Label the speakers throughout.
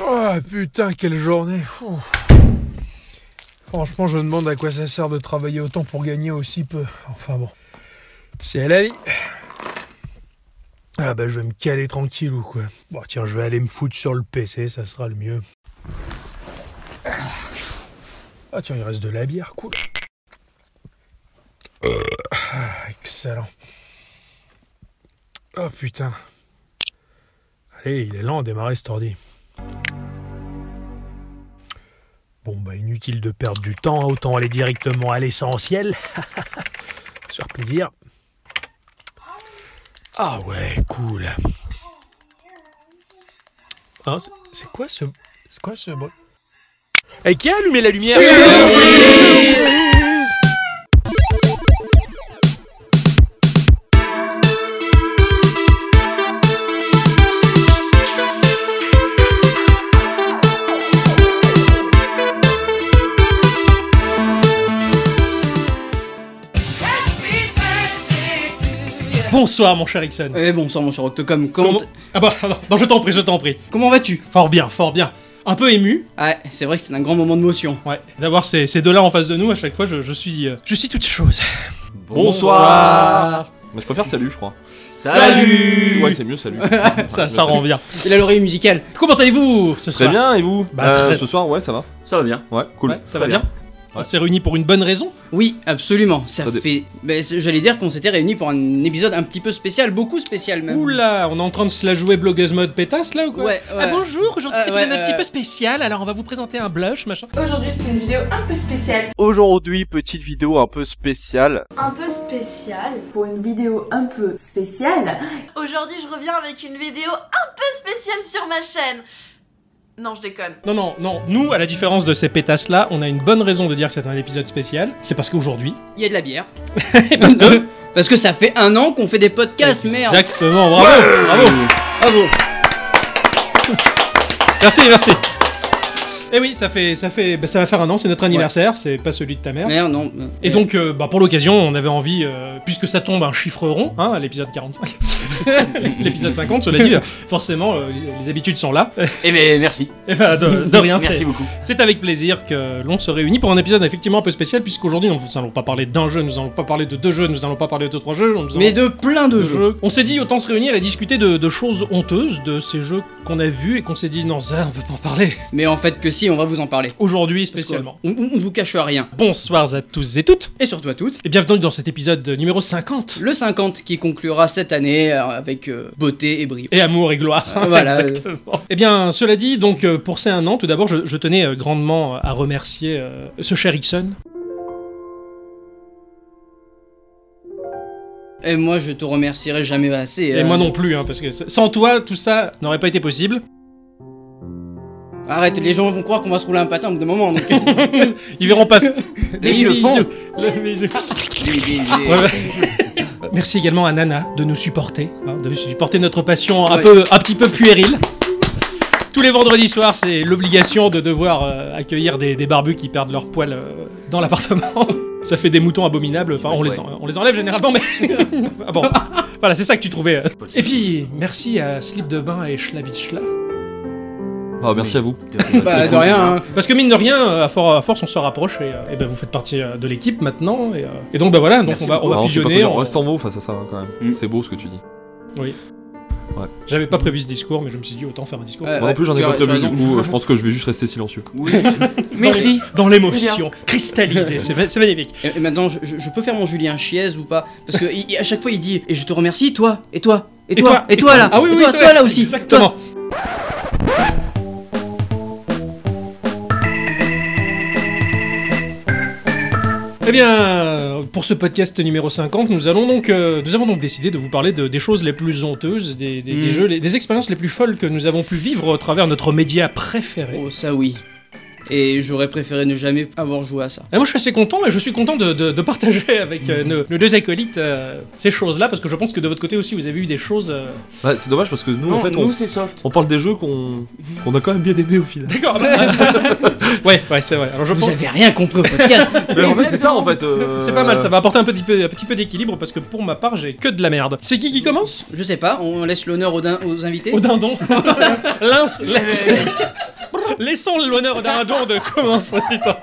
Speaker 1: Oh putain, quelle journée. Ouh. Franchement, je me demande à quoi ça sert de travailler autant pour gagner aussi peu. Enfin bon, c'est la vie. Ah bah je vais me caler tranquille ou quoi. Bon tiens, je vais aller me foutre sur le PC, ça sera le mieux. Ah tiens, il reste de la bière, cool. Ah, excellent. Oh putain. Allez, il est lent à démarrer cet ordi. Bon bah inutile de perdre du temps, hein. autant aller directement à l'essentiel. Sur plaisir. Ah ouais, cool. Hein, c'est- c'est quoi ce c'est quoi ce bruit Et qui a allumé la lumière Bonsoir mon cher Ixon.
Speaker 2: Eh bon sang, mon cher Octocom, comment, t-
Speaker 1: Ah bah non, non, je t'en prie, je t'en prie.
Speaker 2: comment vas-tu
Speaker 1: Fort bien, fort bien. Un peu ému,
Speaker 2: Ah, c'est vrai que c'est un grand moment de motion.
Speaker 1: ouais. D'avoir ces, ces deux-là en face de nous, à chaque fois, je, je suis, euh, je suis toute chose.
Speaker 3: Bonsoir. Mais je préfère salut, je crois.
Speaker 1: Salut
Speaker 3: Ouais, c'est mieux salut.
Speaker 1: Ça, ça rend bien.
Speaker 2: Il a l'oreille musicale.
Speaker 1: Comment allez-vous ce
Speaker 3: Très
Speaker 1: soir
Speaker 3: bien, et vous
Speaker 1: Bah,
Speaker 3: Euh,
Speaker 1: très-
Speaker 3: Ce soir, ouais, ça va
Speaker 4: Ça va bien.
Speaker 3: Ouais, cool.
Speaker 1: Ouais, ça
Speaker 4: Très
Speaker 1: va bien,
Speaker 4: bien.
Speaker 1: On
Speaker 3: Ouais.
Speaker 1: s'est réunis pour une bonne raison
Speaker 2: Oui, absolument. Ça
Speaker 3: Ça dé-
Speaker 2: fait. Ben, c'est- J'allais dire qu'on s'était réunis pour un épisode un petit peu spécial, beaucoup spécial même.
Speaker 1: Oula, on est en train de se la jouer blogueuse mode pétasse là ou quoi
Speaker 2: Ouais, ouais.
Speaker 1: Ah bonjour, aujourd'hui
Speaker 2: Ah,
Speaker 1: c'est épisode
Speaker 2: ouais,
Speaker 1: un petit
Speaker 2: euh.
Speaker 1: peu spécial, alors on va vous présenter un blush, machin.
Speaker 5: Aujourd'hui, c'est une vidéo un peu spéciale.
Speaker 3: Aujourd'hui, petite vidéo un peu spéciale.
Speaker 5: Un peu spéciale Pour une vidéo un peu spéciale
Speaker 6: Aujourd'hui, je reviens avec une vidéo un peu spéciale sur ma chaîne. Non, je déconne.
Speaker 1: Non, non, non, nous, à la différence de ces pétasses là, on a une bonne raison de dire que c'est un épisode spécial. C'est parce qu'aujourd'hui,
Speaker 2: Il y a de la bière.
Speaker 1: parce que.
Speaker 2: Parce que ça fait un an qu'on fait des podcasts, merde.
Speaker 1: Exactement, bravo,
Speaker 3: Ah,
Speaker 1: bravo
Speaker 2: Bravo.
Speaker 1: Merci, merci. Et oui, ça fait, ça fait, bah, ça va faire un an, c'est notre anniversaire, c'est pas celui de ta mère.
Speaker 2: Merde, non. euh,
Speaker 1: Et donc, euh, bah, pour l'occasion, on avait envie, euh, puisque ça tombe un chiffre rond, hein, à l'épisode 45, l'épisode 50, cela dit, euh, forcément, euh, les- les habitudes sont là.
Speaker 4: Eh ben merci.
Speaker 1: Et bah, de, de rien,
Speaker 4: Merci
Speaker 1: c'est-
Speaker 4: beaucoup.
Speaker 1: c'est avec plaisir que l'on se réunit pour un épisode effectivement un peu spécial, puisqu'aujourd'hui, nous n'allons pas parler d'un jeu, nous n'allons pas parler de deux jeux, nous n'allons pas parler de trois jeux, nous allons-
Speaker 2: Mais de plein de jeux.
Speaker 1: On s'est dit autant se réunir et discuter de, de choses honteuses, de ces jeux qu'on a vus et qu'on s'est dit non ça on peut pas en parler
Speaker 2: Mais en fait que si, on va vous en parler.
Speaker 1: aujourd'hui
Speaker 2: Parce que
Speaker 1: spécialement.
Speaker 2: On, on- on vous cache rien.
Speaker 1: Bonsoir à tous et toutes
Speaker 2: Et surtout à toutes.
Speaker 1: et bienvenue dans cet épisode numéro 50
Speaker 2: Le 50 qui conclura cette année euh, avec euh, beauté et brio.
Speaker 1: et amour et gloire.
Speaker 2: Euh, voilà.
Speaker 1: Exactement. Eh bien, cela dit, donc euh, pour ces un an, tout d'abord, je, je tenais euh, grandement à remercier euh, ce cher Ixon.
Speaker 2: Et moi, je te remercierai jamais assez.
Speaker 1: Et
Speaker 2: euh,
Speaker 1: moi non plus, hein, parce que c- sans toi, tout ça n'aurait pas été possible.
Speaker 2: Arrête, les gens vont croire qu'on va se rouler un patin au bout d'un moment. donc- euh,
Speaker 1: Ils verront pas. ce-
Speaker 4: Mais ils le font.
Speaker 1: bisous. Les bisous. Ouais, ouais. Merci également à Nana de nous supporter, hein, de supporter notre passion un,
Speaker 2: Ouais.
Speaker 1: peu, un petit peu puérile. Tous les vendredis soirs, c'est l'obligation de devoir euh, accueillir des, des barbus qui perdent leur poil euh, dans l'appartement. Ça fait des moutons abominables, enfin on, les, en- on les enlève généralement, mais... ah bon, voilà, c'est ça que tu trouvais. euh. Et puis, merci à Slip de Bain et Schlabichla.
Speaker 3: Ah, merci à vous.
Speaker 2: Bah, de rien, hein.
Speaker 1: Parce que mine de rien, euh, à, for- à force on se rapproche et, euh, et ben, vous faites partie euh, de l'équipe maintenant. Et, euh, et donc bah voilà, donc
Speaker 4: Merci
Speaker 1: on va, on
Speaker 3: Ah,
Speaker 1: va
Speaker 3: on sait pas quoi
Speaker 1: fusionner.
Speaker 3: dire,
Speaker 1: on-
Speaker 3: on reste en mots face à ça, hein, quand même.
Speaker 4: Mm.
Speaker 3: C'est beau ce que tu dis.
Speaker 1: J'avais pas prévu ce discours, mais je me suis dit autant faire un discours.
Speaker 2: Ouais.
Speaker 3: Moi, en plus, j'en ai
Speaker 2: Euh, tu as-
Speaker 3: pas
Speaker 2: tu as
Speaker 3: prévu, du
Speaker 2: raison.
Speaker 3: coup, euh, je pense que je vais juste rester silencieux.
Speaker 4: Merci.
Speaker 1: Dans l'émotion, cristallisé, c'est ma- c'est magnifique.
Speaker 2: Et, et maintenant, je, je- je peux faire mon Julien Chiez ou pas Parce que il- il- à chaque fois, il dit Et je te remercie, toi, et toi, et, toi, et toi là,
Speaker 1: Ah oui,
Speaker 2: et
Speaker 1: oui,
Speaker 2: toi,
Speaker 1: c'est
Speaker 2: toi
Speaker 1: vrai,
Speaker 2: là aussi.
Speaker 1: Exactement.
Speaker 2: toi.
Speaker 1: Eh bien, pour ce podcast numéro 50, nous, allons donc, euh, nous avons donc décidé de vous parler de- des choses les plus honteuses, des, des- des
Speaker 2: Mm.
Speaker 1: jeux, les- des expériences les plus folles que nous avons pu vivre à travers notre média préféré.
Speaker 2: Oh, ça oui. Et j'aurais préféré ne jamais avoir joué à ça.
Speaker 1: Et moi, je suis assez content et je suis content de, de- de partager avec euh, nos, nos deux acolytes euh, ces choses-là parce que je pense que de votre côté aussi, vous avez eu des choses. euh,
Speaker 3: Ouais, c'est dommage parce que nous,
Speaker 4: Non,
Speaker 3: en fait, on,
Speaker 4: nous c'est soft.
Speaker 3: on parle des jeux qu'on qu'on a quand même bien aimé au final.
Speaker 1: D'accord. ouais, ouais, c'est vrai. Alors je
Speaker 2: Vous
Speaker 1: pense.
Speaker 2: avez rien compris au podcast
Speaker 3: Mais en fait, c'est ça, en fait. euh,
Speaker 1: C'est
Speaker 2: euh,
Speaker 1: pas mal, ça va apporter un petit peu, un petit peu d'équilibre parce que pour ma part, j'ai que de la merde. C'est qui qui commence
Speaker 2: Je sais pas, on laisse l'honneur aux, din- aux invités
Speaker 1: Au dindon. Lance. Laissons l'honneur au Daradon de commencer. Putain.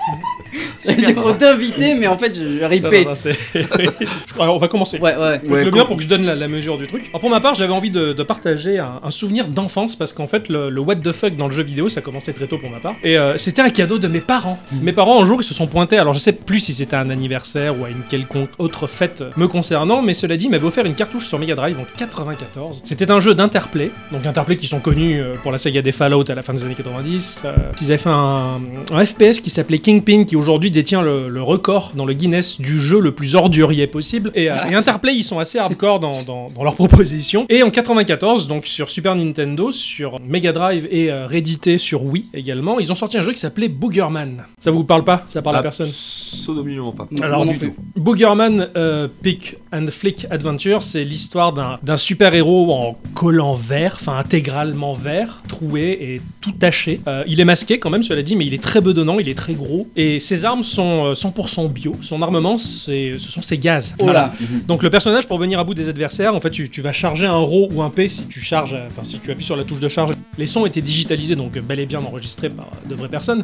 Speaker 2: Je veux dire d'inviter, mais en fait, je- je
Speaker 1: Non, non,
Speaker 2: ripais.
Speaker 1: non, c'est- Alors, on va commencer.
Speaker 2: Ouais, ouais.
Speaker 1: Faites le
Speaker 4: Ouais,
Speaker 1: bien
Speaker 4: com-
Speaker 1: pour que je donne la, la mesure du truc. Alors pour ma part, j'avais envie de, de partager un, un souvenir d'enfance parce qu'en fait, le, le what the fuck dans le jeu vidéo, ça commençait très tôt pour ma part. Et euh, c'était un cadeau de mes parents. Mes parents, un jour, ils se sont pointés. Alors je sais plus si c'était un anniversaire ou à une quelconque autre fête me concernant, mais cela dit, ils m'avaient offert une cartouche sur Mega Drive en 94. C'était un jeu d'Interplay, donc Interplay qui sont connus euh, pour la saga des Fallout à la fin des années 90. euh, ils avaient fait un, un FPS qui s'appelait Kingpin, qui aujourd'hui détient le, le record dans le Guinness du jeu le plus ordurier possible. Et, euh, et Interplay, ils sont assez hardcore dans, dans, dans leurs propositions. Et en 94, donc sur Super Nintendo, sur Mega Drive et euh, réédité sur Wii également, ils ont sorti un jeu qui s'appelait Boogerman. Ça vous parle pas Ça parle à personne
Speaker 3: Absolument pas.
Speaker 2: Non,
Speaker 1: Alors,
Speaker 2: non
Speaker 1: du
Speaker 2: plus.
Speaker 1: Boogerman euh, Pick and Flick Adventure, c'est l'histoire d'un, d'un super-héros en collant vert, enfin intégralement vert, troué et tout taché. Euh, il est masqué quand même, cela dit, mais il est très bedonnant, il est très gros. Et ses armes sont euh, 100% bio. Son armement, c'est, ce sont ses gaz.
Speaker 2: Oh là.
Speaker 1: Donc le personnage, pour venir à bout des adversaires, en fait, tu, tu vas charger un RAW ou un P si tu charges, euh, enfin si tu appuies sur la touche de charge. Les sons étaient digitalisés, donc euh, bel et bien enregistrés par euh, de vraies personnes.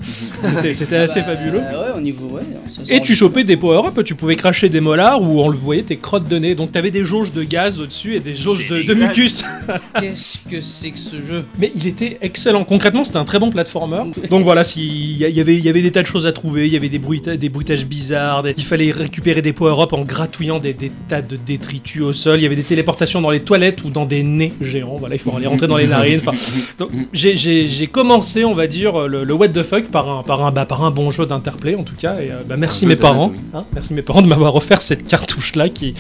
Speaker 1: C'était, c'était assez
Speaker 2: Bah,
Speaker 1: Ah, fabuleux.
Speaker 2: Ouais, au niveau, ouais. ça se
Speaker 1: Et
Speaker 2: rend-
Speaker 1: tu chopais des power-up, tu pouvais cracher des molars ou on le voyait tes crottes de nez. Donc t'avais des jauges de gaz au-dessus et des jauges
Speaker 4: C'est
Speaker 1: de, de
Speaker 4: dégueulasse.
Speaker 1: mucus.
Speaker 2: Qu'est-ce que c'est que ce jeu
Speaker 1: Mais il était excellent. Concrètement, c'était un très bon platformer. Donc voilà, si- il y, a- il y avait, il y avait des tas de choses à trouver, il y avait des, bruita- des bruitages bizarres, des- il fallait récupérer des power-up en gratouillant des, des tas de détritus au sol, il y avait des téléportations dans les toilettes ou dans des nez géants. Voilà, il faut aller rentrer dans les narines. Enfin, donc, j'ai- j'ai j'ai commencé, on va dire, le, le what the fuck par un, par un, bah, par un bon jeu d'interplay en tout cas. Et euh, bah, merci
Speaker 4: Un
Speaker 1: mes
Speaker 4: peu
Speaker 1: parents.
Speaker 4: d'anatomie.
Speaker 1: hein. merci mes parents de m'avoir offert cette cartouche-là qui,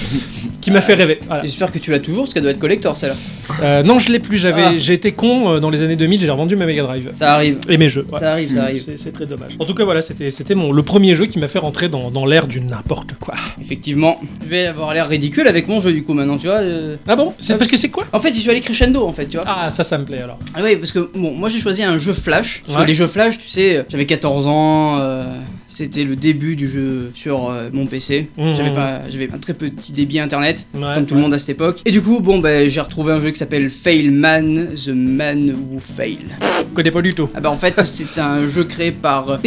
Speaker 1: qui m'a fait rêver. Voilà.
Speaker 2: Ah, J'espère que tu l'as toujours, parce qu'elle doit être collector celle-là.
Speaker 1: Euh, non, je l'ai plus. J'avais,
Speaker 2: Ah.
Speaker 1: j'ai été con euh, dans les années 2000. J'ai revendu ma Mega Drive
Speaker 2: Ça arrive.
Speaker 1: et mes jeux. ouais. Mm.
Speaker 2: Ça arrive, ça arrive.
Speaker 1: C'est c'est très dommage. En tout cas, voilà, c'était c'était mon le premier jeu qui m'a fait rentrer dans, dans l'ère du n'importe quoi.
Speaker 2: Effectivement. Je vais avoir l'air ridicule avec mon jeu du coup maintenant, tu vois. euh.
Speaker 1: Ah bon C'est parce que c'est quoi
Speaker 2: En fait, j'y suis allé crescendo en fait, tu vois.
Speaker 1: Ah, ça, ça me plaît alors.
Speaker 2: Ah oui, parce que bon, moi j'ai choisi un jeu Flash. Parce
Speaker 1: Ouais.
Speaker 2: que les jeux Flash, tu sais, euh, j'avais 14 ans, euh, c'était le début du jeu sur euh, mon PC.
Speaker 1: Mmh,
Speaker 2: J'avais
Speaker 1: mmh.
Speaker 2: pas, j'avais un très petit débit internet,
Speaker 1: Ouais,
Speaker 2: comme tout
Speaker 1: ouais.
Speaker 2: le monde à cette époque. Et du coup, bon, bah, j'ai retrouvé un jeu qui s'appelle Fail Man, The Man Who Fail.
Speaker 1: Je connais pas du tout.
Speaker 2: Ah bah en fait, c'est un jeu créé par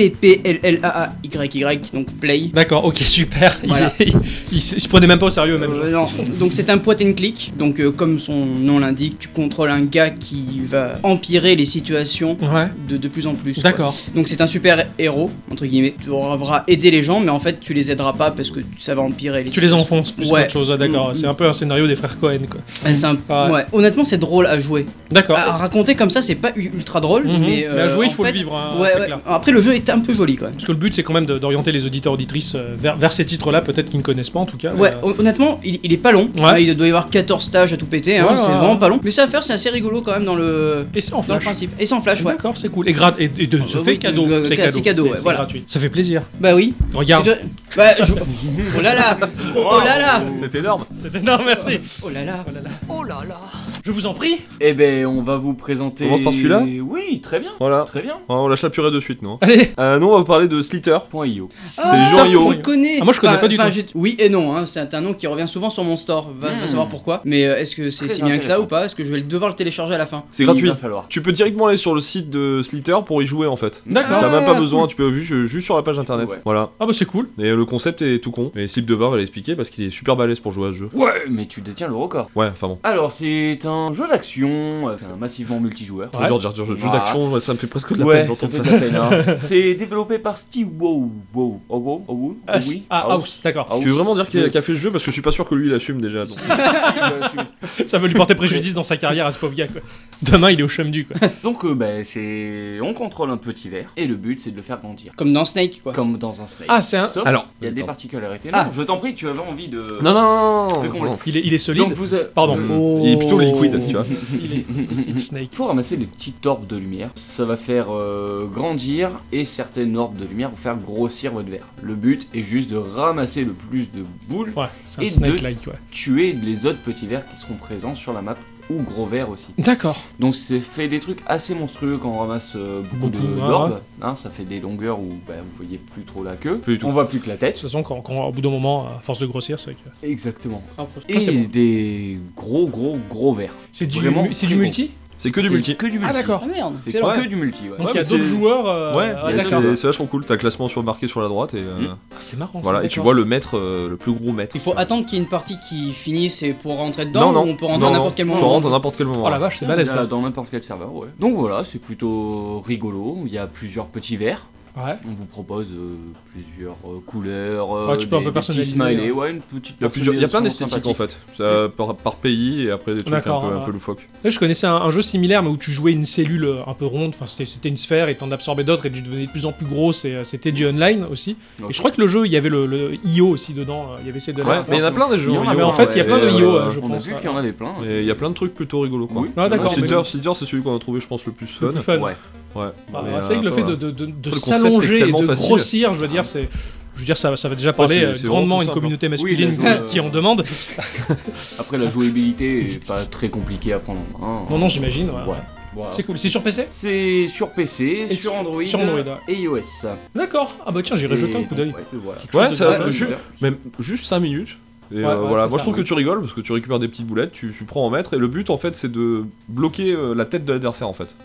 Speaker 2: PPLLAAYY, donc Play.
Speaker 1: D'accord, ok, super. Ils-
Speaker 2: Voilà.
Speaker 1: ils- ils se prenaient même pas au sérieux, même.
Speaker 2: Euh, non. Donc c'est un point and click, donc euh, comme son nom l'indique, tu contrôles un gars qui va empirer les situations
Speaker 1: Ouais.
Speaker 2: de, de plus en plus. quoi.
Speaker 1: D'accord.
Speaker 2: Donc c'est un super héros, entre guillemets. Tu devras aider les gens, mais en fait tu les aideras pas parce que ça va empirer les
Speaker 1: Tu les enfonces plus
Speaker 2: Ouais.
Speaker 1: qu'autre chose. Ah, d'accord.
Speaker 2: Mm.
Speaker 1: C'est un peu un scénario des frères Cohen, quoi.
Speaker 2: Ouais, Bah, c'est un-
Speaker 1: Ouais.
Speaker 2: ouais. Honnêtement, c'est drôle à jouer.
Speaker 1: D'accord.
Speaker 2: À, à raconter comme ça, c'est pas u- ultra drôle,
Speaker 1: Mhm.
Speaker 2: Ah, mais.
Speaker 1: Mais à
Speaker 2: euh,
Speaker 1: jouer, il
Speaker 2: en
Speaker 1: faut le
Speaker 2: fait-
Speaker 1: vivre, hein,
Speaker 2: Ouais,
Speaker 1: c'est
Speaker 2: ouais.
Speaker 1: clair.
Speaker 2: Après, le jeu est un peu joli quand même.
Speaker 1: Parce que le but, c'est quand même de- d'orienter les auditeurs auditrices euh, vers, vers ces titres-là, peut-être qu'ils ne connaissent pas en tout cas.
Speaker 2: Ouais,
Speaker 1: Euh,
Speaker 2: hon- honnêtement, il, il est pas long.
Speaker 1: Ouais.
Speaker 2: Il doit y avoir 14 stages à tout péter, hein,
Speaker 1: Ouais,
Speaker 2: c'est
Speaker 1: ouais,
Speaker 2: vraiment
Speaker 1: ouais.
Speaker 2: pas long. Mais ça à faire, c'est assez rigolo quand même dans le,
Speaker 1: Et c'est en
Speaker 2: dans le
Speaker 1: flash.
Speaker 2: principe. Et sans flash, ouais.
Speaker 1: D'accord, c'est cool. Et, grat- et, et de
Speaker 2: Ah
Speaker 1: ce
Speaker 2: bah
Speaker 1: fait,
Speaker 2: oui,
Speaker 1: cadeau.
Speaker 2: euh,
Speaker 1: C'est
Speaker 2: c'est
Speaker 1: cadeau.
Speaker 2: cadeau, ouais,
Speaker 1: c'est
Speaker 2: voilà.
Speaker 1: gratuit. Ça fait plaisir.
Speaker 2: Bah oui. Et
Speaker 1: Regarde.
Speaker 2: toi- Bah, je- Oh là là Oh, oh là là
Speaker 3: C'est énorme.
Speaker 1: C'est énorme, merci.
Speaker 2: Oh là là
Speaker 1: Oh là là.
Speaker 6: Oh là là.
Speaker 1: Je vous en prie.
Speaker 4: Eh ben, on va vous présenter.
Speaker 3: On commence par celui-là
Speaker 4: Oui, très bien.
Speaker 3: Voilà.
Speaker 4: Très bien.
Speaker 3: On lâche la purée de suite, non
Speaker 1: Allez.
Speaker 3: euh, Non, on va vous parler de Slitter.
Speaker 4: Point .io.
Speaker 3: C'est
Speaker 2: Ah,
Speaker 3: jean
Speaker 1: Yo.
Speaker 2: Je connais.
Speaker 1: Ah, moi, je connais
Speaker 2: Enfin,
Speaker 1: pas du
Speaker 2: enfin,
Speaker 1: tout.
Speaker 2: j'ai- Oui et non, hein, c'est un nom qui revient souvent sur mon store. Va, va
Speaker 4: Hmm.
Speaker 2: savoir pourquoi. Mais euh, est-ce que c'est
Speaker 4: Très
Speaker 2: si bien que ça
Speaker 4: intéressant.
Speaker 2: ou pas Est-ce que je vais devoir le télécharger à la fin
Speaker 3: C'est gratuit.
Speaker 4: Il va falloir.
Speaker 3: Tu peux directement aller sur le site de Slitter pour y jouer en fait.
Speaker 1: D'accord.
Speaker 3: T'as
Speaker 2: Ah,
Speaker 3: même pas
Speaker 2: cool.
Speaker 3: besoin, tu peux juste juste sur la page internet.
Speaker 4: Ouais.
Speaker 3: Voilà.
Speaker 1: Ah bah c'est cool.
Speaker 3: Et le concept est tout con. Mais Slip de Bar va l'expliquer parce qu'il est super balèze pour jouer à ce jeu.
Speaker 4: Ouais, mais tu détiens le record.
Speaker 3: Ouais, enfin bon.
Speaker 4: Alors, c'est un jeu d'action, euh, c'est un massivement multijoueur.
Speaker 1: Ouais.
Speaker 3: Toujours dire jeu jeu
Speaker 4: Ouais.
Speaker 3: d'action, ouais, ça me fait presque de la peine
Speaker 4: Ouais, ça
Speaker 3: d'entendre
Speaker 4: fait
Speaker 3: ça.
Speaker 4: de la peine. hein. c'est développé par Steve Wow. Wow. Oh, wow. Oh, wow. Oh,
Speaker 1: Ah,
Speaker 4: oui.
Speaker 1: ah,
Speaker 4: House.
Speaker 1: House, d'accord.
Speaker 4: House.
Speaker 3: Tu veux vraiment dire qu'il a,
Speaker 4: Je-
Speaker 3: qu'il a fait ce jeu parce que je suis pas sûr que lui il assume déjà. donc.
Speaker 4: Si, si, si, je l'assume.
Speaker 1: Ça veut lui porter préjudice dans sa carrière à ce pauvre gars, quoi. Demain, il est au chumdu, quoi.
Speaker 4: Donc euh, bah, c'est on contrôle un petit verre et le but c'est de le faire grandir
Speaker 2: Comme dans Snake, quoi.
Speaker 4: comme dans un snake.
Speaker 1: Ah, c'est un-
Speaker 4: Sauf,
Speaker 3: Alors.
Speaker 4: il y a des particularités.
Speaker 2: Ah.
Speaker 4: Non, je t'en prie, tu avais envie de
Speaker 3: Non, non, non, non,
Speaker 4: Fais
Speaker 3: non, non.
Speaker 1: Il est, il est
Speaker 4: Donc
Speaker 1: solide.
Speaker 4: vous a-
Speaker 1: Pardon.
Speaker 4: Mm.
Speaker 3: Il est plutôt liquide, tu vois.
Speaker 1: Il est il est Snake.
Speaker 4: Il faut ramasser des petites orbes de lumière. Ça va faire euh, grandir et certaines orbes de lumière vont faire grossir votre verre. Le but est juste de ramasser le plus de boules,
Speaker 1: Ouais, c'est un
Speaker 4: Et
Speaker 1: Snake-like, ouais.
Speaker 4: tuer les autres petits verres qui seront présents sur la map ou gros verres aussi.
Speaker 1: D'accord.
Speaker 4: Donc c'est fait des trucs assez monstrueux quand on ramasse euh, beaucoup de-
Speaker 1: Beaucoup, ouais,
Speaker 4: d'orbes.
Speaker 1: ouais.
Speaker 4: hein, ça fait des longueurs où bah, vous voyez plus trop la queue.
Speaker 3: Plus du tout.
Speaker 4: On voit plus que la
Speaker 1: De
Speaker 4: tête.
Speaker 1: toute façon, quand, quand- au bout d'un moment, à force de grossir, c'est vrai que...
Speaker 4: Exactement.
Speaker 1: Ah,
Speaker 2: Rapproche-
Speaker 4: Et
Speaker 2: Ah, c'est bon.
Speaker 4: des gros gros gros verres.
Speaker 1: C'est du,
Speaker 4: Vraiment
Speaker 1: c'est du
Speaker 4: très
Speaker 1: multi
Speaker 3: C'est que du
Speaker 4: C'est
Speaker 3: multi.
Speaker 4: Que du multi.
Speaker 1: Ah, d'accord.
Speaker 2: Ah merde,
Speaker 4: C'est
Speaker 2: excellent.
Speaker 4: que du multi, ouais.
Speaker 1: Donc
Speaker 3: Ouais,
Speaker 1: il y a
Speaker 3: mais
Speaker 1: d'autres
Speaker 3: c'est-
Speaker 1: joueurs. euh,
Speaker 3: Ouais,
Speaker 1: ah,
Speaker 3: mais
Speaker 1: d'accord.
Speaker 3: c'est c'est vachement cool. T'as classement sur marqué sur la droite et euh,
Speaker 4: Mm.
Speaker 1: Ah, C'est marrant. ça,
Speaker 3: voilà. Et tu
Speaker 1: d'accord.
Speaker 3: vois le maître, euh, le plus gros maître.
Speaker 2: Il faut attendre qu'il y ait une partie qui finisse et pour rentrer dedans ou on peut rentrer
Speaker 3: non,
Speaker 2: à n'importe quel
Speaker 3: non,
Speaker 2: moment.
Speaker 3: On rentre à n'importe quel moment.
Speaker 1: Oh la vache, c'est
Speaker 4: Là,
Speaker 1: balèze ça.
Speaker 4: dans n'importe quel serveur, ouais. Donc voilà, c'est plutôt euh, rigolo. Il y a plusieurs petits verres.
Speaker 1: Ouais.
Speaker 4: On vous propose euh, plusieurs euh, couleurs. euh,
Speaker 1: Ouais, Ah, tu peux un
Speaker 4: des-
Speaker 1: peu
Speaker 4: des
Speaker 1: personnaliser, hein.
Speaker 4: petits smileys,
Speaker 1: ouais.
Speaker 4: ouais, une petite.
Speaker 3: Il y a, plusieurs, il y a plein
Speaker 4: personnalisation
Speaker 3: d'esthétiques en
Speaker 4: sympathique.
Speaker 3: fait, Ça, par, par pays et après des trucs un peu,
Speaker 1: D'accord,
Speaker 3: un
Speaker 1: ouais.
Speaker 3: peu loufoques.
Speaker 1: Là, je connaissais un, un jeu similaire, mais où tu jouais une cellule euh, un peu ronde, enfin c'était- c'était une sphère et t'en absorbais d'autres et tu devenais de plus en plus gros, c'est, euh, c'était du online aussi. Et
Speaker 4: Ok.
Speaker 1: je crois que le jeu, il y avait le, le IO aussi dedans, euh, il y avait ces deux-là.
Speaker 3: Ouais, mais il y en a plein des jeux.
Speaker 4: Il y en a,
Speaker 1: mais en
Speaker 4: ouais,
Speaker 1: fait, il y a
Speaker 4: ouais,
Speaker 1: plein de
Speaker 4: hein, ouais,
Speaker 1: IO,
Speaker 4: ouais,
Speaker 1: euh, je
Speaker 4: on
Speaker 1: pense.
Speaker 4: a vu
Speaker 1: ouais.
Speaker 4: qu'il y en avait plein.
Speaker 3: Et il y a plein de trucs plutôt rigolos quoi.
Speaker 4: Oui.
Speaker 1: Ah, d'accord, mais-
Speaker 3: Silter, Silter, c'est celui qu'on a trouvé, je pense, le plus fun.
Speaker 1: Le plus fun.
Speaker 4: Ouais.
Speaker 3: Ouais.
Speaker 1: Ah,
Speaker 3: Mais,
Speaker 1: ouais, c'est vrai que le
Speaker 3: euh,
Speaker 1: fait de,
Speaker 3: voilà.
Speaker 1: de- de- de
Speaker 3: Le concept est
Speaker 1: s'allonger et
Speaker 3: tellement
Speaker 1: de
Speaker 3: facile.
Speaker 1: grossir, je veux dire, c'est. Je veux dire, ça, ça va déjà parler
Speaker 3: c'est-
Speaker 1: euh,
Speaker 3: c'est vraiment
Speaker 1: grandement
Speaker 3: tout
Speaker 1: à une
Speaker 3: simple,
Speaker 1: communauté masculine
Speaker 4: Oui, la-
Speaker 1: qui,
Speaker 3: euh,
Speaker 1: qui en demande.
Speaker 4: Après, la jouabilité est pas très compliquée à prendre en main.
Speaker 1: Non, non, j'imagine. ouais.
Speaker 4: Ouais. Voilà.
Speaker 1: C'est cool. C'est sur PC
Speaker 4: C'est sur PC,
Speaker 1: Et
Speaker 4: sur Android,
Speaker 1: sur Android, ouais.
Speaker 4: et iOS.
Speaker 1: D'accord. Ah bah tiens, j'irai jeter un
Speaker 4: Et
Speaker 1: coup d'œil.
Speaker 4: donc, ouais, voilà.
Speaker 3: Ouais,
Speaker 1: de
Speaker 3: ça,
Speaker 1: dingue,
Speaker 3: euh, ju-
Speaker 4: ouais.
Speaker 3: même juste 5 minutes. Et
Speaker 1: Ouais,
Speaker 3: euh,
Speaker 1: ouais,
Speaker 3: voilà,
Speaker 1: c'est
Speaker 3: moi
Speaker 1: ça.
Speaker 3: je trouve que tu rigoles parce que tu récupères des petites boulettes, tu, tu prends en maître et le but en fait c'est de bloquer euh, la tête de l'adversaire en fait.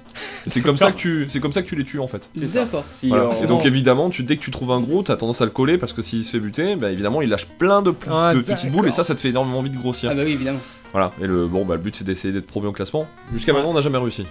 Speaker 3: Et C'est comme ça que tu, c'est comme ça que tu les tues en fait.
Speaker 4: C'est ça.
Speaker 2: D'accord.
Speaker 4: Si,
Speaker 3: Voilà.
Speaker 4: euh,
Speaker 3: Et donc évidemment, tu, dès que tu trouves un gros, t'as tendance à le coller parce que s'il se fait buter, bah, évidemment il lâche plein de, p-
Speaker 1: Ah,
Speaker 3: de
Speaker 1: d'accord.
Speaker 3: petites boules et ça, ça te fait énormément envie de grossir.
Speaker 2: Ah bah oui, évidemment.
Speaker 3: Voilà. Et le bon, bah le but c'est d'essayer d'être premier au classement. Jusqu'à maintenant, on n'a jamais réussi.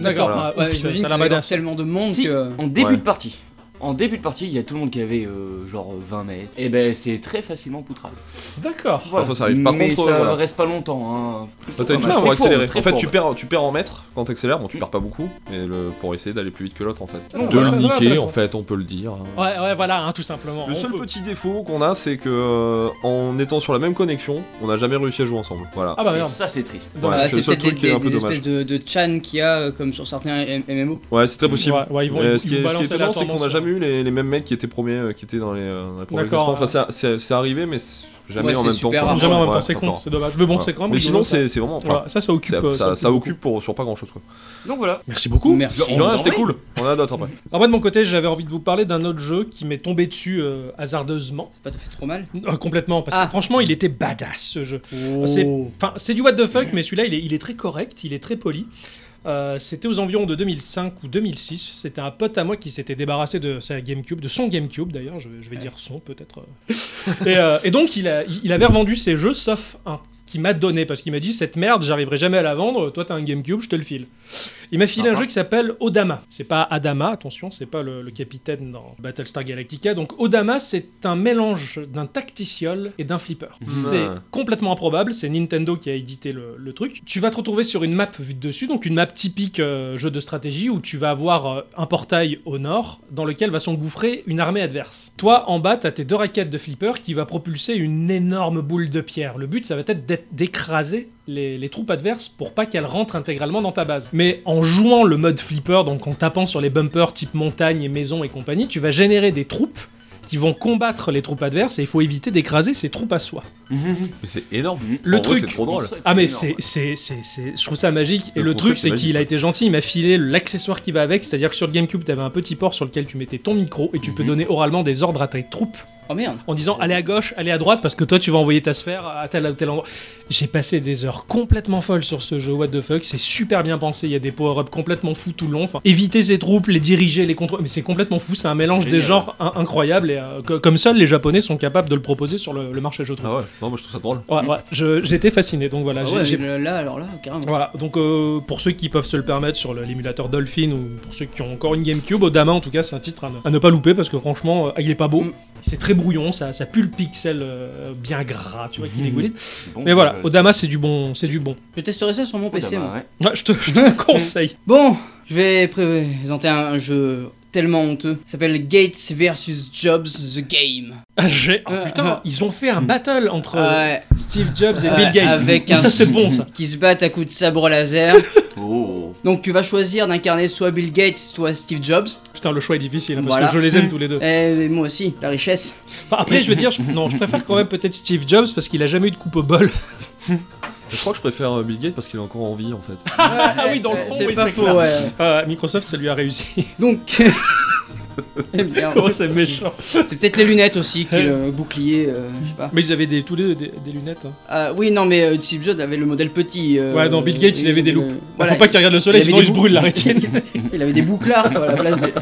Speaker 1: D'accord.
Speaker 3: Voilà.
Speaker 1: Ah,
Speaker 2: Ouais,
Speaker 1: ouf, ça-
Speaker 2: j'imagine
Speaker 1: ça
Speaker 2: qu'il doit
Speaker 1: la
Speaker 2: y avoir
Speaker 1: badass.
Speaker 2: tellement de monde
Speaker 4: Si.
Speaker 1: euh,
Speaker 2: que...
Speaker 4: En début
Speaker 3: Ouais.
Speaker 4: de partie. En début de partie, il y a tout le monde qui avait euh, genre 20 mètres. Et ben c'est très facilement poutrable.
Speaker 1: D'accord.
Speaker 4: Voilà.
Speaker 3: Parfois, ça arrive. Par
Speaker 4: Mais
Speaker 3: contre,
Speaker 4: ça
Speaker 3: voilà.
Speaker 4: reste pas longtemps. Hein. Ils sont
Speaker 3: Toi, t'as
Speaker 4: pas
Speaker 3: une touche pour
Speaker 4: mal. Très fort,
Speaker 3: accélérer.
Speaker 4: très
Speaker 3: en fait,
Speaker 4: fort,
Speaker 3: tu
Speaker 4: ouais.
Speaker 3: perds, tu perds en mètres quand t'accélères. Bon, tu
Speaker 4: Mm.
Speaker 3: perds pas beaucoup, mais le, pour essayer d'aller plus vite que l'autre, en fait.
Speaker 1: Ah,
Speaker 3: de
Speaker 1: ouais,
Speaker 3: le
Speaker 1: ouais,
Speaker 3: niquer,
Speaker 1: intéressant.
Speaker 3: en fait, on peut le dire.
Speaker 1: Ouais, ouais, voilà, hein, tout simplement.
Speaker 3: Le
Speaker 1: On
Speaker 3: seul
Speaker 1: peut-
Speaker 3: petit défaut qu'on a, c'est que euh, en étant sur la même connexion, on n'a jamais réussi à jouer ensemble. Voilà.
Speaker 1: Ah bah
Speaker 4: Et
Speaker 1: merde.
Speaker 4: ça c'est triste.
Speaker 3: Ouais,
Speaker 2: Ah,
Speaker 3: c'est le
Speaker 2: c'est
Speaker 3: seul
Speaker 2: peut-être des,
Speaker 3: truc qui est un
Speaker 2: des-
Speaker 3: peu
Speaker 2: des
Speaker 3: dommage.
Speaker 2: espèces de, de chan qu'il y a euh, comme sur certains M- MMO.
Speaker 3: Ouais, c'est très possible.
Speaker 1: Ouais, ouais, ils vont,
Speaker 3: Mais
Speaker 1: ils,
Speaker 3: ce qui
Speaker 1: ils
Speaker 3: est,
Speaker 1: vont
Speaker 3: ce qui est
Speaker 1: balancer la
Speaker 3: étonnant, c'est
Speaker 1: tendance. hein.
Speaker 3: qu'on n'a jamais eu les, les mêmes mecs qui étaient premiers, euh, qui étaient dans les, euh, dans les premiers
Speaker 1: D'accord,
Speaker 3: classements. Enfin, c'est- c'est c'est arrivé, mais c'est- jamais
Speaker 2: Ouais,
Speaker 3: en
Speaker 2: c'est
Speaker 3: même temps.
Speaker 2: super
Speaker 3: quoi.
Speaker 2: rare.
Speaker 1: Jamais en même temps,
Speaker 3: Ouais,
Speaker 1: c'est con,
Speaker 3: d'accord.
Speaker 1: c'est dommage. Mais bon,
Speaker 3: Voilà.
Speaker 1: c'est quand même.
Speaker 3: Mais
Speaker 1: rigolo,
Speaker 3: sinon,
Speaker 1: ça.
Speaker 3: c'est c'est vraiment. enfin,
Speaker 1: Voilà, ça, ça occupe.
Speaker 3: ça-
Speaker 1: euh,
Speaker 3: Ça ça
Speaker 1: beaucoup.
Speaker 3: occupe pour sur pas grand chose, quoi.
Speaker 4: Donc voilà.
Speaker 1: Merci beaucoup.
Speaker 2: Merci.
Speaker 4: On vous
Speaker 3: Non,
Speaker 4: en
Speaker 3: c'était
Speaker 4: prie.
Speaker 3: cool. On en a d'autres après.
Speaker 1: Alors moi de mon côté, j'avais envie de vous parler d'un autre jeu qui m'est tombé dessus euh, hasardeusement,
Speaker 2: Pas tout fait trop mal.
Speaker 1: Euh, complètement, parce
Speaker 2: Ah.
Speaker 1: que franchement, il était badass ce jeu. C'est,
Speaker 2: oh,
Speaker 1: enfin, c'est du what the fuck, mais celui-là, il est, il est très correct, il est très poli. Euh, c'était aux environs de 2005 ou 2006. C'était un pote à moi qui s'était débarrassé de sa GameCube, de son GameCube d'ailleurs. Je, je vais dire son peut-être. et, euh, et donc il, a- il- il avait revendu ses jeux sauf un qui m'a donné parce qu'il m'a dit cette merde, j'arriverai jamais à la vendre. Toi t'as un GameCube, je te le file. Il m'a filé un
Speaker 4: Sympa.
Speaker 1: jeu qui s'appelle Odama. C'est pas Adama, attention, c'est pas le, le capitaine dans Battlestar Galactica. Donc Odama, c'est un mélange d'un tacticiel et d'un flipper. C'est complètement improbable. C'est Nintendo qui a édité le, le truc. Tu vas te retrouver sur une map vue de dessus, donc une map typique euh, jeu de stratégie où tu vas avoir euh, un portail au nord dans lequel va s'engouffrer une armée adverse. Toi, en bas, t'as tes deux raquettes de flipper qui va propulser une énorme boule de pierre. Le but, ça va être d'être- d'écraser les, les troupes adverses pour pas qu'elles rentrent intégralement dans ta base. Mais en jouant le mode flipper, donc en tapant sur les bumpers type montagne et maison et compagnie, tu vas générer des troupes qui vont combattre les troupes adverses et il faut éviter d'écraser ces troupes à soi.
Speaker 3: Mais c'est énorme.
Speaker 1: Le
Speaker 3: En vrai,
Speaker 1: truc-
Speaker 3: c'est trop drôle.
Speaker 1: Ah mais c'est c'est c'est c'est je trouve ça magique et
Speaker 3: Le
Speaker 1: le, truc
Speaker 3: concept est
Speaker 1: c'est
Speaker 3: magique,
Speaker 1: qu'il a
Speaker 3: ouais.
Speaker 1: été gentil, il m'a filé l'accessoire qui va avec, c'est-à-dire que sur le GameCube t'avais un petit port sur lequel tu mettais ton micro et tu peux
Speaker 4: Mhm.
Speaker 1: donner oralement des ordres à tes troupes
Speaker 2: Oh merde.
Speaker 1: en disant allez à gauche, allez à droite parce que toi tu vas envoyer ta sphère à tel ou tel endroit. J'ai passé des heures complètement folles sur ce jeu What the fuck, c'est super bien pensé, il y a des power-ups complètement fous tout le long, enfin, éviter ces troupes, les diriger, les contrôler, mais c'est complètement fou, c'est un mélange des
Speaker 4: Génial.
Speaker 1: genres in- incroyable et euh, co- comme seuls les japonais sont capables de le proposer sur le, le marché je trouve.
Speaker 3: Ah ouais, non, moi je trouve ça drôle.
Speaker 1: Ouais, ouais, je- j'étais fasciné donc voilà,
Speaker 2: Ah
Speaker 1: j'ai-
Speaker 2: ouais,
Speaker 1: j'ai
Speaker 2: mais là, alors là, carrément.
Speaker 1: voilà, donc euh, pour ceux qui peuvent se le permettre sur le- l'émulateur Dolphin ou pour ceux qui ont encore une GameCube, Odama en tout cas c'est un titre à ne, à ne pas louper parce que franchement euh, il est pas beau,
Speaker 2: Mm.
Speaker 1: c'est très brouillon, ça, ça pue le pixel euh, bien gras, tu vois, qui
Speaker 2: Mm.
Speaker 4: Mhm.
Speaker 1: dégouline. Mais
Speaker 4: bah,
Speaker 1: voilà,
Speaker 2: Euh,
Speaker 1: Odama c'est du bon, c'est du bon.
Speaker 2: Je testerai ça sur
Speaker 3: Ah,
Speaker 2: mon PC.
Speaker 3: bah,
Speaker 2: moi.
Speaker 1: Ouais, je te, je te le conseille.
Speaker 2: Bon, je vais présenter un jeu tellement honteux. Ça s'appelle Gates vs Jobs The Game.
Speaker 1: Ah, j'ai- oh,
Speaker 2: Euh,
Speaker 1: putain,
Speaker 2: euh. Ah,
Speaker 1: ils ont fait un battle entre euh,
Speaker 2: Ouais,
Speaker 1: Steve Jobs et
Speaker 2: euh,
Speaker 1: Bill Gates.
Speaker 2: avec
Speaker 1: Et
Speaker 2: un-
Speaker 1: ça c'est bon ça.
Speaker 2: qui se battent à coups de sabre laser.
Speaker 4: Oh.
Speaker 2: Donc tu vas choisir d'incarner soit Bill Gates, soit Steve Jobs.
Speaker 1: Putain le choix est difficile hein, parce
Speaker 2: Voilà. Mm.
Speaker 1: que je les aime tous les deux.
Speaker 2: Et moi aussi, la richesse.
Speaker 1: Enfin, après je veux dire, je- non, je préfère quand même peut-être Steve Jobs parce qu'il a jamais eu de coupe au bol.
Speaker 3: Je crois que je préfère euh, Bill Gates parce qu'il est encore en vie en fait.
Speaker 1: Ah oui, dans le fond,
Speaker 2: Euh, c'est
Speaker 1: oui,
Speaker 2: pas
Speaker 1: c'est
Speaker 2: faux.
Speaker 1: clair.
Speaker 2: ouais.
Speaker 1: Euh, Microsoft ça lui a réussi.
Speaker 2: Donc, Eh bien,
Speaker 1: Oh, c'est méchant.
Speaker 2: c'est peut-être les lunettes aussi, qui le bouclier, euh, je sais pas.
Speaker 1: Mais ils avaient des, tous les deux des, des lunettes. hein.
Speaker 2: Ah, oui, non, mais euh, Steve Jobs avait le modèle petit. euh,
Speaker 1: Ouais, dans Bill Gates, il avait des
Speaker 2: le-
Speaker 1: loupes.
Speaker 2: voilà,
Speaker 1: Faut pas qu'ils regardent le soleil,
Speaker 2: il avait
Speaker 1: sinon
Speaker 2: des
Speaker 1: ils se
Speaker 2: boucles.
Speaker 1: brûlent la rétine.
Speaker 2: Il avait des bouclards quoi, à la place des...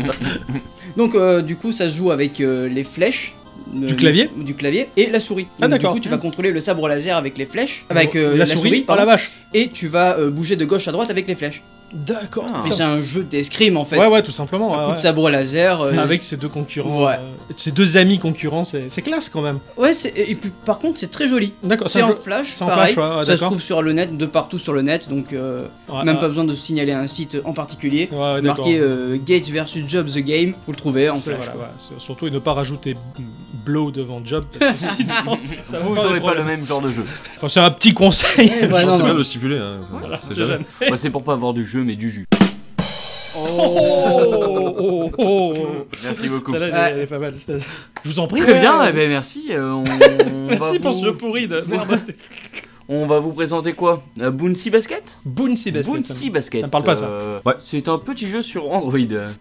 Speaker 2: Donc euh, du coup ça se joue avec euh, les flèches. euh,
Speaker 1: Du clavier
Speaker 2: Du clavier et la souris.
Speaker 1: Ah,
Speaker 2: Donc,
Speaker 1: d'accord.
Speaker 2: Du coup tu vas contrôler le sabre laser avec les flèches. Avec euh,
Speaker 1: la souris, par
Speaker 2: pardon,
Speaker 1: la vache.
Speaker 2: Et tu vas euh, bouger de gauche à droite avec les flèches.
Speaker 1: D'accord.
Speaker 4: Ah.
Speaker 2: Mais c'est un jeu d'escrime en fait.
Speaker 1: Ouais, ouais, tout simplement.
Speaker 2: Un
Speaker 1: ouais,
Speaker 2: coup de
Speaker 1: ouais.
Speaker 2: sabre laser. euh,
Speaker 1: Avec ses deux concurrents,
Speaker 2: Ouais.
Speaker 1: euh, ses deux amis concurrents, c'est c'est classe quand même.
Speaker 2: Ouais, c'est- et puis par contre c'est très joli.
Speaker 1: D'accord,
Speaker 2: C'est
Speaker 1: un
Speaker 2: en
Speaker 1: jeu-
Speaker 2: flash,
Speaker 1: c'est en
Speaker 2: pareil.
Speaker 1: flash, ouais,
Speaker 2: ça
Speaker 1: ouais,
Speaker 2: se
Speaker 1: d'accord.
Speaker 2: trouve sur le net, de partout sur le net, donc euh,
Speaker 1: Ouais,
Speaker 2: même
Speaker 1: ouais.
Speaker 2: pas besoin de signaler un site en particulier.
Speaker 1: Ouais, ouais, d'accord.
Speaker 2: Marqué euh, Gates versus Jobs the Game, vous le trouvez en
Speaker 1: C'est-
Speaker 2: flash.
Speaker 1: voilà,
Speaker 2: quoi.
Speaker 1: ouais, c'est- Surtout, et ne pas rajouter blow devant job. Parce que sinon, ça va
Speaker 4: oh. Vous
Speaker 1: faire des
Speaker 4: n'aurez pas le
Speaker 1: problèmes.
Speaker 4: même genre de jeu.
Speaker 1: Enfin, c'est un petit conseil.
Speaker 2: Ouais, ouais,
Speaker 3: C'est
Speaker 2: non,
Speaker 3: bien
Speaker 2: non.
Speaker 3: de le stipuler. hein.
Speaker 1: Voilà,
Speaker 3: C'est
Speaker 1: c'est
Speaker 3: jamais-
Speaker 1: jamais-
Speaker 4: Moi, Bah, c'est pour pas avoir du jeu, mais du jus.
Speaker 1: Oh, oh, oh, oh.
Speaker 4: Merci beaucoup.
Speaker 1: Celle-là, elle,
Speaker 2: Ouais.
Speaker 1: est- elle est pas mal. celle-là. Je vous en prie.
Speaker 4: Très bien,
Speaker 1: ouais.
Speaker 4: eh ben merci. euh, on, on va
Speaker 1: Merci pour
Speaker 4: vous-
Speaker 1: ce jeu pourri de merde.
Speaker 4: On va vous présenter quoi Euh, Bouncy Basket
Speaker 1: Bouncy Basket. ça me-
Speaker 4: Bouncy Basket.
Speaker 1: ça me parle pas, ça.
Speaker 4: euh,
Speaker 3: Ouais.
Speaker 4: C'est un petit jeu sur Android.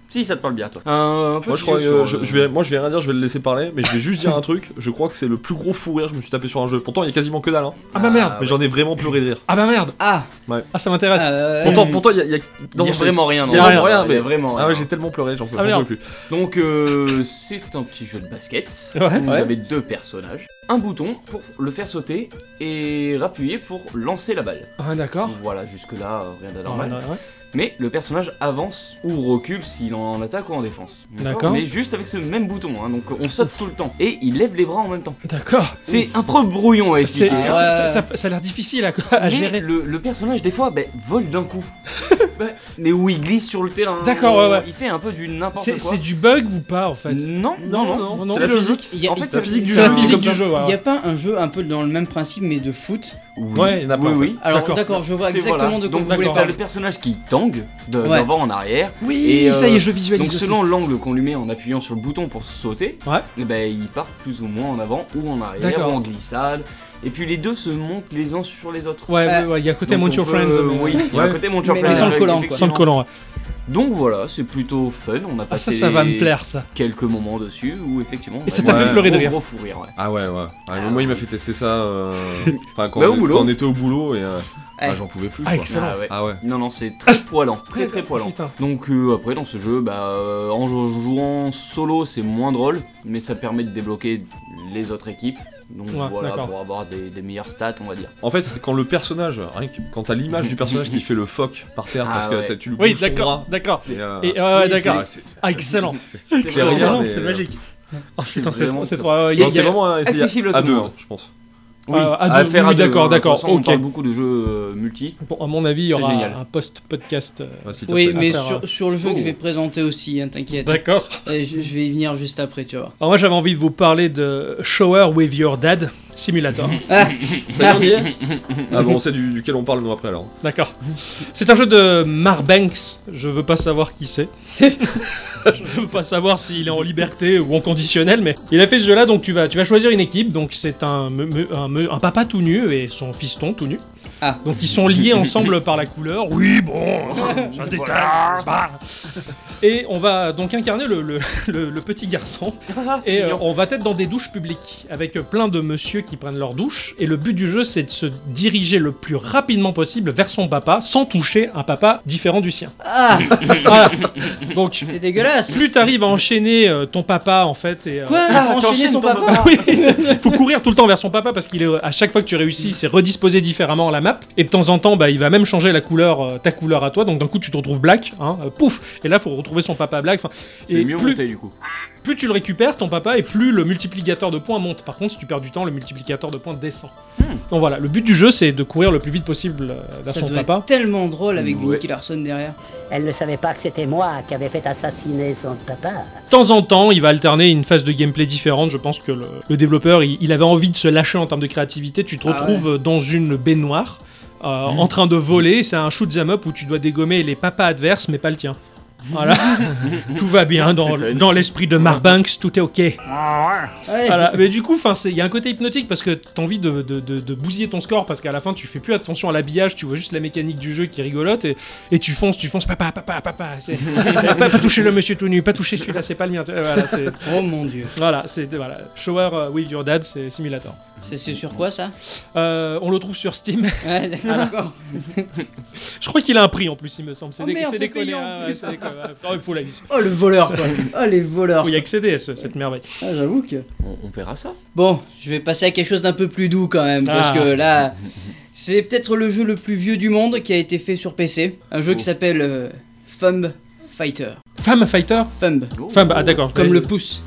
Speaker 4: Si, ça te parle bien, toi. Un, un petit
Speaker 3: Moi je, crois,
Speaker 4: jeu
Speaker 3: euh,
Speaker 4: sur,
Speaker 3: je,
Speaker 4: euh,
Speaker 3: je vais, moi je vais rien dire, je vais le laisser parler, mais je vais juste dire un truc. Je crois que c'est le plus gros fou rire que je me suis tapé sur un jeu. Pourtant il y a quasiment que dalle, hein.
Speaker 1: Ah bah merde.
Speaker 3: mais j'en ai vraiment pleuré de rire.
Speaker 1: Ah bah merde.
Speaker 2: Ah,
Speaker 1: Ah, ça m'intéresse.
Speaker 2: euh,
Speaker 3: Pourtant, pourtant il y a, il y a-
Speaker 4: Il
Speaker 3: non,
Speaker 4: n'y a
Speaker 3: c'est-
Speaker 4: vraiment rien.
Speaker 3: il y a
Speaker 4: non.
Speaker 3: vraiment rien,
Speaker 4: Il y a
Speaker 3: mais-
Speaker 4: vraiment
Speaker 3: Ah
Speaker 4: rien.
Speaker 3: ouais, j'ai tellement pleuré, j'en peux
Speaker 1: Ah
Speaker 3: j'en
Speaker 1: merde.
Speaker 3: peux plus.
Speaker 4: Donc, euh, c'est un petit jeu de basket.
Speaker 1: Ouais.
Speaker 4: Vous
Speaker 2: Ouais.
Speaker 4: avez deux personnages. Un bouton pour le faire sauter et appuyer pour lancer la balle.
Speaker 1: Ah d'accord.
Speaker 4: Voilà, jusque-là, euh, rien d'anormal.
Speaker 1: Ouais, ouais.
Speaker 4: Mais le personnage avance ou recule s'il en attaque ou en défense.
Speaker 1: D'accord.
Speaker 4: Mais juste avec ce même bouton, hein, donc on saute tout le temps. Et il lève les bras en même temps.
Speaker 1: D'accord.
Speaker 4: C'est un peu brouillon à
Speaker 1: C'est-
Speaker 4: expliquer.
Speaker 1: c'est-
Speaker 4: hein.
Speaker 2: ouais.
Speaker 1: ça, ça- ça- ça a l'air difficile à, à
Speaker 4: Mais
Speaker 1: gérer.
Speaker 4: le, le personnage, des fois, ben, vole d'un coup. Ben, mais où il glisse sur le terrain. Euh,
Speaker 1: D'accord, ouais, ouais.
Speaker 4: Il fait un peu du n'importe
Speaker 1: C'est
Speaker 4: quoi.
Speaker 1: c'est du bug ou pas en fait
Speaker 4: Non,
Speaker 1: Non,
Speaker 4: non, non.
Speaker 1: non, non,
Speaker 4: c'est
Speaker 1: c'est
Speaker 4: la
Speaker 1: le-
Speaker 4: physique.
Speaker 2: Il y a-
Speaker 4: En fait,
Speaker 2: il-
Speaker 4: c'est la physique du
Speaker 1: C'est la
Speaker 4: jeu.
Speaker 1: physique du
Speaker 4: Comme ça.
Speaker 1: jeu. ouais,
Speaker 2: Il n'y a
Speaker 1: ouais.
Speaker 2: pas un jeu un peu dans le même principe mais de foot
Speaker 4: Oui.
Speaker 3: Ouais, il y en a plein,
Speaker 4: Oui,
Speaker 3: en
Speaker 4: oui.
Speaker 2: Alors
Speaker 1: D'accord.
Speaker 2: d'accord, je vois
Speaker 4: C'est
Speaker 2: exactement
Speaker 4: voilà.
Speaker 2: de quoi
Speaker 4: Donc,
Speaker 2: vous voulez
Speaker 1: d'accord.
Speaker 4: T'as le
Speaker 2: parler.
Speaker 4: personnage qui tangue de-
Speaker 2: Ouais.
Speaker 4: d'avant en arrière.
Speaker 1: Oui,
Speaker 4: Et,
Speaker 1: ça y est,
Speaker 4: euh,
Speaker 1: je visualise.
Speaker 4: Donc
Speaker 1: aussi.
Speaker 4: selon l'angle qu'on lui met en appuyant sur le bouton pour sauter,
Speaker 1: Ouais.
Speaker 4: eh ben, il part plus ou moins en avant ou en arrière
Speaker 1: D'accord.
Speaker 4: ou en glissade. Et puis les deux se montent les uns sur les autres.
Speaker 1: Ouais, ouais,
Speaker 2: Euh,
Speaker 1: ouais, il y a côté
Speaker 4: Donc,
Speaker 1: Mount
Speaker 4: on
Speaker 1: Your
Speaker 4: peut-
Speaker 1: Friends.
Speaker 4: euh,
Speaker 1: mais-
Speaker 4: oui, il y a un côté Mount Your
Speaker 2: Mais-
Speaker 4: Friends,
Speaker 2: mais sans le
Speaker 4: ouais,
Speaker 2: collant, quoi.
Speaker 1: Sans le
Speaker 4: effectivement.
Speaker 1: collant, ouais.
Speaker 4: Donc voilà, c'est plutôt fun. On a
Speaker 1: Ah,
Speaker 4: passé
Speaker 1: ça, ça va me plaire, ça.
Speaker 4: quelques moments dessus où effectivement. bah, on
Speaker 1: Et ça
Speaker 4: a
Speaker 1: t'a
Speaker 4: eu
Speaker 3: fait
Speaker 4: un
Speaker 1: pleurer de
Speaker 4: gros,
Speaker 1: rire.
Speaker 4: gros fou rire, ouais.
Speaker 3: Ah ouais, ouais. Ah, mais moi il m'a fait tester ça euh, enfin, quand,
Speaker 4: Bah,
Speaker 3: on
Speaker 4: au
Speaker 3: est-
Speaker 4: boulot.
Speaker 3: quand on était au boulot et euh, ah,
Speaker 2: Ouais.
Speaker 3: j'en pouvais plus.
Speaker 1: Ah,
Speaker 3: quoi.
Speaker 1: excellent.
Speaker 4: Ah ouais.
Speaker 3: Ah ouais.
Speaker 4: Non, non, c'est très poilant, très très poilant.
Speaker 1: Putain.
Speaker 4: Donc euh, après dans ce jeu, bah, euh, en jou- jouant solo c'est moins drôle, mais ça permet de débloquer les autres équipes. Donc
Speaker 1: Ouais,
Speaker 4: voilà,
Speaker 1: d'accord.
Speaker 4: pour avoir des, des meilleures stats on va dire.
Speaker 3: En fait, quand le personnage, rien que- quand t'as l'image du personnage qui fait le phoque par terre
Speaker 4: Ah
Speaker 3: parce que
Speaker 4: ouais.
Speaker 3: t'as- tu le
Speaker 1: Oui,
Speaker 3: bouges son
Speaker 1: d'accord,
Speaker 3: bras,
Speaker 1: d'accord.
Speaker 3: c'est, euh,
Speaker 1: Et, ouais,
Speaker 3: oui,
Speaker 1: d'accord.
Speaker 3: c'est- c'est-
Speaker 1: Ah, excellent.
Speaker 3: c'est- c'est
Speaker 4: excellent.
Speaker 3: rien,
Speaker 1: Non,
Speaker 3: mais,
Speaker 1: c'est
Speaker 3: euh,
Speaker 1: magique. Oh putain, c'est
Speaker 4: vraiment
Speaker 1: trop. c'est
Speaker 4: ça.
Speaker 1: trop- ah, ouais, il y a-
Speaker 3: Non,
Speaker 1: il y
Speaker 3: c'est
Speaker 1: a-
Speaker 3: vraiment un- c'est-
Speaker 4: accessible à
Speaker 3: à
Speaker 4: tout
Speaker 3: deux,
Speaker 4: le monde.
Speaker 3: hein, je pense.
Speaker 1: Euh, à deux, oui,
Speaker 4: à
Speaker 1: d'accord,
Speaker 4: deux, hein, de toute
Speaker 1: d'accord,
Speaker 4: façon, On
Speaker 1: ok.
Speaker 4: parle beaucoup de jeux euh, multi.
Speaker 1: Bon, à mon avis, il y
Speaker 4: C'est
Speaker 1: aura
Speaker 4: génial.
Speaker 1: un post-podcast. euh,
Speaker 3: Ah, si, t'as
Speaker 2: Oui,
Speaker 3: fait.
Speaker 2: mais
Speaker 1: Après,
Speaker 2: sur, sur le jeu que
Speaker 4: Oh.
Speaker 2: je vais présenter aussi, hein, t'inquiète.
Speaker 1: D'accord.
Speaker 2: Et Je, je vais y venir juste après, tu vois.
Speaker 1: Alors, moi, j'avais envie de vous parler de Shower with Your Dad Simulator.
Speaker 3: Ça y est Ah bon, on sait du- duquel on parle nous après alors.
Speaker 1: D'accord. C'est un jeu de Marbanks. Je veux pas savoir qui c'est. je veux pas savoir s'il est en liberté ou en conditionnel, mais il a fait ce jeu-là. Donc tu vas, tu vas choisir une équipe. Donc c'est un, me- me- un, me- un papa tout nu et son fiston tout nu.
Speaker 2: Ah.
Speaker 1: Donc ils sont liés ensemble par la couleur. Oui, bon, c'est un détail. c'est pas grave. Et on va donc incarner le- le- le- le petit garçon
Speaker 4: Ah,
Speaker 1: et euh, on va être dans des douches publiques avec euh, plein de monsieur qui prennent leur douche. Et le but du jeu, c'est de se diriger le plus rapidement possible vers son papa sans toucher un papa différent du sien.
Speaker 2: Ah,
Speaker 1: Voilà. Donc,
Speaker 2: c'est dégueulasse.
Speaker 1: plus t'arrives à enchaîner euh, ton papa en fait. Et, euh,
Speaker 2: Quoi
Speaker 4: Ah,
Speaker 2: Faut enchaîner
Speaker 4: t'enchaînes
Speaker 2: son
Speaker 4: ton
Speaker 2: papa.
Speaker 4: papa.
Speaker 1: oui, c'est- faut courir tout le temps vers son papa parce qu'il est euh, à chaque fois que tu réussis, c'est redisposé différemment la map. Et de temps en temps, bah, il va même changer la couleur, euh, ta couleur à toi. Donc d'un coup, tu te retrouves black, hein, euh, pouf. Et là, faut retrouver son papa black. Enfin,
Speaker 4: C'est
Speaker 1: et
Speaker 4: mieux
Speaker 1: plus,
Speaker 4: monté du coup.
Speaker 1: plus tu le récupères, ton papa, et plus le multiplicateur de points monte. Par contre, si tu perds du temps, le multiplicateur de points descend. Donc voilà, le but du jeu, c'est de courir le plus vite possible euh, vers
Speaker 2: Hmm. Ça
Speaker 1: son
Speaker 2: doit être
Speaker 1: papa.
Speaker 2: tellement drôle avec
Speaker 4: Ouais.
Speaker 2: Nicky Larson derrière.
Speaker 7: Elle ne savait pas que c'était moi qui avais fait assassiner son papa.
Speaker 1: De temps en temps, il va alterner une phase de gameplay différente. Je pense que le, le développeur, il, il avait envie de se lâcher en termes de créativité. Tu te
Speaker 2: Ah ouais.
Speaker 1: retrouves euh, dans une baignoire. euh, En train de voler, c'est un shoot 'em up où tu dois dégommer les papas adverses, mais pas le tien. Voilà. tout va bien dans,
Speaker 4: C'est fun.
Speaker 1: dans l'esprit de Marbanks, tout est ok.
Speaker 2: Ouais.
Speaker 1: Voilà. Mais du coup, enfin, c'est- il y a un côté hypnotique parce que t'as envie de, de, de- de bousiller ton score parce qu'à la fin, tu fais plus attention à l'habillage, tu vois juste la mécanique du jeu qui est rigolote et, et tu fonces, tu fonces, papa, papa, papa. c'est- pas, pas toucher le monsieur tout nu, pas toucher celui-là, c'est pas le mien. tu vois, Voilà, c'est
Speaker 2: Oh mon dieu.
Speaker 1: voilà, c'est- voilà. Shower euh, with your dad, c'est simulator.
Speaker 2: C'est c'est sur quoi ça
Speaker 1: Euh, on le trouve sur Steam.
Speaker 2: Ouais, d'accord.
Speaker 1: Je crois qu'il a un prix en plus, il me semble. C'est
Speaker 2: Oh
Speaker 1: des-
Speaker 2: merde,
Speaker 1: c'est
Speaker 2: c'est
Speaker 1: déconné,
Speaker 2: payant,
Speaker 1: hein,
Speaker 2: en
Speaker 1: ouais,
Speaker 2: plus.
Speaker 1: c'est déconné, ouais. Oh, il faut la il
Speaker 2: Oh le voleur quoi. Oh les voleurs.
Speaker 1: faut y accéder à ce- cette merveille.
Speaker 2: Ah, J'avoue que.
Speaker 4: On, on verra ça.
Speaker 2: Bon, je vais passer à quelque chose d'un peu plus doux quand même, parce
Speaker 1: Ah.
Speaker 2: que là, c'est peut-être le jeu le plus vieux du monde qui a été fait sur PC. Un
Speaker 1: Oh.
Speaker 2: jeu qui s'appelle euh, Thumb Fighter.
Speaker 1: Femme fighter
Speaker 2: Thumb,
Speaker 4: Oh.
Speaker 1: Femme, ah d'accord.
Speaker 2: comme
Speaker 1: Et-
Speaker 2: le pouce.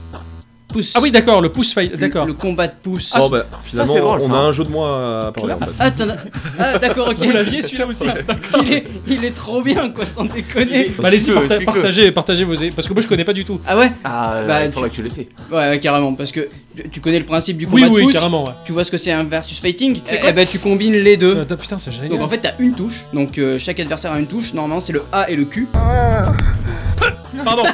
Speaker 2: Pouce.
Speaker 1: Ah oui, d'accord, le pouce fight,
Speaker 2: Le-
Speaker 1: d'accord.
Speaker 2: Le combat de pouce.
Speaker 1: Ah,
Speaker 3: Bon, bah, finalement,
Speaker 4: c'est drôle,
Speaker 3: on
Speaker 4: ça.
Speaker 3: a un jeu de moins à parler en fait.
Speaker 2: Ah, t'en as- ah, d'accord, ok.
Speaker 1: Vous l'aviez celui-là aussi
Speaker 2: il, est, il est trop bien quoi, sans déconner.
Speaker 1: Bah allez-y,
Speaker 4: Explique-le,
Speaker 1: parta-
Speaker 4: explique-le.
Speaker 1: partagez, partagez vos... Parce que moi je connais pas du tout.
Speaker 2: Ah ouais
Speaker 4: Ah,
Speaker 2: Bah,
Speaker 4: il faudra que tu le sais.
Speaker 2: Ouais, ouais, carrément, parce que tu- tu connais le principe du
Speaker 1: Oui,
Speaker 2: combat
Speaker 1: oui,
Speaker 2: de pouce.
Speaker 1: carrément, ouais.
Speaker 2: Tu vois ce que c'est un versus fighting Eh ben tu combines les deux.
Speaker 1: Euh, putain, c'est génial.
Speaker 2: Donc en fait t'as une touche, donc euh, chaque adversaire a une touche, normalement c'est le A et le Q.
Speaker 1: Pardon.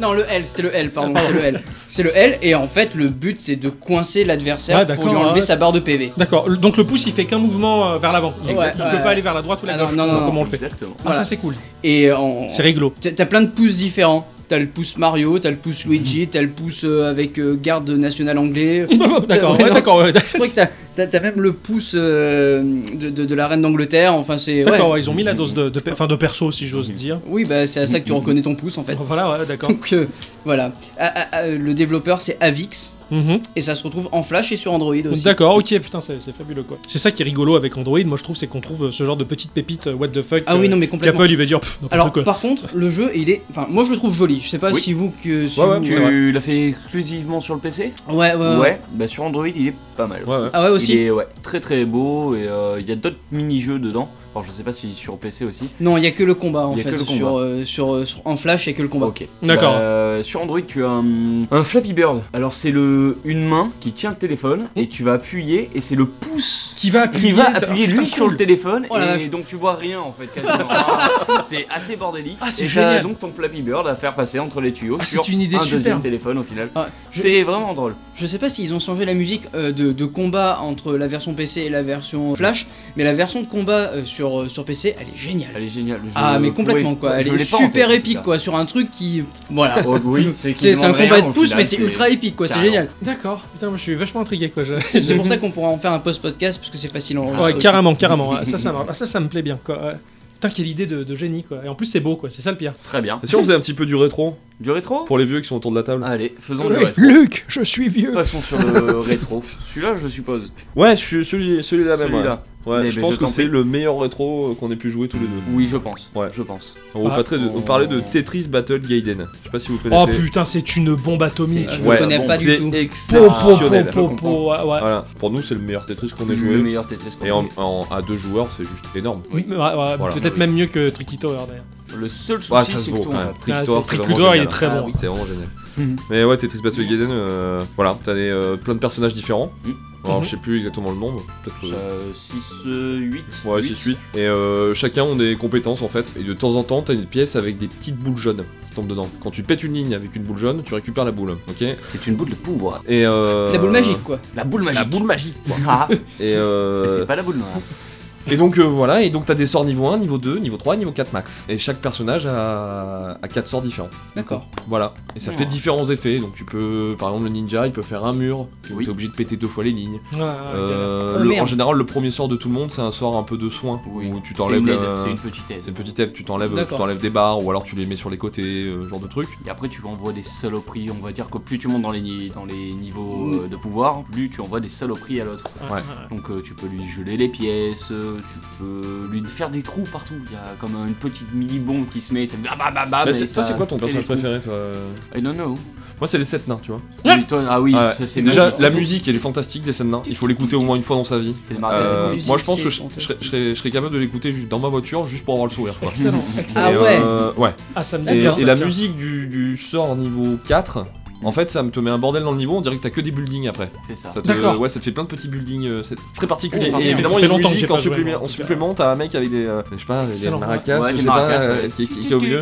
Speaker 2: Non le L, c'est le L Ah, pardon, c'est le L. C'est le L et en fait le but c'est de coincer l'adversaire
Speaker 1: Ouais,
Speaker 2: pour
Speaker 1: d'accord,
Speaker 2: lui enlever
Speaker 1: ouais.
Speaker 2: sa barre de PV.
Speaker 1: D'accord, le- donc le pouce il fait qu'un mouvement euh, vers l'avant. Il
Speaker 2: Ouais,
Speaker 1: peut
Speaker 2: ouais.
Speaker 1: pas aller vers la droite ou la
Speaker 2: Ah, non,
Speaker 1: gauche.
Speaker 2: non, non,
Speaker 1: comme
Speaker 2: non.
Speaker 1: on le fait.
Speaker 4: Exactement.
Speaker 1: Ah,
Speaker 2: Voilà.
Speaker 1: ça c'est cool.
Speaker 2: Et en...
Speaker 1: C'est réglo.
Speaker 2: t'as- t'as plein de pouces différents. T'as le pouce Mario, t'as le pouce Luigi, t'as le pouce euh, avec euh, garde national anglais.
Speaker 1: d'accord,
Speaker 2: Ouais,
Speaker 1: ouais,
Speaker 2: non.
Speaker 1: d'accord, ouais.
Speaker 2: Je crois que t'as- t'as t'as même le pouce euh, de, de- de la reine d'Angleterre, enfin c'est... ouais.
Speaker 1: D'accord, ouais, ils ont mis la dose de, de, pe- enfin, de perso si j'ose dire.
Speaker 2: Oui bah c'est à ça que
Speaker 1: Mm,
Speaker 2: tu reconnais ton pouce en fait.
Speaker 1: Voilà, ouais, d'accord.
Speaker 2: Donc euh, voilà. Ah, ah, ah, le développeur c'est Avix.
Speaker 1: Mhm.
Speaker 2: Et ça se retrouve en Flash et sur Android aussi.
Speaker 1: D'accord, ok, putain, c'est c'est fabuleux quoi. C'est ça qui est rigolo avec Android, moi je trouve, c'est qu'on trouve ce genre de petites pépites euh, what the fuck.
Speaker 2: Ah oui,
Speaker 1: euh,
Speaker 2: non, mais complètement.
Speaker 1: qu'Apple, il va dire pff, n'importe
Speaker 2: Alors,
Speaker 1: quoi.
Speaker 2: par contre, le jeu, il est. Enfin, moi je le trouve joli. Je sais pas
Speaker 4: Oui.
Speaker 2: si vous. Que, si
Speaker 3: Ouais, ouais,
Speaker 2: vous-
Speaker 3: c'est vrai.
Speaker 4: Tu l'as fait exclusivement sur le PC
Speaker 2: ouais, ouais, ouais.
Speaker 4: Bah sur Android, il est pas mal.
Speaker 3: Ouais, ouais.
Speaker 2: Ah ouais, aussi
Speaker 4: Il est ouais, très très beau et euh, il y a d'autres mini-jeux dedans. Alors je sais pas si sur PC aussi.
Speaker 2: Non, il y a que le combat en
Speaker 4: Il y a
Speaker 2: fait.
Speaker 4: que le combat.
Speaker 2: Sur, euh, sur, euh, sur- en Flash, il y a que le combat.
Speaker 4: Ok.
Speaker 1: D'accord.
Speaker 4: Euh, sur Android, tu as un, un Flappy Bird. Alors c'est le une main qui tient le téléphone et tu vas appuyer et c'est le pouce
Speaker 1: Qui va appuyer,
Speaker 4: qui va
Speaker 1: t'as-
Speaker 4: appuyer
Speaker 1: putain,
Speaker 4: lui sur
Speaker 1: cool.
Speaker 4: le téléphone
Speaker 2: Oh la
Speaker 4: et
Speaker 2: vache.
Speaker 4: donc tu vois rien en fait quasiment. Ah, c'est assez bordélique.
Speaker 1: Ah, c'est
Speaker 4: et t'as
Speaker 1: génial.
Speaker 4: donc ton Flappy Bird à faire passer entre les tuyaux
Speaker 1: Ah, c'est
Speaker 4: sur
Speaker 1: une idée
Speaker 4: un deuxième
Speaker 1: superbe.
Speaker 4: téléphone au final.
Speaker 2: Ah, je,
Speaker 4: C'est vraiment drôle.
Speaker 2: je sais pas s'ils ont changé la musique euh, de, de combat entre la version PC et la version Flash, mais la version de combat euh, sur, euh, sur PC, elle est géniale.
Speaker 4: Elle est géniale. Je
Speaker 2: ah, mais complètement
Speaker 4: pourrais-
Speaker 2: quoi. Elle
Speaker 4: je
Speaker 2: est
Speaker 4: l'ai pas en
Speaker 2: super
Speaker 4: tête,
Speaker 2: épique
Speaker 4: en tout
Speaker 2: quoi. Sur un truc qui. Voilà.
Speaker 4: cas. Oh, oui,
Speaker 2: C'est c'est un
Speaker 4: qu'il demande
Speaker 2: combat
Speaker 4: rien,
Speaker 2: de
Speaker 4: au
Speaker 2: pouce,
Speaker 4: final,
Speaker 2: mais c'est ultra épique quoi. C'est
Speaker 4: Carrément.
Speaker 2: génial.
Speaker 1: D'accord, putain, moi je suis vachement intrigué quoi. je-
Speaker 2: C'est pour ça qu'on pourra en faire un post-podcast parce que c'est facile à enregistrer
Speaker 1: Ouais,
Speaker 2: aussi.
Speaker 1: carrément, carrément. ouais. ça, ça, me- ah, ça, ça me plaît bien quoi. ouais. Putain, quelle idée de, de génie quoi. Et en plus, c'est beau quoi, c'est ça le pire.
Speaker 4: Très bien.
Speaker 3: Et si on faisait un petit peu du rétro
Speaker 4: Du rétro
Speaker 3: pour les vieux qui sont autour de la table
Speaker 4: Allez, faisons du rétro.
Speaker 1: Luc, je suis vieux.
Speaker 4: Passons sur le rétro. Celui-là, je suppose.
Speaker 3: Ouais, je suis celui, celui-là même. ouais.
Speaker 4: Celui-là.
Speaker 3: Ouais,
Speaker 4: Mais-
Speaker 3: je
Speaker 4: mais
Speaker 3: pense
Speaker 4: je
Speaker 3: que
Speaker 4: t'en
Speaker 3: c'est
Speaker 4: prie.
Speaker 3: le meilleur rétro euh, qu'on ait pu jouer tous les deux.
Speaker 4: Oui, je pense.
Speaker 3: Ouais.
Speaker 4: Je pense.
Speaker 3: On,
Speaker 1: Ah.
Speaker 3: parlait de, on parlait de Tetris Battle Gaiden. Je sais pas si vous
Speaker 1: Oh
Speaker 3: connaissez.
Speaker 1: putain, c'est une bombe atomique.
Speaker 2: C'est-
Speaker 1: Ouais.
Speaker 2: Ouais. connais pas du
Speaker 3: c'est
Speaker 2: tout.
Speaker 1: Po, po, po,
Speaker 3: exceptionnel.
Speaker 1: po, po, ouais, ouais.
Speaker 3: Voilà. Pour nous, c'est le meilleur Tetris
Speaker 1: Mm.
Speaker 3: qu'on ait
Speaker 4: Le
Speaker 3: joué.
Speaker 4: meilleur Tetris qu'on
Speaker 3: Et en,
Speaker 4: ait.
Speaker 3: en- à deux joueurs, c'est juste énorme.
Speaker 1: Oui, mais ouais, ouais,
Speaker 3: Voilà. Euh,
Speaker 1: peut-être même mieux que Tricky Tower d'ailleurs.
Speaker 4: Le seul souci,
Speaker 3: Ouais, ça se
Speaker 4: c'est
Speaker 3: vaut
Speaker 4: que
Speaker 3: quand
Speaker 4: tout.
Speaker 3: même. Trick
Speaker 1: Ah,
Speaker 3: Tower,
Speaker 1: c'est-
Speaker 3: c'est
Speaker 1: Trick
Speaker 3: vraiment
Speaker 1: Tower, il
Speaker 3: génial.
Speaker 1: est très
Speaker 4: Ah
Speaker 1: bon. Mm.
Speaker 4: oui.
Speaker 3: C'est vraiment génial.
Speaker 4: Mhm.
Speaker 3: Mais ouais, Tetris Battle Gaiden, euh, voilà, t'as des, euh, plein de personnages différents.
Speaker 4: Mhm.
Speaker 3: Alors,
Speaker 1: Mhm.
Speaker 3: je sais plus exactement le nombre. Peut-être. euh,
Speaker 4: 6, 8.
Speaker 3: Ouais, 6-8. Et euh, chacun ont des compétences en fait. Et de temps en temps, t'as une pièce avec des petites boules jaunes qui tombent dedans. Quand tu pètes une ligne avec une boule jaune, tu récupères la boule, ok Et
Speaker 4: C'est une boule de pouvoir.
Speaker 3: euh,
Speaker 2: La boule magique quoi.
Speaker 4: La boule magique.
Speaker 3: La boule magique.
Speaker 4: Ah,
Speaker 3: Et, euh,
Speaker 4: mais c'est pas la boule noire.
Speaker 3: et donc euh, voilà, et donc t'as des sorts niveau 1, niveau 2, niveau 3, niveau 4 max. Et chaque personnage a, a 4 sorts différents.
Speaker 2: D'accord.
Speaker 3: Voilà. Et ça
Speaker 4: Oh.
Speaker 3: fait différents effets. Donc tu peux, par exemple, le ninja, il peut faire un mur. Tu
Speaker 4: Oui.
Speaker 3: es obligé de péter deux fois les lignes.
Speaker 1: Ouais, ouais, ouais.
Speaker 3: Euh,
Speaker 2: Oh,
Speaker 3: le-
Speaker 2: merde.
Speaker 3: en général, le premier sort de tout le monde, c'est un sort un peu de soin. Où tu t'enlèves
Speaker 4: C'est une
Speaker 3: la-
Speaker 4: aide, C'est une petite aide.
Speaker 3: C'est une petite aide, tu t'enlèves, tu
Speaker 2: D'accord.
Speaker 3: t'enlèves des barres ou alors tu les mets sur les côtés, euh, genre de truc.
Speaker 4: Et après, tu envoies des saloperies. On va dire que plus tu montes dans les, ni- dans les
Speaker 3: Mmh.
Speaker 4: niveaux euh, de pouvoir, plus tu envoies des saloperies à l'autre.
Speaker 1: Ouais,
Speaker 3: ouais.
Speaker 1: ouais.
Speaker 4: Donc euh, tu peux lui geler les pièces, euh, tu peux lui faire des trous partout. Il y a comme euh, une petite mini bombe qui se met, ça fait babababa,
Speaker 3: Bah,
Speaker 4: Ah, mais
Speaker 3: c'est-
Speaker 4: ça
Speaker 3: toi, c'est quoi ton
Speaker 4: crée
Speaker 3: personnage
Speaker 4: des trous.
Speaker 3: préféré, toi euh
Speaker 4: I don't know.
Speaker 3: Moi, c'est les 7 nains, tu vois.
Speaker 1: Ah
Speaker 4: Oui, toi- ah oui,
Speaker 3: Ah ouais.
Speaker 4: ça, c'est
Speaker 3: Déjà,
Speaker 4: magique.
Speaker 3: la musique, elle est fantastique des 7 nains. Il faut l'écouter au moins une fois dans sa vie.
Speaker 4: C'est les
Speaker 3: Euh,
Speaker 4: marques.
Speaker 2: musique,
Speaker 3: moi, je pense
Speaker 2: c'est
Speaker 3: que je, je serais,
Speaker 2: fantastique.
Speaker 3: je serais- je serais capable de l'écouter juste dans ma voiture, juste pour avoir le sourire. Quoi.
Speaker 1: Excellent.
Speaker 2: Ah
Speaker 3: Et,
Speaker 2: ouais.
Speaker 3: euh, ouais.
Speaker 1: Ah, ça me
Speaker 3: Et,
Speaker 1: dit bien,
Speaker 3: et
Speaker 1: ça,
Speaker 3: la
Speaker 1: tiens.
Speaker 3: musique du, du sort niveau 4, En fait, ça me te met un bordel dans le niveau, on dirait que t'as que des buildings après.
Speaker 4: C'est ça.
Speaker 3: Ça te,
Speaker 1: D'accord.
Speaker 3: ouais, ça te fait plein de petits buildings, euh, c'est c'est très particulier.
Speaker 1: Oh, ça
Speaker 3: Et
Speaker 1: fait
Speaker 3: évidemment, il y a une
Speaker 1: longtemps que j'ai
Speaker 3: musique
Speaker 1: pas
Speaker 3: en,
Speaker 1: joué,
Speaker 3: supplément,
Speaker 1: moi, en
Speaker 3: en
Speaker 1: tout cas.
Speaker 3: supplément, t'as un mec avec des, euh, je sais pas, des
Speaker 1: Excellent.
Speaker 3: maracas,
Speaker 4: Ouais,
Speaker 3: je
Speaker 4: des
Speaker 3: sais pas,
Speaker 4: maracas,
Speaker 3: euh,
Speaker 4: ouais.
Speaker 3: qui, qui- qui est au milieu.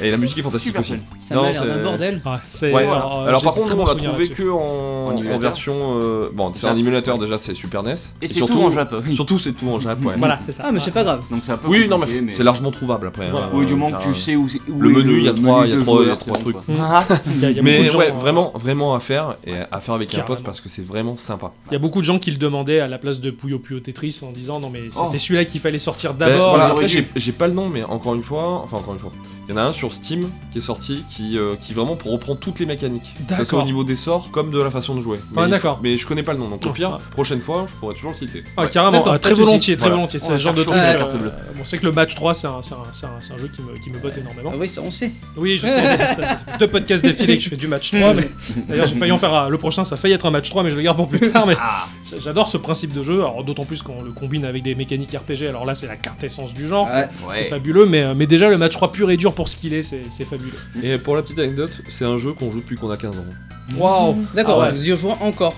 Speaker 3: Et la musique est fantastique
Speaker 4: Super
Speaker 3: aussi.
Speaker 4: cool.
Speaker 2: Ça
Speaker 3: Non,
Speaker 2: m'a l'air d'un
Speaker 3: c'est-
Speaker 2: bordel.
Speaker 1: Ouais, c'est-
Speaker 3: Ouais,
Speaker 1: alors, euh,
Speaker 3: Alors
Speaker 1: j'ai
Speaker 3: par
Speaker 1: de très
Speaker 3: contre, nous,
Speaker 1: bons
Speaker 3: on l'a
Speaker 1: souvenirs
Speaker 3: trouvé
Speaker 1: là-dessus.
Speaker 3: que en,
Speaker 4: En
Speaker 3: en
Speaker 4: émulateur.
Speaker 3: version, euh, bon, c'est un
Speaker 4: Jap.
Speaker 3: émulateur déjà, c'est Super NES.
Speaker 4: Et c'est
Speaker 3: surtout-
Speaker 4: tout en Japon.
Speaker 3: Surtout, c'est tout en Jap, ouais.
Speaker 1: Voilà, c'est ça.
Speaker 2: Ah, mais c'est pas grave.
Speaker 4: Donc c'est un peu.
Speaker 3: Oui, non, mais
Speaker 4: compliqué,
Speaker 3: c'est largement trouvable après.
Speaker 1: Voilà.
Speaker 3: hein,
Speaker 4: Oui, du
Speaker 3: euh,
Speaker 4: moment que
Speaker 3: faire,
Speaker 4: tu sais où c'est. où
Speaker 3: le
Speaker 4: est
Speaker 3: menu, il y a trois- il y a
Speaker 4: de
Speaker 3: trois- il y a
Speaker 4: joueur,
Speaker 3: trois
Speaker 4: c'est bon,
Speaker 3: trucs.
Speaker 4: quoi.
Speaker 1: Il y a- il y a beaucoup de
Speaker 3: Mais
Speaker 1: gens,
Speaker 3: ouais,
Speaker 1: euh,
Speaker 3: vraiment, vraiment à faire et à faire avec un
Speaker 1: Carrément.
Speaker 3: pote parce que c'est vraiment sympa.
Speaker 1: Il y a beaucoup de gens qui le demandaient à la place de Puyo Puyo Tetris en disant non mais c'était
Speaker 4: Oh.
Speaker 1: celui-là qu'il fallait sortir
Speaker 3: Ben,
Speaker 1: d'abord.
Speaker 3: voilà,
Speaker 1: et
Speaker 3: après,
Speaker 4: j'aurais
Speaker 1: après,
Speaker 4: dû.
Speaker 3: j'ai- j'ai pas le nom, mais encore une fois, enfin encore une fois, il y en a un sur Steam qui est sorti qui, euh, qui vraiment reprend toutes les mécaniques. Que ce soit
Speaker 1: D'accord.
Speaker 3: au niveau des sorts comme de la façon de jouer. Mais,
Speaker 1: Ah, d'accord.
Speaker 3: mais je connais pas le nom, donc au pire,
Speaker 1: Ah.
Speaker 3: prochaine fois, je pourrais toujours le citer.
Speaker 1: Ah,
Speaker 3: Ouais.
Speaker 1: carrément,
Speaker 2: D'accord,
Speaker 1: ah,
Speaker 2: pas
Speaker 1: très
Speaker 2: de soucis.
Speaker 1: volontiers, très
Speaker 3: Voilà.
Speaker 1: volontiers.
Speaker 4: On
Speaker 1: C'est ce genre de truc.
Speaker 4: cherche
Speaker 2: au fond de
Speaker 4: la carte
Speaker 1: euh,
Speaker 4: bleue.
Speaker 1: bon, on sait que le match 3, c'est un, c'est un- c'est un- c'est un jeu qui me, qui me botte énormément.
Speaker 2: Ah oui, ça on sait.
Speaker 1: Oui, je sais, ça fait deux podcasts défilés que je fais du match 3. mais- D'ailleurs, j'ai failli en faire un- le prochain, ça a failli être un match 3, mais je le garde pour plus tard. Mais
Speaker 4: Ah,
Speaker 1: j'a- j'adore ce principe de jeu, alors d'autant plus qu'on le combine avec des mécaniques RPG. Alors là, c'est la carte essence du genre.
Speaker 2: Ouais.
Speaker 1: c'est- C'est
Speaker 4: Ah ouais.
Speaker 1: fabuleux, mais, euh, mais déjà le match 3 pur et dur pour ce qu'il est, c'est c'est fabuleux.
Speaker 3: Et pour la petite anecdote, c'est un jeu qu'on joue depuis qu'on a 15 ans.
Speaker 1: Waouh!
Speaker 2: D'accord,
Speaker 1: Ah ouais.
Speaker 2: vous y jouez encore.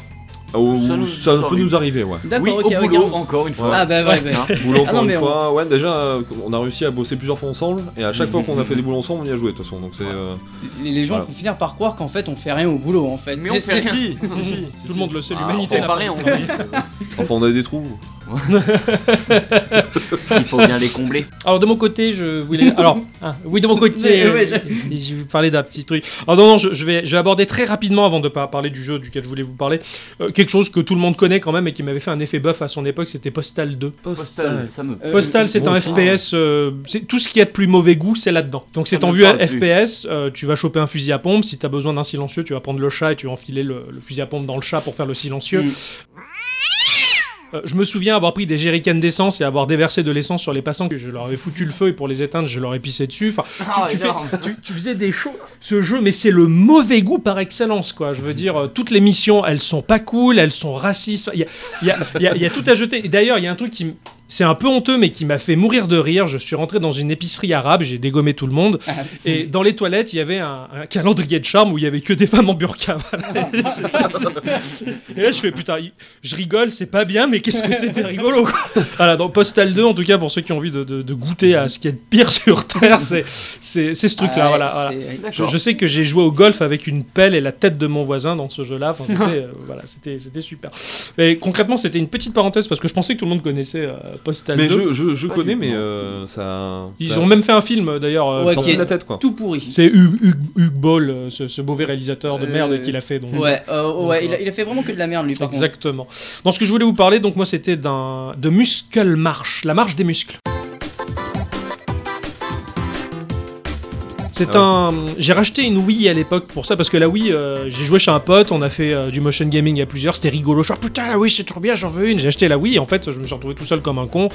Speaker 4: Ça nous-
Speaker 3: ça peut
Speaker 4: arrive.
Speaker 3: nous arriver, ouais.
Speaker 2: D'accord,
Speaker 4: Oui,
Speaker 2: ok,
Speaker 4: au
Speaker 2: ok.
Speaker 4: boulot, encore une fois.
Speaker 2: Ah bah ouais, bah.
Speaker 4: Hein.
Speaker 3: Boulot encore
Speaker 2: non,
Speaker 3: une
Speaker 2: mais on-
Speaker 3: fois, ouais, déjà, euh, on a réussi à bosser plusieurs fois ensemble, et à chaque
Speaker 4: Mhm,
Speaker 3: fois qu'on a fait
Speaker 4: mhm.
Speaker 3: des boulots ensemble, on y a joué de toute façon. Donc c'est. euh,
Speaker 2: Les, les gens
Speaker 3: Voilà.
Speaker 2: vont finir par croire qu'en fait on fait rien au boulot en fait.
Speaker 4: Mais
Speaker 2: C'est-
Speaker 4: on fait
Speaker 2: c'est-
Speaker 4: rien.
Speaker 3: si, si, si,
Speaker 1: Tout le
Speaker 3: si.
Speaker 1: monde le sait,
Speaker 4: Ah,
Speaker 1: l'humanité
Speaker 4: on
Speaker 1: n'a
Speaker 4: paraît,
Speaker 1: pas-
Speaker 4: on euh,
Speaker 3: Enfin, on a des trous.
Speaker 4: Il faut bien les combler.
Speaker 1: Alors de mon côté, je voulais. Alors, hein, oui, de mon côté,
Speaker 2: Mais, ouais,
Speaker 1: euh, je... vais vous parler d'un petit truc. Alors non, non, je, je vais, je vais aborder très rapidement avant de pas parler du jeu duquel je voulais vous parler. euh, quelque chose que tout le monde connaît quand même et qui m'avait fait un effet buff à son époque, c'était Postal 2.
Speaker 4: Postal, ça me.
Speaker 2: Euh,
Speaker 1: Postal, c'est
Speaker 3: moi
Speaker 1: un
Speaker 3: aussi.
Speaker 1: FPS. euh, c'est tout ce qu'il y a de plus mauvais goût, c'est là-dedans. Donc c'est
Speaker 4: hein. Ça
Speaker 1: en
Speaker 4: me
Speaker 1: vue
Speaker 4: parle
Speaker 1: à-
Speaker 4: plus.
Speaker 1: FPS. euh, tu vas choper un fusil à pompe. Si t'as besoin d'un silencieux, tu vas prendre le chat et tu vas enfiler le, le fusil à pompe dans le chat pour faire le silencieux.
Speaker 4: Mm.
Speaker 1: Euh, Je me souviens avoir pris des jerrycans d'essence et avoir déversé de l'essence sur les passants. Je leur avais foutu le feu et pour les éteindre, je leur ai pissé dessus. Enfin,
Speaker 4: Ah,
Speaker 1: tu fais-
Speaker 4: énorme.
Speaker 1: tu, tu faisais des shows. Ce jeu, mais c'est le mauvais goût par excellence, quoi. Je veux dire, euh, toutes les missions, elles sont pas cool, elles sont racistes. Il y a, il y a- il y a- il y a tout à jeter. Et d'ailleurs, il y a un truc qui. m- C'est un peu honteux, mais qui m'a fait mourir de rire. Je suis rentré dans une épicerie arabe, j'ai dégommé tout le monde.
Speaker 2: Ah.
Speaker 1: Et dans les toilettes, il y avait un, un calendrier de charme où il y avait que des femmes en burqa. voilà. Et c'est- Et là, je fais putain, il- je rigole, c'est pas bien, mais qu'est-ce que c'était rigolo, quoi. Voilà, dans Postal 2, en tout cas, pour ceux qui ont envie de, de- de goûter à ce qu'il y a de pire sur Terre, c'est c'est- c'est ce truc-là.
Speaker 2: Ah,
Speaker 1: voilà, voilà.
Speaker 2: c'est-
Speaker 1: Je,
Speaker 4: D'accord.
Speaker 1: je sais que j'ai joué au golf avec une pelle et la tête de mon voisin dans ce jeu-là. Enfin, c'était, euh, voilà, c'était, c'était super. Mais concrètement, c'était une petite parenthèse parce que je pensais que tout le monde connaissait euh, Postal
Speaker 3: Mais
Speaker 1: 2.
Speaker 3: je, je, je
Speaker 4: Pas
Speaker 3: connais,
Speaker 4: du
Speaker 3: mais
Speaker 4: tout.
Speaker 3: euh, ça.
Speaker 1: Ils
Speaker 3: ça-
Speaker 1: ont même fait un film d'ailleurs. euh,
Speaker 2: Ouais,
Speaker 1: sur-
Speaker 3: sorti
Speaker 2: qui
Speaker 3: de la tête, quoi.
Speaker 2: Tout pourri.
Speaker 1: C'est Hugues, Hugues- Hugues Ball, euh, ce, ce mauvais réalisateur de
Speaker 2: Euh,
Speaker 1: merde qu'il a fait. Donc,
Speaker 2: Ouais, euh, ouais,
Speaker 1: Donc,
Speaker 2: il a, il a fait vraiment que de la merde lui par contre.
Speaker 1: Exactement. Dans ce que je voulais vous parler, donc moi c'était d'un de Muscle March, la marche des muscles. C'est un. J'ai racheté une Wii à l'époque pour ça parce que la Wii, euh, j'ai joué chez un pote, on a fait euh, du motion gaming à plusieurs, c'était rigolo. Je suis ah, putain la Wii c'est trop bien, j'en veux une. J'ai acheté la Wii et en fait je me suis retrouvé tout seul comme un con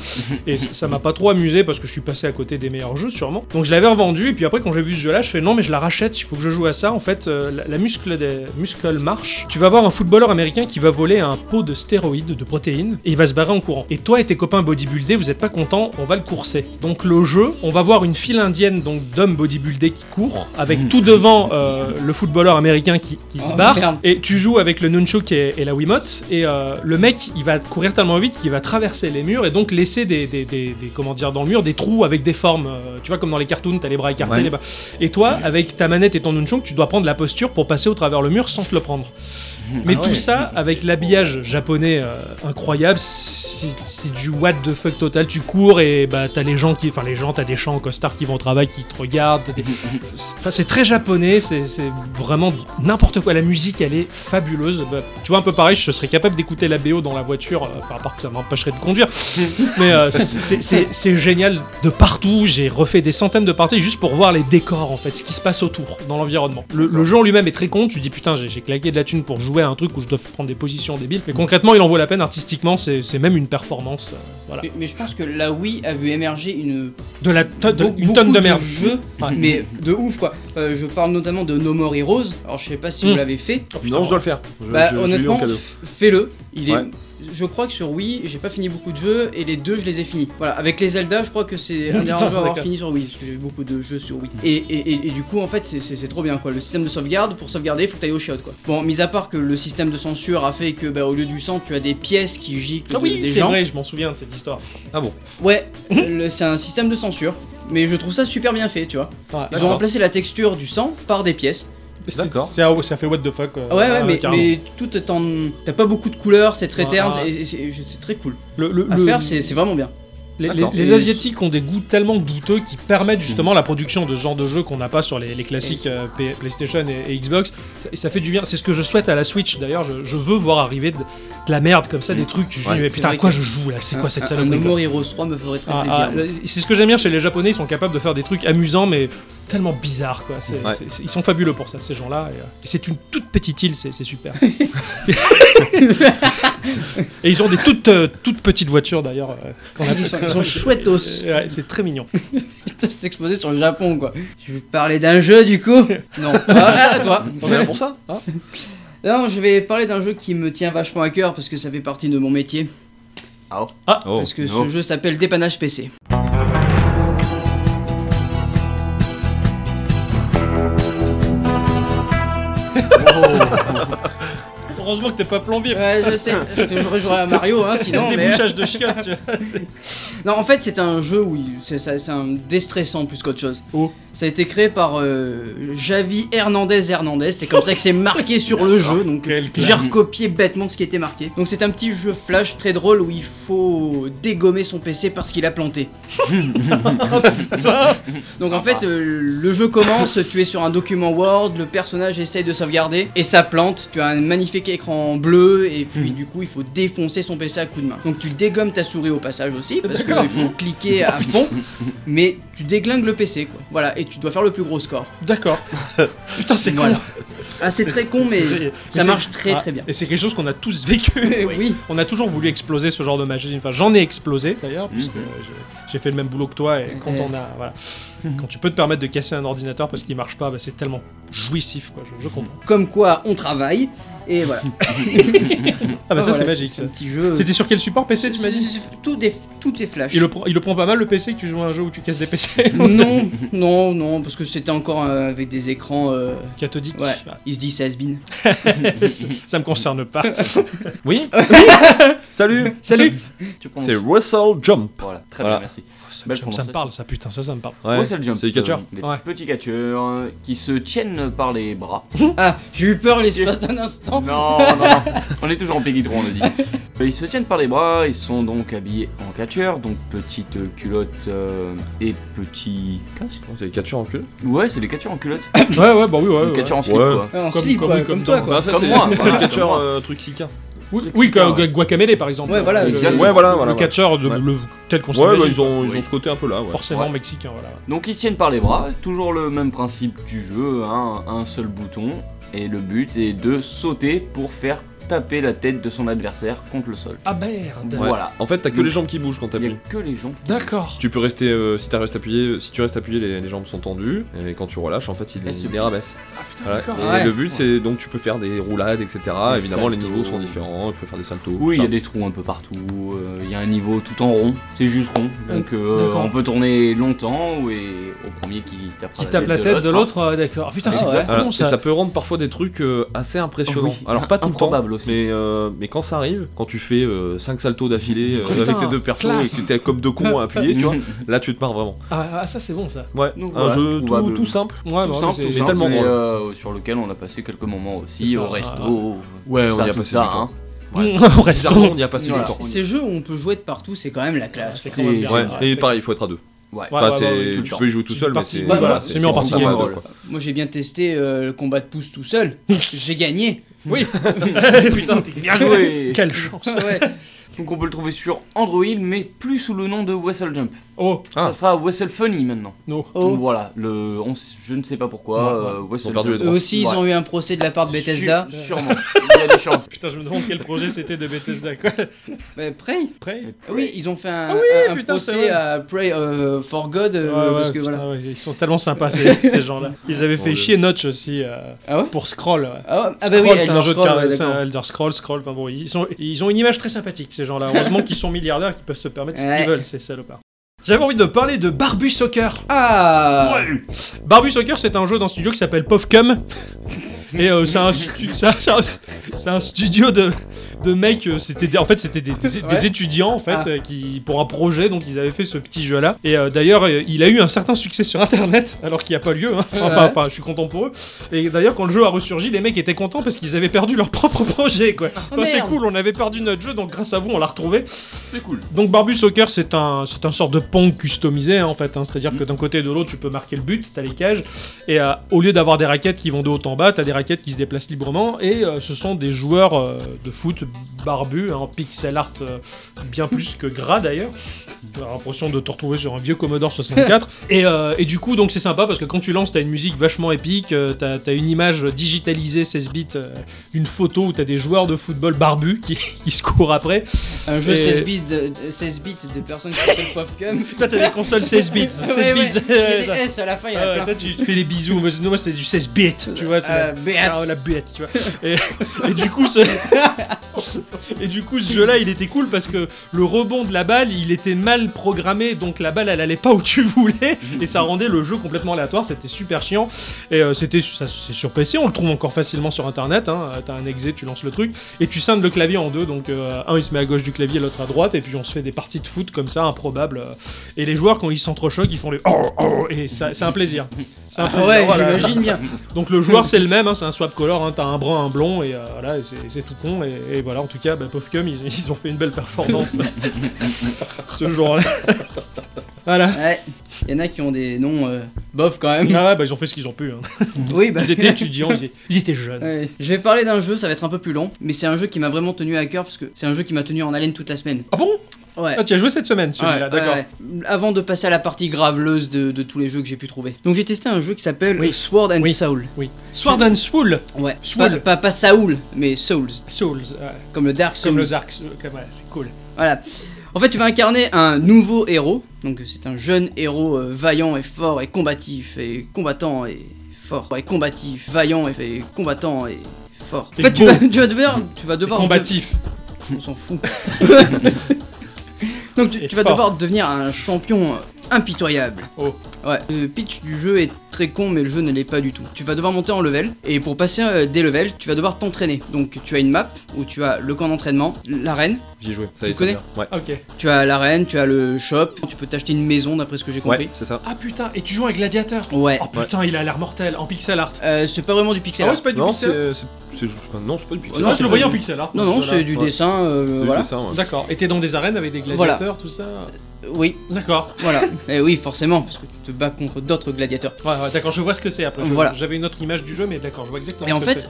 Speaker 1: et ça ça m'a pas trop amusé parce que je suis passé à côté des meilleurs jeux sûrement. Donc je l'avais revendu et puis après quand j'ai vu ce jeu-là, je fais non mais je la rachète, il faut que je joue à ça. En fait, euh, la, la muscle des muscle marche. Tu vas voir un footballeur américain qui va voler un pot de stéroïdes, de protéines et il va se barrer en courant. Et toi et tes copains bodybuildés, vous êtes pas contents, on va le courser. Donc le jeu, on va voir une file indienne donc d'hommes bodybuildés qui courent avec tout devant euh, le footballeur américain qui, qui se
Speaker 2: Oh,
Speaker 1: barre
Speaker 2: merde.
Speaker 1: et tu joues avec le nunchuk et, et la Wiimote et euh, le mec il va courir tellement vite qu'il va traverser les murs et donc laisser des, des- des- des- comment dire dans le mur des trous avec des formes euh, tu vois comme dans les cartoons t'as les bras écartés
Speaker 3: Ouais.
Speaker 1: les bras- et toi avec ta manette et ton nunchuk tu dois prendre la posture pour passer au travers le mur sans te le prendre mais
Speaker 2: Ah
Speaker 1: tout
Speaker 2: ouais.
Speaker 1: ça avec l'habillage japonais euh, incroyable, c'est c'est du what the fuck total. Tu cours et bah t'as les gens qui, enfin les gens, t'as des gens en costard qui vont au travail, qui te regardent. t'as des- Enfin, c'est très japonais, c'est c'est vraiment n'importe quoi. La musique, elle est fabuleuse. Bah, tu vois un peu pareil, je serais capable d'écouter la BO dans la voiture, euh, enfin, à part que ça m'empêcherait de conduire. Mais euh, c'est- c'est c'est- c'est génial de partout. J'ai refait des centaines de parties juste pour voir les décors, en fait, ce qui se passe autour, dans l'environnement. Le, le jeu en lui-même est très con. Tu dis putain, j'ai j'ai claqué de la thune pour jouer à un truc où je dois prendre des positions débiles.
Speaker 2: Mm.
Speaker 1: Mais concrètement, il en vaut la peine. Artistiquement, c'est c'est même une performance. euh, voilà.
Speaker 2: Mais, mais je pense que la Wii a vu émerger une,
Speaker 1: De la to- de-
Speaker 2: be-
Speaker 1: une
Speaker 2: beaucoup
Speaker 1: tonne de merde.
Speaker 2: jeux,
Speaker 1: Ouais.
Speaker 2: Ah, mais de ouf quoi. Euh, je parle notamment de No More Heroes. Alors je sais pas si
Speaker 1: Mm.
Speaker 2: vous l'avez fait.
Speaker 1: Oh, putain,
Speaker 3: Non, je dois le faire. Je-
Speaker 2: bah
Speaker 3: je- je l'ai eu en
Speaker 2: honnêtement,
Speaker 3: cadeau.
Speaker 2: f- fais-le. Il est
Speaker 3: Ouais.
Speaker 2: je crois que sur Wii, j'ai pas fini beaucoup de jeux et les deux, je les ai finis. Voilà, avec les Zelda, je crois que c'est un des
Speaker 1: Putain,
Speaker 2: rares jeux à avoir
Speaker 1: d'accord.
Speaker 2: fini sur Wii, parce que j'ai eu beaucoup de jeux sur Wii. Et, et- et- et du coup, en fait, c'est- c'est c'est trop bien quoi. Le système de sauvegarde, pour sauvegarder, faut que t'ailles au chiottes quoi. Bon, mis à part que le système de censure a fait que bah, au lieu du sang, tu as des pièces qui giclent
Speaker 1: Ah
Speaker 2: de-
Speaker 1: oui,
Speaker 2: des
Speaker 1: c'est
Speaker 2: gens.
Speaker 1: vrai, je m'en souviens de cette histoire.
Speaker 3: Ah bon
Speaker 2: Ouais, le- c'est un système de censure, mais je trouve ça super bien fait, tu vois.
Speaker 1: Ouais,
Speaker 2: Ils ont
Speaker 3: D'accord.
Speaker 2: remplacé la texture du sang par des pièces.
Speaker 1: c'est-
Speaker 3: D'accord.
Speaker 1: c'est un- Ça fait what the fuck. euh,
Speaker 2: Ah ouais, ouais,
Speaker 1: euh,
Speaker 2: mais,
Speaker 1: carrément.
Speaker 2: mais tout est en. T'as pas beaucoup de couleurs, c'est très
Speaker 1: Ah.
Speaker 2: terne, et- et c'est c'est très cool.
Speaker 1: Le, le-
Speaker 2: À
Speaker 1: le-
Speaker 2: faire, c'est c'est vraiment bien.
Speaker 1: les, les-
Speaker 3: D'accord.
Speaker 1: les
Speaker 2: Et-
Speaker 1: Asiatiques ont des goûts tellement douteux qui permettent justement la production de ce genre de jeux qu'on n'a pas sur les, les classiques euh, P- PlayStation et, et Xbox. Ça, et ça fait du bien. C'est ce que je souhaite à la Switch d'ailleurs. Je, je veux voir arriver de, de la merde comme ça, des trucs. Je me dis,
Speaker 3: Mm. Ouais.
Speaker 1: mais
Speaker 2: C'est
Speaker 1: putain, à
Speaker 2: vrai
Speaker 1: quoi
Speaker 2: que-
Speaker 1: je joue là C'est
Speaker 2: Un-
Speaker 1: quoi cette
Speaker 2: un-
Speaker 1: saloperie
Speaker 2: Un
Speaker 1: quoi
Speaker 2: Homor Heroes 3 me ferait très
Speaker 1: Ah,
Speaker 2: plaisir.
Speaker 1: ah, c'est ce que j'aime bien chez les japonais, ils sont capables de faire des trucs amusants mais tellement bizarres quoi. C'est-
Speaker 3: Ouais.
Speaker 1: c'est- c'est- ils sont fabuleux pour ça, ces gens-là. Et, euh, et c'est une toute petite île, c'est c'est super. et ils ont des toutes, euh, toutes petites voitures d'ailleurs. euh, qu'on a-
Speaker 2: Ils sont- ils sont chouettos.
Speaker 1: Euh, ouais, c'est très mignon.
Speaker 2: Putain, c'est exposé sur le Japon quoi. Tu veux parler d'un jeu du coup Non. Ah, à toi.
Speaker 3: On est là pour ça hein
Speaker 2: Non, je vais parler d'un jeu qui me tient vachement à cœur parce que ça fait partie de mon métier.
Speaker 3: Oh,
Speaker 2: parce que
Speaker 4: non.
Speaker 2: ce jeu s'appelle Dépannage PC.
Speaker 1: Heureusement que t'es pas plombier.
Speaker 2: Ouais, je sais. parce que Je rejouerai à Mario, hein, sinon.
Speaker 1: des
Speaker 2: mais-
Speaker 1: bouchages de chiottes. tu vois.
Speaker 2: Non, en fait, c'est un jeu où il- c'est ça- c'est un déstressant plus qu'autre chose.
Speaker 1: Oh.
Speaker 2: Ça a été créé par euh, Javi Hernandez Hernandez. C'est comme ça que c'est marqué sur le jeu. Donc, euh,
Speaker 1: Quelle
Speaker 2: j'ai
Speaker 1: classe.
Speaker 2: recopié bêtement ce qui était marqué. Donc, c'est un petit jeu flash très drôle où il faut dégommer son PC parce qu'il a planté.
Speaker 1: Putain.
Speaker 2: Donc, en fait, euh, le jeu commence. Tu es sur un document Word. Le personnage essaye de sauvegarder et ça plante. Tu as un magnifique écran bleu et puis,
Speaker 1: Hmm.
Speaker 2: du coup, il faut défoncer son PC à coups de main. Donc, tu dégommes ta souris au passage aussi parce qu'il faut cliquer à fond mais tu déglingues le PC quoi. Voilà, et tu dois faire le plus gros score.
Speaker 1: D'accord. Putain, c'est con.
Speaker 2: Voilà. Ah, c'est très con, mais
Speaker 1: C'est-
Speaker 2: ça
Speaker 1: c'est-
Speaker 2: marche très
Speaker 1: Ah,
Speaker 2: très bien.
Speaker 1: Et c'est quelque chose qu'on a tous vécu.
Speaker 2: Eh Oui,
Speaker 1: On a toujours voulu exploser ce genre de magie. Enfin, j'en ai explosé d'ailleurs,
Speaker 3: Mmh.
Speaker 1: puisque
Speaker 4: Mhm.
Speaker 1: euh, j'ai- j'ai fait le même boulot que toi. Et quand
Speaker 2: Mhm.
Speaker 1: on a, voilà, quand tu peux te permettre de casser un ordinateur parce qu'il marche pas, bah, c'est tellement jouissif, quoi. Je, je comprends.
Speaker 2: comme quoi on travaille, et voilà.
Speaker 1: Ah bah ça, c'est
Speaker 2: Voilà,
Speaker 1: magique.
Speaker 2: C'est
Speaker 1: ça.
Speaker 2: un petit jeu.
Speaker 1: C'était sur quel support PC tu m'as dit
Speaker 2: C'est- c'est- tout, des, tout est flash.
Speaker 1: il le, prend, il le prend pas mal le PC que tu joues à un jeu où tu casses des PC
Speaker 2: Non, non, non, parce que c'était encore euh, avec des écrans. euh,
Speaker 1: cathodique.
Speaker 2: Ouais,
Speaker 1: Ah,
Speaker 2: il se dit ça has been.
Speaker 1: Ça me concerne pas.
Speaker 3: Oui Salut
Speaker 1: Salut.
Speaker 4: Tu prononces.
Speaker 3: C'est Russell Jump.
Speaker 4: Voilà, très
Speaker 3: Voilà.
Speaker 4: bien, merci. Belle
Speaker 1: Ça me parle, ça putain, ça, ça me parle.
Speaker 3: Ouais.
Speaker 4: Moi, c'est le jump. euh,
Speaker 3: C'est les catcheurs.
Speaker 4: Les
Speaker 1: Ouais.
Speaker 4: petits catcheurs euh, qui se tiennent par les bras.
Speaker 2: Ah, j'ai eu peur l'espace d'un instant.
Speaker 4: Non, non, non. On est toujours en Peggy 3, on le dit. Ils se tiennent par les bras, ils sont donc habillés en catcheur, donc petite euh, culotte euh, et petit casque.
Speaker 3: Oh, C'est les catcheurs en cul
Speaker 4: Ouais, c'est des catcheurs en culotte.
Speaker 1: Ouais, ouais, bah oui, ouais.
Speaker 4: Des
Speaker 1: ouais.
Speaker 4: catcheurs en slip,
Speaker 3: Ouais.
Speaker 4: quoi.
Speaker 2: Ah, en
Speaker 1: Comme-
Speaker 2: slip,
Speaker 1: comme-
Speaker 2: ouais,
Speaker 1: oui,
Speaker 2: comme
Speaker 1: comme
Speaker 2: toi
Speaker 1: dans-
Speaker 2: quoi.
Speaker 3: ça,
Speaker 4: Comme
Speaker 3: c'est
Speaker 4: moi,
Speaker 3: c'est
Speaker 4: voilà,
Speaker 3: les catcheurs
Speaker 4: comme moi.
Speaker 3: euh, truc sicain.
Speaker 1: Oui,
Speaker 4: Truc
Speaker 1: oui,
Speaker 4: sympa,
Speaker 1: Gua-
Speaker 4: ouais.
Speaker 1: Guacamele par exemple.
Speaker 2: Ouais, voilà,
Speaker 1: Le-
Speaker 4: exactement.
Speaker 1: le-
Speaker 3: hein, Ouais, voilà, voilà.
Speaker 1: Le catcheur, de-
Speaker 3: Ouais.
Speaker 1: le- tel qu'on
Speaker 3: Ouais, bah,
Speaker 1: s'imagine,
Speaker 3: ils ont, ils
Speaker 4: Oui.
Speaker 3: ont ce côté un peu là. Ouais.
Speaker 1: forcément
Speaker 4: Ouais.
Speaker 1: mexicain, voilà.
Speaker 4: Donc ils se tiennent par les bras, toujours le même principe du jeu, hein, un seul bouton, et le but est de sauter pour faire taper la tête de son adversaire contre le sol.
Speaker 1: Ah merde.
Speaker 3: Ouais.
Speaker 4: Voilà.
Speaker 3: En fait, t'as que les jambes qui bougent quand
Speaker 4: Il n'y a
Speaker 3: t'appuies.
Speaker 4: que les gens.
Speaker 1: D'accord.
Speaker 3: Tu peux rester, euh, si, t'as restes appuyé, si tu restes appuyé, les, les jambes sont tendues, et quand tu relâches, en fait, il,
Speaker 4: Elles
Speaker 3: il
Speaker 4: se
Speaker 3: les rabaisse.
Speaker 1: Ah putain,
Speaker 3: Voilà.
Speaker 1: d'accord.
Speaker 3: Et
Speaker 2: Ouais.
Speaker 3: le but, c'est donc tu peux faire des roulades, etc. Évidemment, les
Speaker 4: saltos.
Speaker 3: niveaux sont différents, tu peux faire des saltos.
Speaker 4: Oui, il y
Speaker 3: tout
Speaker 4: a des trous un peu partout, euh, il y a un niveau tout en rond, c'est juste rond, donc euh,
Speaker 1: D'accord.
Speaker 4: on peut tourner longtemps ou- et au premier qui tape,
Speaker 1: Qui tape la tête de l'autre, euh, d'accord. Ah, putain,
Speaker 2: Ah
Speaker 1: c'est
Speaker 2: ouais.
Speaker 1: vraiment
Speaker 3: Voilà. Et
Speaker 1: ça.
Speaker 3: ça peut rendre parfois des trucs euh, assez impressionnants.
Speaker 4: ah, Oui.
Speaker 3: Alors, pas tout le temps,
Speaker 4: Improbable aussi.
Speaker 3: mais, euh, mais quand ça arrive, quand tu fais 5 saltos d'affilée euh,
Speaker 1: Oh, putain,
Speaker 3: avec tes deux persos
Speaker 1: classe.
Speaker 3: et que t'es comme deux cons à appuyer, tu vois,
Speaker 4: Mhm.
Speaker 3: là tu te marres vraiment.
Speaker 1: Ah, ah, ça, c'est bon ça.
Speaker 3: Ouais,
Speaker 4: Donc,
Speaker 3: un
Speaker 4: voilà,
Speaker 3: jeu tout,
Speaker 4: trouvable.
Speaker 3: tout simple.
Speaker 1: Ouais, bah,
Speaker 4: tout
Speaker 1: ouais,
Speaker 4: simple,
Speaker 1: c'est-
Speaker 4: tout
Speaker 3: mais
Speaker 4: simple,
Speaker 3: tellement
Speaker 4: mais,
Speaker 3: drôle.
Speaker 4: euh, sur lequel on a passé quelques moments aussi,
Speaker 1: C'est ça,
Speaker 4: au
Speaker 1: ah.
Speaker 4: resto.
Speaker 3: Ouais, on
Speaker 4: tout
Speaker 3: y
Speaker 4: ça,
Speaker 3: a
Speaker 4: tout
Speaker 3: passé
Speaker 4: ça,
Speaker 3: du temps.
Speaker 4: hein.
Speaker 1: Au resto.
Speaker 3: Bizarrement, on y a passé
Speaker 4: Voilà.
Speaker 3: du temps.
Speaker 2: Ces- Ces jeux où on peut jouer de partout, c'est quand même la classe.
Speaker 1: C'est quand même bien.
Speaker 3: Ouais,
Speaker 1: Ouais,
Speaker 3: et
Speaker 1: c'est-
Speaker 3: pareil, il faut être à deux.
Speaker 4: Ouais.
Speaker 1: Ouais,
Speaker 3: Enfin,
Speaker 1: ouais,
Speaker 3: c'est-
Speaker 1: ouais, ouais,
Speaker 3: tu
Speaker 1: toujours.
Speaker 3: peux y jouer tout
Speaker 1: C'est
Speaker 3: seul,
Speaker 1: une
Speaker 3: mais
Speaker 1: partie
Speaker 3: c'est
Speaker 1: game, ouais,
Speaker 2: voilà,
Speaker 1: c'est mieux en partie
Speaker 3: c'est
Speaker 1: game.
Speaker 3: vraiment
Speaker 4: game.
Speaker 3: quoi.
Speaker 2: Moi j'ai bien testé euh, le combat de pouce tout seul, j'ai gagné.
Speaker 1: Oui. Eh, putain, t'es bien
Speaker 4: joué.
Speaker 1: Quelle chance.
Speaker 2: Ouais.
Speaker 4: Donc on peut le trouver sur Android, mais plus sous le nom de Wrestle Jump.
Speaker 1: Oh,
Speaker 3: Ah.
Speaker 4: Ça sera Wessel Funny maintenant.
Speaker 1: non.
Speaker 2: Oh.
Speaker 4: Voilà, le, on s- je ne sais pas pourquoi.
Speaker 3: Ouais, ouais.
Speaker 4: euh, Wessel
Speaker 3: Ils ont perdu les
Speaker 4: Funny.
Speaker 2: Eux aussi, ils
Speaker 4: Ouais.
Speaker 2: ont eu un procès de la part de Bethesda.
Speaker 4: Su- sûrement, il y a des chances.
Speaker 1: Putain, je me demande quel projet c'était de Bethesda, quoi.
Speaker 2: Mais Euh, Prey
Speaker 1: Après,
Speaker 2: Oui, ils ont fait un,
Speaker 1: Ah oui,
Speaker 2: un- un
Speaker 1: putain, c'est
Speaker 2: procès
Speaker 1: vrai.
Speaker 2: à Prey euh, for God. euh,
Speaker 1: Ouais, ouais,
Speaker 2: parce que,
Speaker 1: putain,
Speaker 2: voilà.
Speaker 1: ouais, ils sont tellement sympas ces, ces gens-là. Ils avaient fait
Speaker 3: Ouais.
Speaker 1: chier Notch aussi euh,
Speaker 2: Ah ouais
Speaker 1: pour Scroll. ouais.
Speaker 2: Ah, ouais, ah bah oui,
Speaker 1: Scroll, c'est un
Speaker 2: Elder
Speaker 1: jeu de
Speaker 2: Scrolls,
Speaker 1: cartes,
Speaker 2: ouais,
Speaker 1: c'est
Speaker 2: d'accord.
Speaker 1: un Elder Scroll, Scroll. Enfin bon, ils, sont, ils ont une image très sympathique ces gens-là. Heureusement qu'ils sont milliardaires, qu'ils peuvent se permettre ce
Speaker 2: Ouais.
Speaker 1: qu'ils veulent, ces salopards. J'avais envie de parler de Barbu Soccer.
Speaker 2: Ah
Speaker 1: Barbu Soccer, c'est un jeu d'un studio qui s'appelle Povcom. Et euh, c'est un, stu- c'est un- c'est un- c'est un studio de, de mecs. euh, C'était des- en fait c'était des, des- des
Speaker 2: Ouais.
Speaker 1: étudiants en fait
Speaker 2: Ah.
Speaker 1: euh, qui pour un projet donc ils avaient fait ce petit jeu là. Et euh, d'ailleurs euh, il a eu un certain succès sur internet alors qu'il n'y a pas lieu. hein. Enfin, enfin,
Speaker 2: Ouais.
Speaker 1: enfin, je suis content pour eux. Et d'ailleurs quand le jeu a ressurgi les mecs étaient contents parce qu'ils avaient perdu leur propre projet quoi. Enfin, c'est
Speaker 2: merde.
Speaker 1: cool on avait perdu notre jeu donc grâce à vous on l'a retrouvé.
Speaker 3: C'est cool.
Speaker 1: Donc Barbu Soccer, c'est un, c'est un sort de pong customisé hein, en fait. hein. C'est-à-dire
Speaker 3: Mm.
Speaker 1: que d'un côté et de l'autre, tu peux marquer le but, t'as les cages, et euh, au lieu d'avoir des raquettes qui vont de haut en bas, t'as des raquettes qui se déplacent librement, et euh, ce sont des joueurs euh, de foot barbus, en pixel art euh, bien plus que gras d'ailleurs. T'as l'impression de te retrouver sur un vieux Commodore 64. et, euh, et du coup, donc c'est sympa parce que quand tu lances, t'as une musique vachement épique, euh, t'as t'as une image digitalisée 16 bits, euh, une photo où t'as des joueurs de football barbus qui, qui se courent après.
Speaker 2: Un jeu
Speaker 1: Et-
Speaker 2: 16 bits de, de- 16 bits de personnes qui s'appellent Povcom.
Speaker 1: Toi, t'as des consoles 16 bits. 16
Speaker 2: Ouais,
Speaker 1: bits.
Speaker 2: ouais. Il y a des S à la fin, il y en a
Speaker 1: Ah ouais,
Speaker 2: plein.
Speaker 1: toi, tu te fais les bisous. Moi, c'est- moi, c'était du 16 bits. Tu vois, c'est
Speaker 2: Euh,
Speaker 1: la-
Speaker 2: Beats.
Speaker 1: Ah, la bête, tu vois. Et, et du coup, ce... et du coup, ce jeu-là, il était cool parce que le rebond de la balle, il était mal programmé, donc la balle, elle allait pas où tu voulais, et ça rendait le jeu complètement aléatoire. C'était super chiant. Et euh, c'était, ça, c'est sur PC, on le trouve encore facilement sur Internet. Hein. Euh, T'as un exé, tu lances le truc, et tu scindes le clavier en deux. Donc euh, un, il se met à gauche du clavier, l'autre à droite, et puis on se fait des parties de foot comme ça, improbables. euh. Et les joueurs, quand ils s'entrechoquent, ils font les oh, oh, et ça, c'est un plaisir. C'est un
Speaker 2: Ah
Speaker 1: plaisir. Oh
Speaker 2: Ouais,
Speaker 1: Voilà.
Speaker 2: j'imagine bien.
Speaker 1: Donc le joueur c'est le même, hein, c'est un swap color, hein, t'as un brun, un blond, et euh, voilà, et c'est c'est tout con, et, et voilà, en tout cas, bah, pauvre cum, ils, ils ont fait une belle performance ce jour-là. voilà.
Speaker 2: Ouais, il y en a qui ont des noms euh, bof quand même.
Speaker 1: Ah ouais, bah ils ont fait ce qu'ils ont pu. hein.
Speaker 2: Oui, bah.
Speaker 1: Ils étaient étudiants, ils, étaient- ils étaient jeunes.
Speaker 2: Ouais. Je vais parler d'un jeu, ça va être un peu plus long, mais c'est un jeu qui m'a vraiment tenu à cœur parce que c'est un jeu qui m'a tenu en haleine toute la semaine.
Speaker 1: Ah bon
Speaker 2: Ouais.
Speaker 1: Ah, Tu as joué cette semaine celui-là,
Speaker 2: Ouais,
Speaker 1: d'accord.
Speaker 2: ouais, ouais. Avant de passer à la partie graveleuse de, de tous les jeux que j'ai pu trouver. Donc j'ai testé un jeu qui s'appelle
Speaker 1: Oui.
Speaker 2: Sword and
Speaker 1: Oui.
Speaker 2: Soul.
Speaker 1: Oui. Sword and Soul.
Speaker 2: Ouais.
Speaker 1: Soul.
Speaker 2: Pas, pas, pas Saul, mais Souls,
Speaker 1: Souls, ouais,
Speaker 2: comme le Dark
Speaker 1: comme
Speaker 2: Souls.
Speaker 1: le Dark Souls, comme, ouais, c'est cool.
Speaker 2: Voilà. En fait, tu vas incarner un nouveau héros. Donc c'est un jeune héros euh, vaillant et fort et combatif et combattant et fort et combatif, vaillant et, et combattant et fort. En
Speaker 1: Et
Speaker 2: fait, tu
Speaker 1: beau.
Speaker 2: vas, tu vas devoir, tu vas devoir
Speaker 1: Combatif.
Speaker 2: on s'en fout. Donc tu,
Speaker 1: Et
Speaker 2: tu vas
Speaker 1: fort.
Speaker 2: devoir devenir un champion euh, impitoyable.
Speaker 1: Oh.
Speaker 2: Ouais. Le pitch du jeu est très con, mais le jeu ne l'est pas du tout. Tu vas devoir monter en level, et pour passer euh, des levels, tu vas devoir t'entraîner. Donc tu as une map où tu as le camp d'entraînement, l'arène.
Speaker 3: J'y ai joué. Ça
Speaker 2: Tu
Speaker 3: y est, ça
Speaker 2: connais
Speaker 3: vient. Ouais.
Speaker 1: Ok.
Speaker 2: Tu as l'arène, tu as le shop. Tu peux t'acheter une maison, d'après ce que j'ai compris.
Speaker 3: Ouais, c'est ça.
Speaker 1: Ah putain, et tu joues un gladiateur.
Speaker 2: Ouais.
Speaker 1: Oh putain, il a l'air mortel en pixel art.
Speaker 2: Euh, c'est pas vraiment du pixel.
Speaker 1: Ah ouais,
Speaker 2: art.
Speaker 1: c'est pas du
Speaker 3: Non,
Speaker 1: pixel art.
Speaker 3: c'est. c'est- c'est- enfin, Non, c'est pas du pixel.
Speaker 2: non,
Speaker 1: Ah,
Speaker 3: art,
Speaker 2: c'est
Speaker 1: je le
Speaker 2: pas
Speaker 1: voyais
Speaker 2: du-
Speaker 1: en pixel art.
Speaker 2: non, non,
Speaker 1: Voilà.
Speaker 2: c'est du
Speaker 3: ouais.
Speaker 2: dessin, euh,
Speaker 3: C'est
Speaker 2: voilà.
Speaker 3: juste ça, ouais.
Speaker 1: D'accord. Et t'es dans des arènes avec des
Speaker 2: Voilà.
Speaker 1: gladiateurs, tout ça
Speaker 2: Oui,
Speaker 1: D'accord.
Speaker 2: voilà. et oui, forcément, parce que tu te bats contre d'autres gladiateurs.
Speaker 1: Ouais, ouais, d'accord, je vois ce que c'est après. Je-
Speaker 2: Voilà.
Speaker 1: J'avais une autre image du jeu, mais d'accord, je vois exactement
Speaker 2: Et en
Speaker 1: ce que
Speaker 2: fait,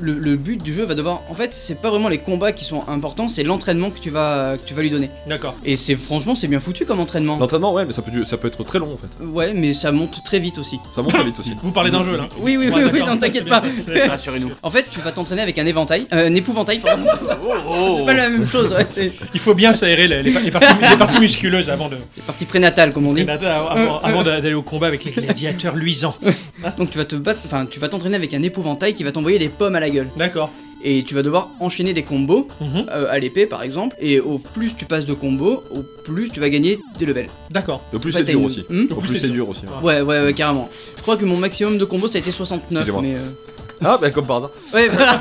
Speaker 2: le, le but du jeu va devoir. En fait, c'est pas vraiment les combats qui sont importants, c'est l'entraînement que tu vas que tu vas lui donner.
Speaker 1: c'est. D'accord.
Speaker 2: Et c'est franchement, c'est bien foutu comme entraînement.
Speaker 3: L'entraînement, ouais, mais ça peut, du- ça peut être très long en fait.
Speaker 2: Ouais, mais ça monte très vite aussi.
Speaker 3: Ça monte très vite aussi.
Speaker 1: Vous parlez d'un jeu là
Speaker 2: Oui, oui,
Speaker 1: Ouais,
Speaker 2: oui, oui,
Speaker 1: d'accord.
Speaker 2: non, t'inquiète pas.
Speaker 1: C'est bien ça,
Speaker 4: Rassurez-nous.
Speaker 2: En fait, tu vas t'entraîner avec un éventail, euh, un épouvantail. pardon.
Speaker 1: Oh,
Speaker 2: c'est pas la même chose. Ouais, c'est
Speaker 1: c'est- Il faut bien s'aérer les, les- les parties, les parties musculeuses avant de-
Speaker 2: les parties prénatales comme on dit. Euh,
Speaker 1: avant- avant d'aller au combat avec les gladiateurs luisants.
Speaker 2: Donc tu vas te battre, enfin tu vas t'entraîner avec un épouvantail qui va t'envoyer des pommes à la gueule.
Speaker 1: D'accord.
Speaker 2: Et tu vas devoir enchaîner des combos
Speaker 1: Mhm.
Speaker 2: euh, à l'épée par exemple. Et au plus tu passes de combos, au plus tu vas gagner des levels.
Speaker 1: D'accord.
Speaker 3: Le plus
Speaker 2: Ouais,
Speaker 3: c'est
Speaker 2: t'as
Speaker 3: dur
Speaker 2: une-
Speaker 3: aussi.
Speaker 2: Hmm
Speaker 3: Au plus c'est dur aussi.
Speaker 1: Ah.
Speaker 3: ouais.
Speaker 2: Ouais, ouais, ouais, carrément. Je crois que mon maximum de combos ça a été 69,
Speaker 3: Excusez-moi.
Speaker 2: mais. euh,
Speaker 3: Ah, bah comme par hasard.
Speaker 2: Ouais, voilà.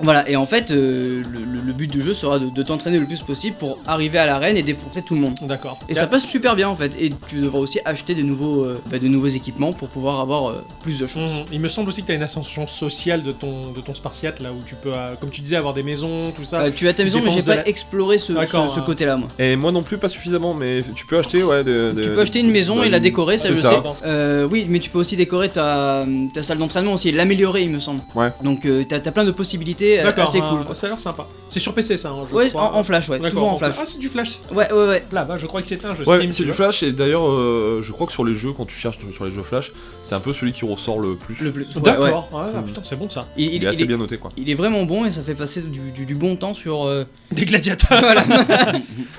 Speaker 2: voilà, et en fait, euh, le, le- le but du jeu sera de, de t'entraîner le plus possible pour arriver à l'arène et défoncer tout le monde.
Speaker 1: D'accord.
Speaker 2: Et ça passe super bien en fait, et tu devras aussi acheter de nouveaux, euh, bah, de nouveaux équipements pour pouvoir avoir euh, plus de choses.
Speaker 1: Mhm. Il me semble aussi que t'as une ascension sociale de ton, de ton spartiate là où tu peux, euh, comme tu disais, avoir des maisons, tout ça.
Speaker 2: Euh, tu as ta maison, mais j'ai
Speaker 1: Dépense de
Speaker 2: pas
Speaker 1: la-
Speaker 2: exploré ce,
Speaker 1: D'accord,
Speaker 2: ce- ce
Speaker 1: hein.
Speaker 2: côté-là moi.
Speaker 3: Et moi non plus, pas suffisamment, mais tu peux acheter, ouais. des- des-
Speaker 2: Tu peux acheter une
Speaker 3: des-
Speaker 2: maison
Speaker 3: des-
Speaker 2: et la décorer, ça
Speaker 3: C'est
Speaker 2: je
Speaker 3: ça.
Speaker 2: sais. Euh, oui, mais tu peux aussi décorer ta, ta salle d'entraînement aussi, l'améliorer il me semble.
Speaker 3: Ouais.
Speaker 2: Donc euh, t'as t'as plein de possibilités euh,
Speaker 1: D'accord.
Speaker 2: assez
Speaker 1: hein,
Speaker 2: cool. quoi.
Speaker 1: Ça a l'air sympa. C'est- C'est sur PC ça, hein, je
Speaker 2: Ouais,
Speaker 1: crois.
Speaker 2: en, en flash, ouais,
Speaker 1: D'accord,
Speaker 2: toujours en
Speaker 1: en
Speaker 2: flash.
Speaker 1: Ah, c'est du flash.
Speaker 2: Ouais, ouais, ouais.
Speaker 1: Là, bah, je crois que c'est un jeu
Speaker 3: Ouais,
Speaker 1: Steam.
Speaker 3: c'est
Speaker 1: tu
Speaker 3: du
Speaker 1: vois.
Speaker 3: Flash et d'ailleurs, euh, je crois que sur les jeux, quand tu cherches sur les jeux Flash, c'est un peu celui qui ressort le plus.
Speaker 2: Le plus. ouais, Mmh. ouais.
Speaker 1: D'accord. Ouais, ah,
Speaker 3: Mm.
Speaker 1: putain, c'est bon ça.
Speaker 2: Il, il-
Speaker 3: Il, est
Speaker 2: il
Speaker 3: assez bien noté quoi.
Speaker 2: il est vraiment bon et ça fait passer du, du- du bon temps sur. euh,
Speaker 1: Des gladiateurs.
Speaker 2: voilà.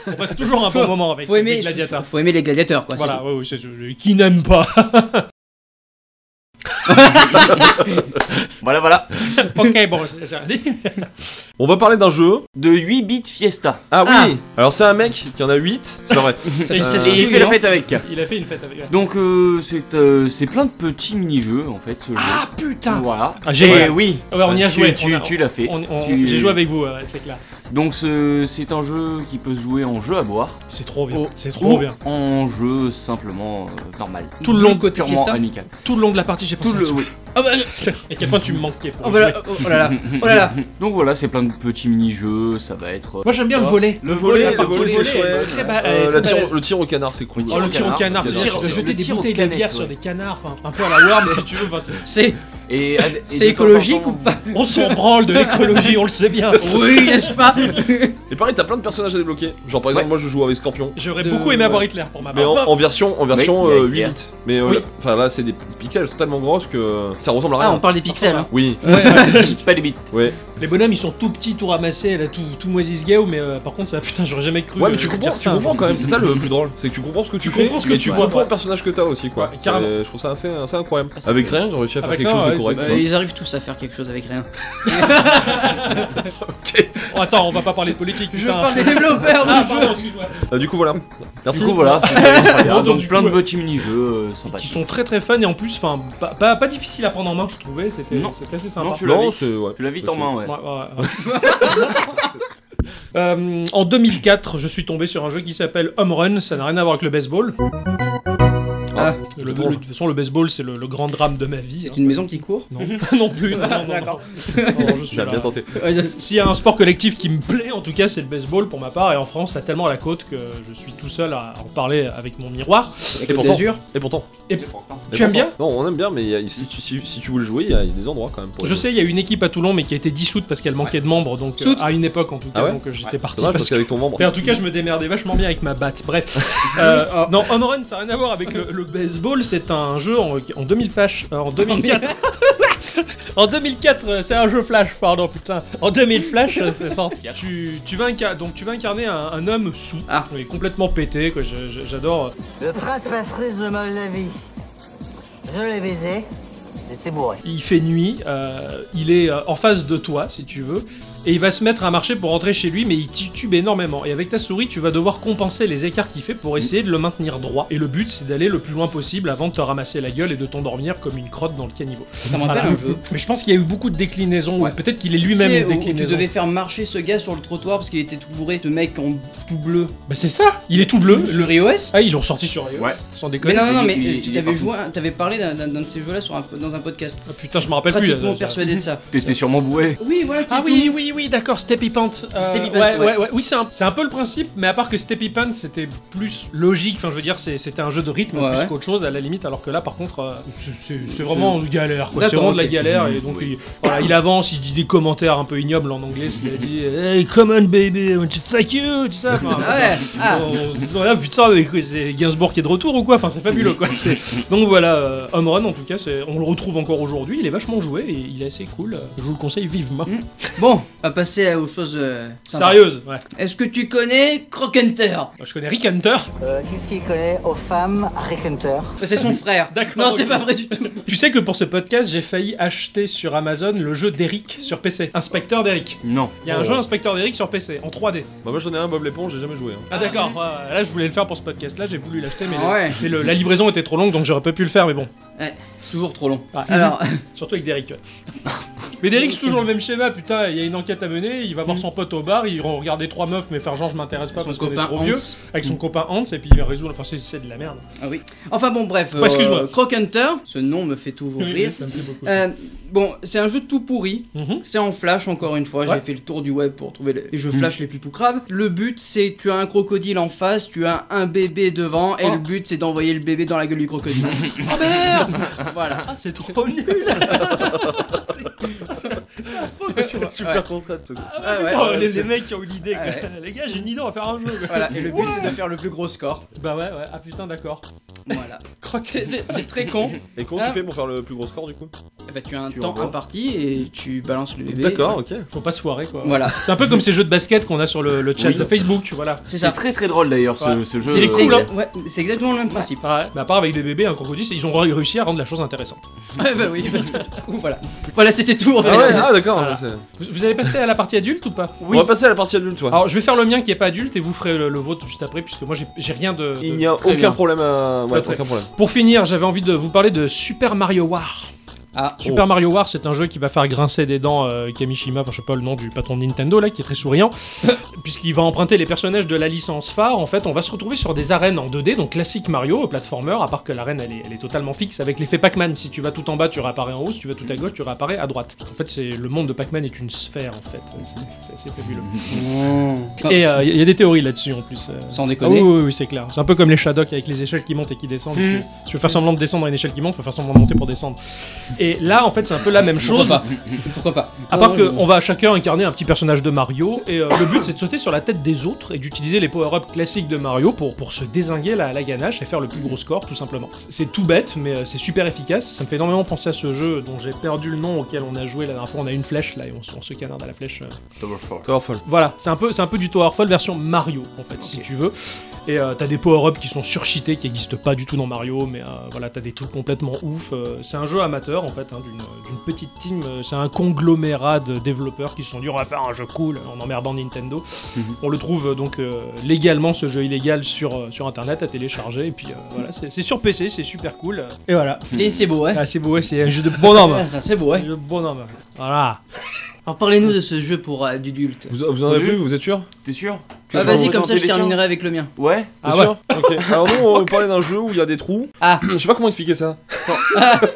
Speaker 1: On passe toujours un bon moment avec
Speaker 2: faut
Speaker 1: des
Speaker 2: aimer.
Speaker 1: gladiateurs.
Speaker 2: Faut aimer les gladiateurs, quoi. c'est
Speaker 1: voilà, ouais, ouais, c'est- euh, qui n'aime pas.
Speaker 4: Voilà, voilà.
Speaker 1: ok, bon, j'ai- j'ai rien dit.
Speaker 3: On va parler d'un jeu.
Speaker 4: De 8 bits Fiesta.
Speaker 3: Ah oui
Speaker 2: Ah.
Speaker 3: Alors c'est un mec qui en a 8, c'est pas vrai.
Speaker 2: tout. Ça-
Speaker 1: Et
Speaker 2: ça
Speaker 1: c'est-
Speaker 2: se
Speaker 4: Et il
Speaker 2: couille,
Speaker 4: fait la
Speaker 2: hein.
Speaker 4: fête avec.
Speaker 1: Il a fait une fête avec.
Speaker 4: Donc euh, c'est euh, c'est plein de petits mini-jeux en fait ce jeu.
Speaker 1: Ah putain
Speaker 4: Voilà.
Speaker 1: Ah,
Speaker 4: Et
Speaker 1: génial.
Speaker 4: oui.
Speaker 1: Ouais, on y a
Speaker 4: Tu-
Speaker 1: joué,
Speaker 4: Tu,
Speaker 1: on a-
Speaker 4: tu l'as fait.
Speaker 1: On- on-
Speaker 4: Tu-
Speaker 1: J'ai joué avec vous, euh, c'est clair.
Speaker 4: Donc ce- c'est un jeu qui peut se jouer en jeu à boire
Speaker 1: C'est trop bien.
Speaker 2: Oh.
Speaker 1: C'est trop
Speaker 4: ou
Speaker 1: bien.
Speaker 4: en jeu simplement euh, normal.
Speaker 1: Tout le long
Speaker 4: Purement
Speaker 2: côté Fiesta
Speaker 4: amical.
Speaker 1: Tout le long de la partie, j'ai pensé.
Speaker 4: Tout le
Speaker 1: à
Speaker 4: oui.
Speaker 2: Ah bah,
Speaker 1: ça. Et à quel point tu me manquais pour
Speaker 2: oh bah là,
Speaker 1: jouer.
Speaker 2: oh, oh là là. Oh là là.
Speaker 4: Donc voilà, c'est plein de petits mini-jeux, ça va être euh,
Speaker 1: Moi, j'aime bien le volet.
Speaker 3: Le
Speaker 1: volet,
Speaker 3: volet,
Speaker 1: la partie
Speaker 3: le volet,
Speaker 1: volet,
Speaker 3: c'est chouette.
Speaker 1: très ba-
Speaker 3: Euh,
Speaker 1: elle est
Speaker 3: la
Speaker 1: très
Speaker 3: tir-
Speaker 1: balèze.
Speaker 3: le tir au canard, c'est cool.
Speaker 1: Oh, le tir au canard,
Speaker 4: Le
Speaker 1: c'est
Speaker 4: tir-
Speaker 1: sûr, de
Speaker 4: le
Speaker 1: jeter des
Speaker 4: tir aux
Speaker 1: bouteilles de bière
Speaker 4: canettes,
Speaker 1: sur
Speaker 4: ouais.
Speaker 1: des canards, enfin, un peu à la Worm si tu veux. enfin, c'est-
Speaker 2: C'est
Speaker 4: Et, et
Speaker 2: c'est
Speaker 4: de temps en
Speaker 2: écologique
Speaker 4: temps,
Speaker 2: ou pas
Speaker 1: on s'en branle de l'écologie, on le sait bien.
Speaker 2: Oui, n'est-ce pas
Speaker 3: Et pareil, t'as plein de personnages à débloquer. Genre par exemple, moi je joue avec Scorpion.
Speaker 1: J'aurais
Speaker 2: De-
Speaker 1: beaucoup aimé avoir Hitler pour ma
Speaker 3: Mais
Speaker 1: part.
Speaker 3: en, en version, en version
Speaker 4: il y a-
Speaker 3: euh,
Speaker 4: il
Speaker 3: 8
Speaker 4: y a-
Speaker 3: bits. Mais euh,
Speaker 1: Oui.
Speaker 3: la- enfin là, c'est des pixels tellement grosses que ça ressemble à
Speaker 2: Ah, on
Speaker 3: rien.
Speaker 2: parle des pixels. hein.
Speaker 3: Oui,
Speaker 1: Ouais, ouais.
Speaker 4: Pas des bites.
Speaker 3: ouais.
Speaker 1: Les bonhommes ils sont tout petits, tout ramassés, là, tout, tout moisis gay, mais euh, par contre ça putain j'aurais jamais cru.
Speaker 3: Ouais,
Speaker 1: euh,
Speaker 3: mais tu
Speaker 1: dire
Speaker 3: comprends,
Speaker 1: ça,
Speaker 3: tu
Speaker 1: hein.
Speaker 3: comprends quand même, c'est ça le plus drôle. C'est que tu comprends ce que tu,
Speaker 1: Tu
Speaker 3: fais,
Speaker 1: comprends ce que
Speaker 3: mais
Speaker 1: tu
Speaker 3: tu
Speaker 1: vois,
Speaker 3: comprends
Speaker 1: ouais.
Speaker 3: le personnage que t'as aussi quoi.
Speaker 1: Ouais, carrément. Ah,
Speaker 3: Et je trouve ça assez, assez incroyable. Avec rien, j'aurais réussi à faire
Speaker 1: Avec
Speaker 3: quelque
Speaker 1: rien,
Speaker 3: chose
Speaker 1: ouais,
Speaker 3: de correct.
Speaker 2: Bah,
Speaker 3: quoi.
Speaker 2: ils arrivent tous à faire quelque chose avec rien.
Speaker 1: Oh, attends, on va pas parler de politique,
Speaker 2: Je
Speaker 1: putain.
Speaker 2: parle des développeurs
Speaker 1: Ah,
Speaker 2: du
Speaker 1: pardon,
Speaker 2: jeu.
Speaker 1: excuse-moi.
Speaker 3: Euh, du coup voilà. Merci.
Speaker 4: Du coup voilà, c'est- voilà,
Speaker 1: Non, donc,
Speaker 4: donc
Speaker 1: du
Speaker 4: plein
Speaker 1: coup,
Speaker 4: de petits mini-jeux euh, sympas.
Speaker 1: Qui sont très très fun et en plus, enfin, pas, pas, pas difficile à prendre en main, je trouvais, c'était
Speaker 4: Non.
Speaker 1: c'était assez sympa.
Speaker 4: Non, tu l'as
Speaker 3: Non,
Speaker 4: vite.
Speaker 3: c'est ouais.
Speaker 4: Tu l'as vite en main, ouais.
Speaker 1: Ouais, ouais, ouais. Euh, en 2004, je suis tombé sur un jeu qui s'appelle Home Run. Ça n'a rien à voir avec le baseball.
Speaker 2: Ah,
Speaker 1: Le- le- de toute façon, le baseball, c'est le, le grand drame de ma vie.
Speaker 2: C'est
Speaker 1: hein.
Speaker 2: une maison qui court.
Speaker 1: Non, non plus. non, non, non, non.
Speaker 2: D'accord.
Speaker 1: Non, je
Speaker 3: Tu
Speaker 1: suis
Speaker 3: l'as
Speaker 1: là.
Speaker 3: bien tenté.
Speaker 1: S'il y a un sport collectif qui me plaît, en tout cas, c'est le baseball pour ma part. Et en France, ça tellement à la côte que je suis tout seul à en parler avec mon miroir.
Speaker 2: Avec
Speaker 3: Et
Speaker 2: le
Speaker 3: pourtant-
Speaker 2: d'Azur.
Speaker 3: Et pourtant. Et
Speaker 1: Tu aimes
Speaker 3: pourtant.
Speaker 1: bien
Speaker 3: Non, on aime bien, mais il y a- si, tu, si- si tu veux le jouer, il y, a il y a des endroits quand même. Pour
Speaker 1: Je
Speaker 3: le jouer.
Speaker 1: sais, il y a eu une équipe à Toulon, mais qui a été dissoute parce qu'elle manquait de membres. Donc, euh,
Speaker 2: Dissoute
Speaker 1: à une époque, en tout cas,
Speaker 3: Ah ouais
Speaker 1: donc euh, j'étais parti.
Speaker 3: Dommage
Speaker 1: parce
Speaker 3: parce qu'avec ton membre.
Speaker 1: Mais en tout cas, je me démerdais vachement bien avec ma batte. Bref. Euh,
Speaker 2: Oh.
Speaker 1: Non, Home Run, ça n'a rien à voir avec le, le baseball. C'est un jeu en, en 2000 flash. euh, en 2004. En 2004, euh, c'est un jeu flash, pardon, putain. En 2000 flash, euh, c'est sorti. Tu, tu vas inca- donc tu vas incarner un, un homme sous,
Speaker 2: Ah.
Speaker 1: Oui, complètement pété, que je- je- j'adore. euh,
Speaker 8: Le prince Patrice de Moldavie. Je l'ai baisé, j'étais bourré.
Speaker 1: Il fait nuit, euh, il est euh, en face de toi, si tu veux, et il va se mettre à marcher pour rentrer chez lui, mais il titube énormément. Et avec ta souris, tu vas devoir compenser les écarts qu'il fait pour essayer de le maintenir droit. Et le but, c'est d'aller le plus loin possible avant de te ramasser la gueule et de t'endormir comme une crotte dans le caniveau.
Speaker 2: Ça me rappelle
Speaker 1: Voilà.
Speaker 2: un jeu.
Speaker 1: Mais je pense qu'il y a eu beaucoup de déclinaisons, ou
Speaker 2: Ouais.
Speaker 1: peut-être qu'il est lui-même
Speaker 2: Tu sais,
Speaker 1: une
Speaker 2: où- où Tu
Speaker 1: déclinaison.
Speaker 2: devais faire marcher ce gars sur le trottoir parce qu'il était tout bourré, ce mec en tout bleu.
Speaker 1: Bah c'est ça, il est tout bleu.
Speaker 2: Le
Speaker 1: Le...
Speaker 2: iOS
Speaker 1: Ah, ils l'ont sorti sur iOS,
Speaker 4: Ouais.
Speaker 1: sans
Speaker 2: mais
Speaker 1: déconner.
Speaker 2: non, non, non, mais euh,
Speaker 4: il- il-
Speaker 2: tu
Speaker 4: il est
Speaker 2: t'avais
Speaker 4: partout.
Speaker 2: joué, un- t'avais parlé d'un- d'un d'un de ces jeux-là sur un- dans un podcast.
Speaker 1: Ah, putain, je me rappelle plus.
Speaker 2: Pratiquement
Speaker 1: ça- Ah, ça-
Speaker 2: persuadé de ça.
Speaker 4: T'étais sûrement bourré.
Speaker 2: Oui, voilà.
Speaker 1: Ah oui, oui, oui, d'accord, Steppy Pant. Euh,
Speaker 2: Steppy Pants,
Speaker 1: ouais, ouais,
Speaker 2: ouais.
Speaker 1: ouais. Oui, c'est un, c'est un peu le principe, mais à part que Steppy Pant, c'était plus logique. Enfin, je veux dire, c'est- c'était un jeu de rythme
Speaker 2: Ouais,
Speaker 1: plus
Speaker 2: ouais.
Speaker 1: qu'autre chose, à la limite, alors que là, par contre, euh, c'est- c'est c'est vraiment une galère. quoi. C'est
Speaker 2: D'accord,
Speaker 1: vraiment de la
Speaker 2: ok.
Speaker 1: galère,
Speaker 4: Mmh,
Speaker 1: et donc,
Speaker 4: oui.
Speaker 1: il, voilà, il avance, il dit des commentaires un peu ignobles en anglais, il dit « Hey, come on, baby, I want to fuck you », tout ça. Enfin,
Speaker 2: Ah ouais, ah.
Speaker 1: on- on se dit, Ah, putain, mais quoi, c'est Gainsbourg qui est de retour ou quoi Enfin, c'est fabuleux, quoi. C'est- Donc voilà, euh, Home Run, en tout cas, c'est- on le retrouve encore aujourd'hui, il est vachement joué, et il est assez cool. Je vous le conseille vivement.
Speaker 2: Mm, Bon, on va passer à- aux choses euh, sympas.
Speaker 1: Sérieuse, ouais.
Speaker 2: Est-ce que tu connais Croquenter
Speaker 1: Je connais Rick Hunter.
Speaker 8: Euh, Qu'est-ce qu'il connaît aux femmes Rick Hunter
Speaker 2: C'est son frère. Non,
Speaker 1: D'accord,
Speaker 2: c'est
Speaker 1: ok.
Speaker 2: pas vrai du tout.
Speaker 1: Tu sais que pour ce podcast, j'ai failli acheter sur Amazon le jeu d'Eric sur PC. Inspecteur d'Eric.
Speaker 4: Non.
Speaker 1: Il y a un
Speaker 3: Oh.
Speaker 1: jeu Inspecteur d'Eric sur PC, en 3D.
Speaker 3: Bah, moi j'en ai un, Bob l'éponge, j'ai jamais joué. hein.
Speaker 1: Ah d'accord, ouais, là je voulais le faire pour ce podcast, là j'ai voulu l'acheter, mais,
Speaker 2: Ah ouais.
Speaker 1: mais le- la livraison était trop longue, donc j'aurais pas pu le faire, mais bon.
Speaker 2: Toujours trop long.
Speaker 1: Ouais.
Speaker 2: Alors,
Speaker 1: Surtout avec Derrick. ouais. mais Derrick, c'est toujours le même schéma, putain, il y a une enquête à mener, il va voir son pote au bar, il va regarder trois meufs, mais faire genre je m'intéresse pas
Speaker 2: Hmm. son
Speaker 1: parce qu'on est
Speaker 2: copain
Speaker 1: trop
Speaker 2: Hans. Hmm.
Speaker 1: vieux, avec son copain Hans, et puis il va résoudre, enfin c'est- c'est de la merde.
Speaker 2: Ah oui. Enfin bon, bref.
Speaker 1: Bah, excuse-moi.
Speaker 2: Croquenter, ce nom me fait toujours rire.
Speaker 1: ça me fait beaucoup.
Speaker 2: Euh, bon, c'est un jeu tout pourri.
Speaker 1: Mhm.
Speaker 2: C'est en flash encore une fois,
Speaker 1: Ouais.
Speaker 2: j'ai fait le tour du web pour trouver les les jeux flash les plus poucraves. Le but c'est tu as un crocodile en face, tu as un bébé devant et
Speaker 1: Oh.
Speaker 2: le but c'est d'envoyer le bébé Oh, dans la gueule du crocodile.
Speaker 1: Oh merde
Speaker 2: voilà.
Speaker 1: Ah c'est trop nul
Speaker 3: C'est un super concept.
Speaker 2: Ah ouais,
Speaker 1: Putain,
Speaker 2: ouais,
Speaker 1: les,
Speaker 2: c'est-
Speaker 1: les mecs qui ont une idée. quoi.
Speaker 2: Ah
Speaker 1: Les gars, j'ai une idée, on va faire un jeu. quoi.
Speaker 2: Voilà, et le but c'est de faire le plus gros score.
Speaker 1: Bah ouais, ouais. Ah putain, d'accord.
Speaker 2: Voilà.
Speaker 1: Croque,
Speaker 2: C'est- C'est c'est très con.
Speaker 3: Et comment
Speaker 2: Ah.
Speaker 3: tu fais pour faire le plus gros score du coup
Speaker 2: Eh ben, tu as un
Speaker 4: Tu
Speaker 2: temps
Speaker 4: envoies.
Speaker 2: imparti et tu balances le bébé.
Speaker 3: D'accord, ok.
Speaker 1: Faut pas se foirer quoi.
Speaker 2: Voilà.
Speaker 1: C'est un peu comme ces jeux de basket qu'on a sur le, le chat
Speaker 4: Oui.
Speaker 1: de Facebook, tu vois là.
Speaker 2: C'est
Speaker 4: C'est
Speaker 2: ça.
Speaker 4: très très drôle d'ailleurs
Speaker 1: Ouais.
Speaker 4: ce, ce jeu.
Speaker 1: C'est les
Speaker 4: euh,
Speaker 2: C'est
Speaker 1: cool, hein.
Speaker 2: exa- ouais, c'est exactement le même principe.
Speaker 1: Ouais, bah à part avec les bébés, un crocodile, c'est- ils ont réussi à rendre la chose intéressante.
Speaker 2: Ah bah oui. Ouh, voilà. Voilà, c'était tout. en fait.
Speaker 3: Ah ouais, ah d'accord.
Speaker 1: Voilà.
Speaker 3: c'est-
Speaker 1: Vous, vous allez passer à la partie adulte ou pas
Speaker 3: On va passer à la partie adulte, toi.
Speaker 1: Alors je vais faire le mien qui est pas adulte et vous ferez le, le vôtre juste après puisque moi j'ai- j'ai rien de. de-
Speaker 3: Il n'y a
Speaker 4: Très
Speaker 3: aucun
Speaker 4: bien.
Speaker 3: problème à. Ouais,
Speaker 1: Très, très.
Speaker 3: aucun problème.
Speaker 1: Pour finir, j'avais envie de vous parler de Super Mario War.
Speaker 2: Ah.
Speaker 1: Super
Speaker 3: oh.
Speaker 1: Mario War, c'est un jeu qui va faire grincer des dents euh, Kamishima, enfin je sais pas le nom du patron de Nintendo là, qui est très souriant, puisqu'il va emprunter les personnages de la licence phare. En fait, on va se retrouver sur des arènes en 2D, donc classique Mario, platformer, à part que l'arène elle est, elle est totalement fixe avec l'effet Pac-Man. Si tu vas tout en bas, tu réapparais en haut, si tu vas tout à gauche, tu réapparais à droite. En fait, c'est le monde de Pac-Man est une sphère en fait, C'est- c'est assez fabuleux.
Speaker 2: Mmh.
Speaker 1: Et il y a des théories là-dessus en plus. euh,
Speaker 2: Sans
Speaker 1: ah oui,
Speaker 2: déconner.
Speaker 1: oui, oui, c'est clair. C'est un peu comme les Shadok avec les échelles qui montent et qui descendent. Si
Speaker 2: Hmm.
Speaker 1: tu- Si tu veux faire semblant de descendre à une échelle qui monte, faut faire semblant de monter pour descendre. Et là, en fait, c'est un peu la même chose.
Speaker 2: Pourquoi pas Pourquoi pas
Speaker 1: À part
Speaker 2: Oh,
Speaker 1: qu'on va chacun incarner un petit personnage de Mario. Et euh, le but, c'est de sauter sur la tête des autres et d'utiliser les power-ups classiques de Mario pour, pour se désinguer la, la ganache et faire le plus gros score, tout simplement. C'est- C'est tout bête, mais euh, c'est super efficace. Ça me fait énormément penser à ce jeu dont j'ai perdu le nom auquel on a joué la dernière fois. On a une flèche là et on, se- on se canarde à la flèche. euh,
Speaker 4: Towerfall.
Speaker 3: Tower Fall.
Speaker 1: voilà, c'est un peu, c'est un peu du Towerfall version Mario en fait, si tu veux. Et euh, t'as des power-ups qui sont surcheatés, qui n'existent pas du tout dans Mario, mais euh, voilà, t'as des trucs complètement ouf. Euh, c'est un jeu amateur en fait, hein, d'une, d'une petite team. Euh, C'est un conglomérat de développeurs qui se sont dit on va faire un jeu cool en emmerdant Nintendo. On le trouve euh, donc euh, légalement ce jeu illégal sur, euh, sur internet à télécharger. Et puis euh, voilà, c'est, c'est sur PC, c'est super cool. Et voilà,
Speaker 2: Putain, c'est beau, ouais.
Speaker 1: Ah, c'est beau, ouais, c'est un jeu de bonhomme.
Speaker 2: Ah, ça, c'est beau,
Speaker 1: Un
Speaker 2: ouais.
Speaker 1: jeu de bonhomme. Voilà.
Speaker 2: Alors parlez-nous de ce jeu pour euh, adultes.
Speaker 3: Vous, vous en avez
Speaker 4: Oui.
Speaker 3: plus, vous êtes sûr
Speaker 4: T'es sûr Tu
Speaker 2: Ah,
Speaker 4: veux
Speaker 2: vas-y,
Speaker 4: retenter
Speaker 2: comme ça je
Speaker 4: les tiens
Speaker 2: terminerai avec le mien.
Speaker 4: Ouais.
Speaker 3: T'es
Speaker 1: Ah
Speaker 3: sûr Ok. Alors nous, on parlait d'un jeu où il y a des trous.
Speaker 2: Ah.
Speaker 3: Je sais pas comment expliquer ça.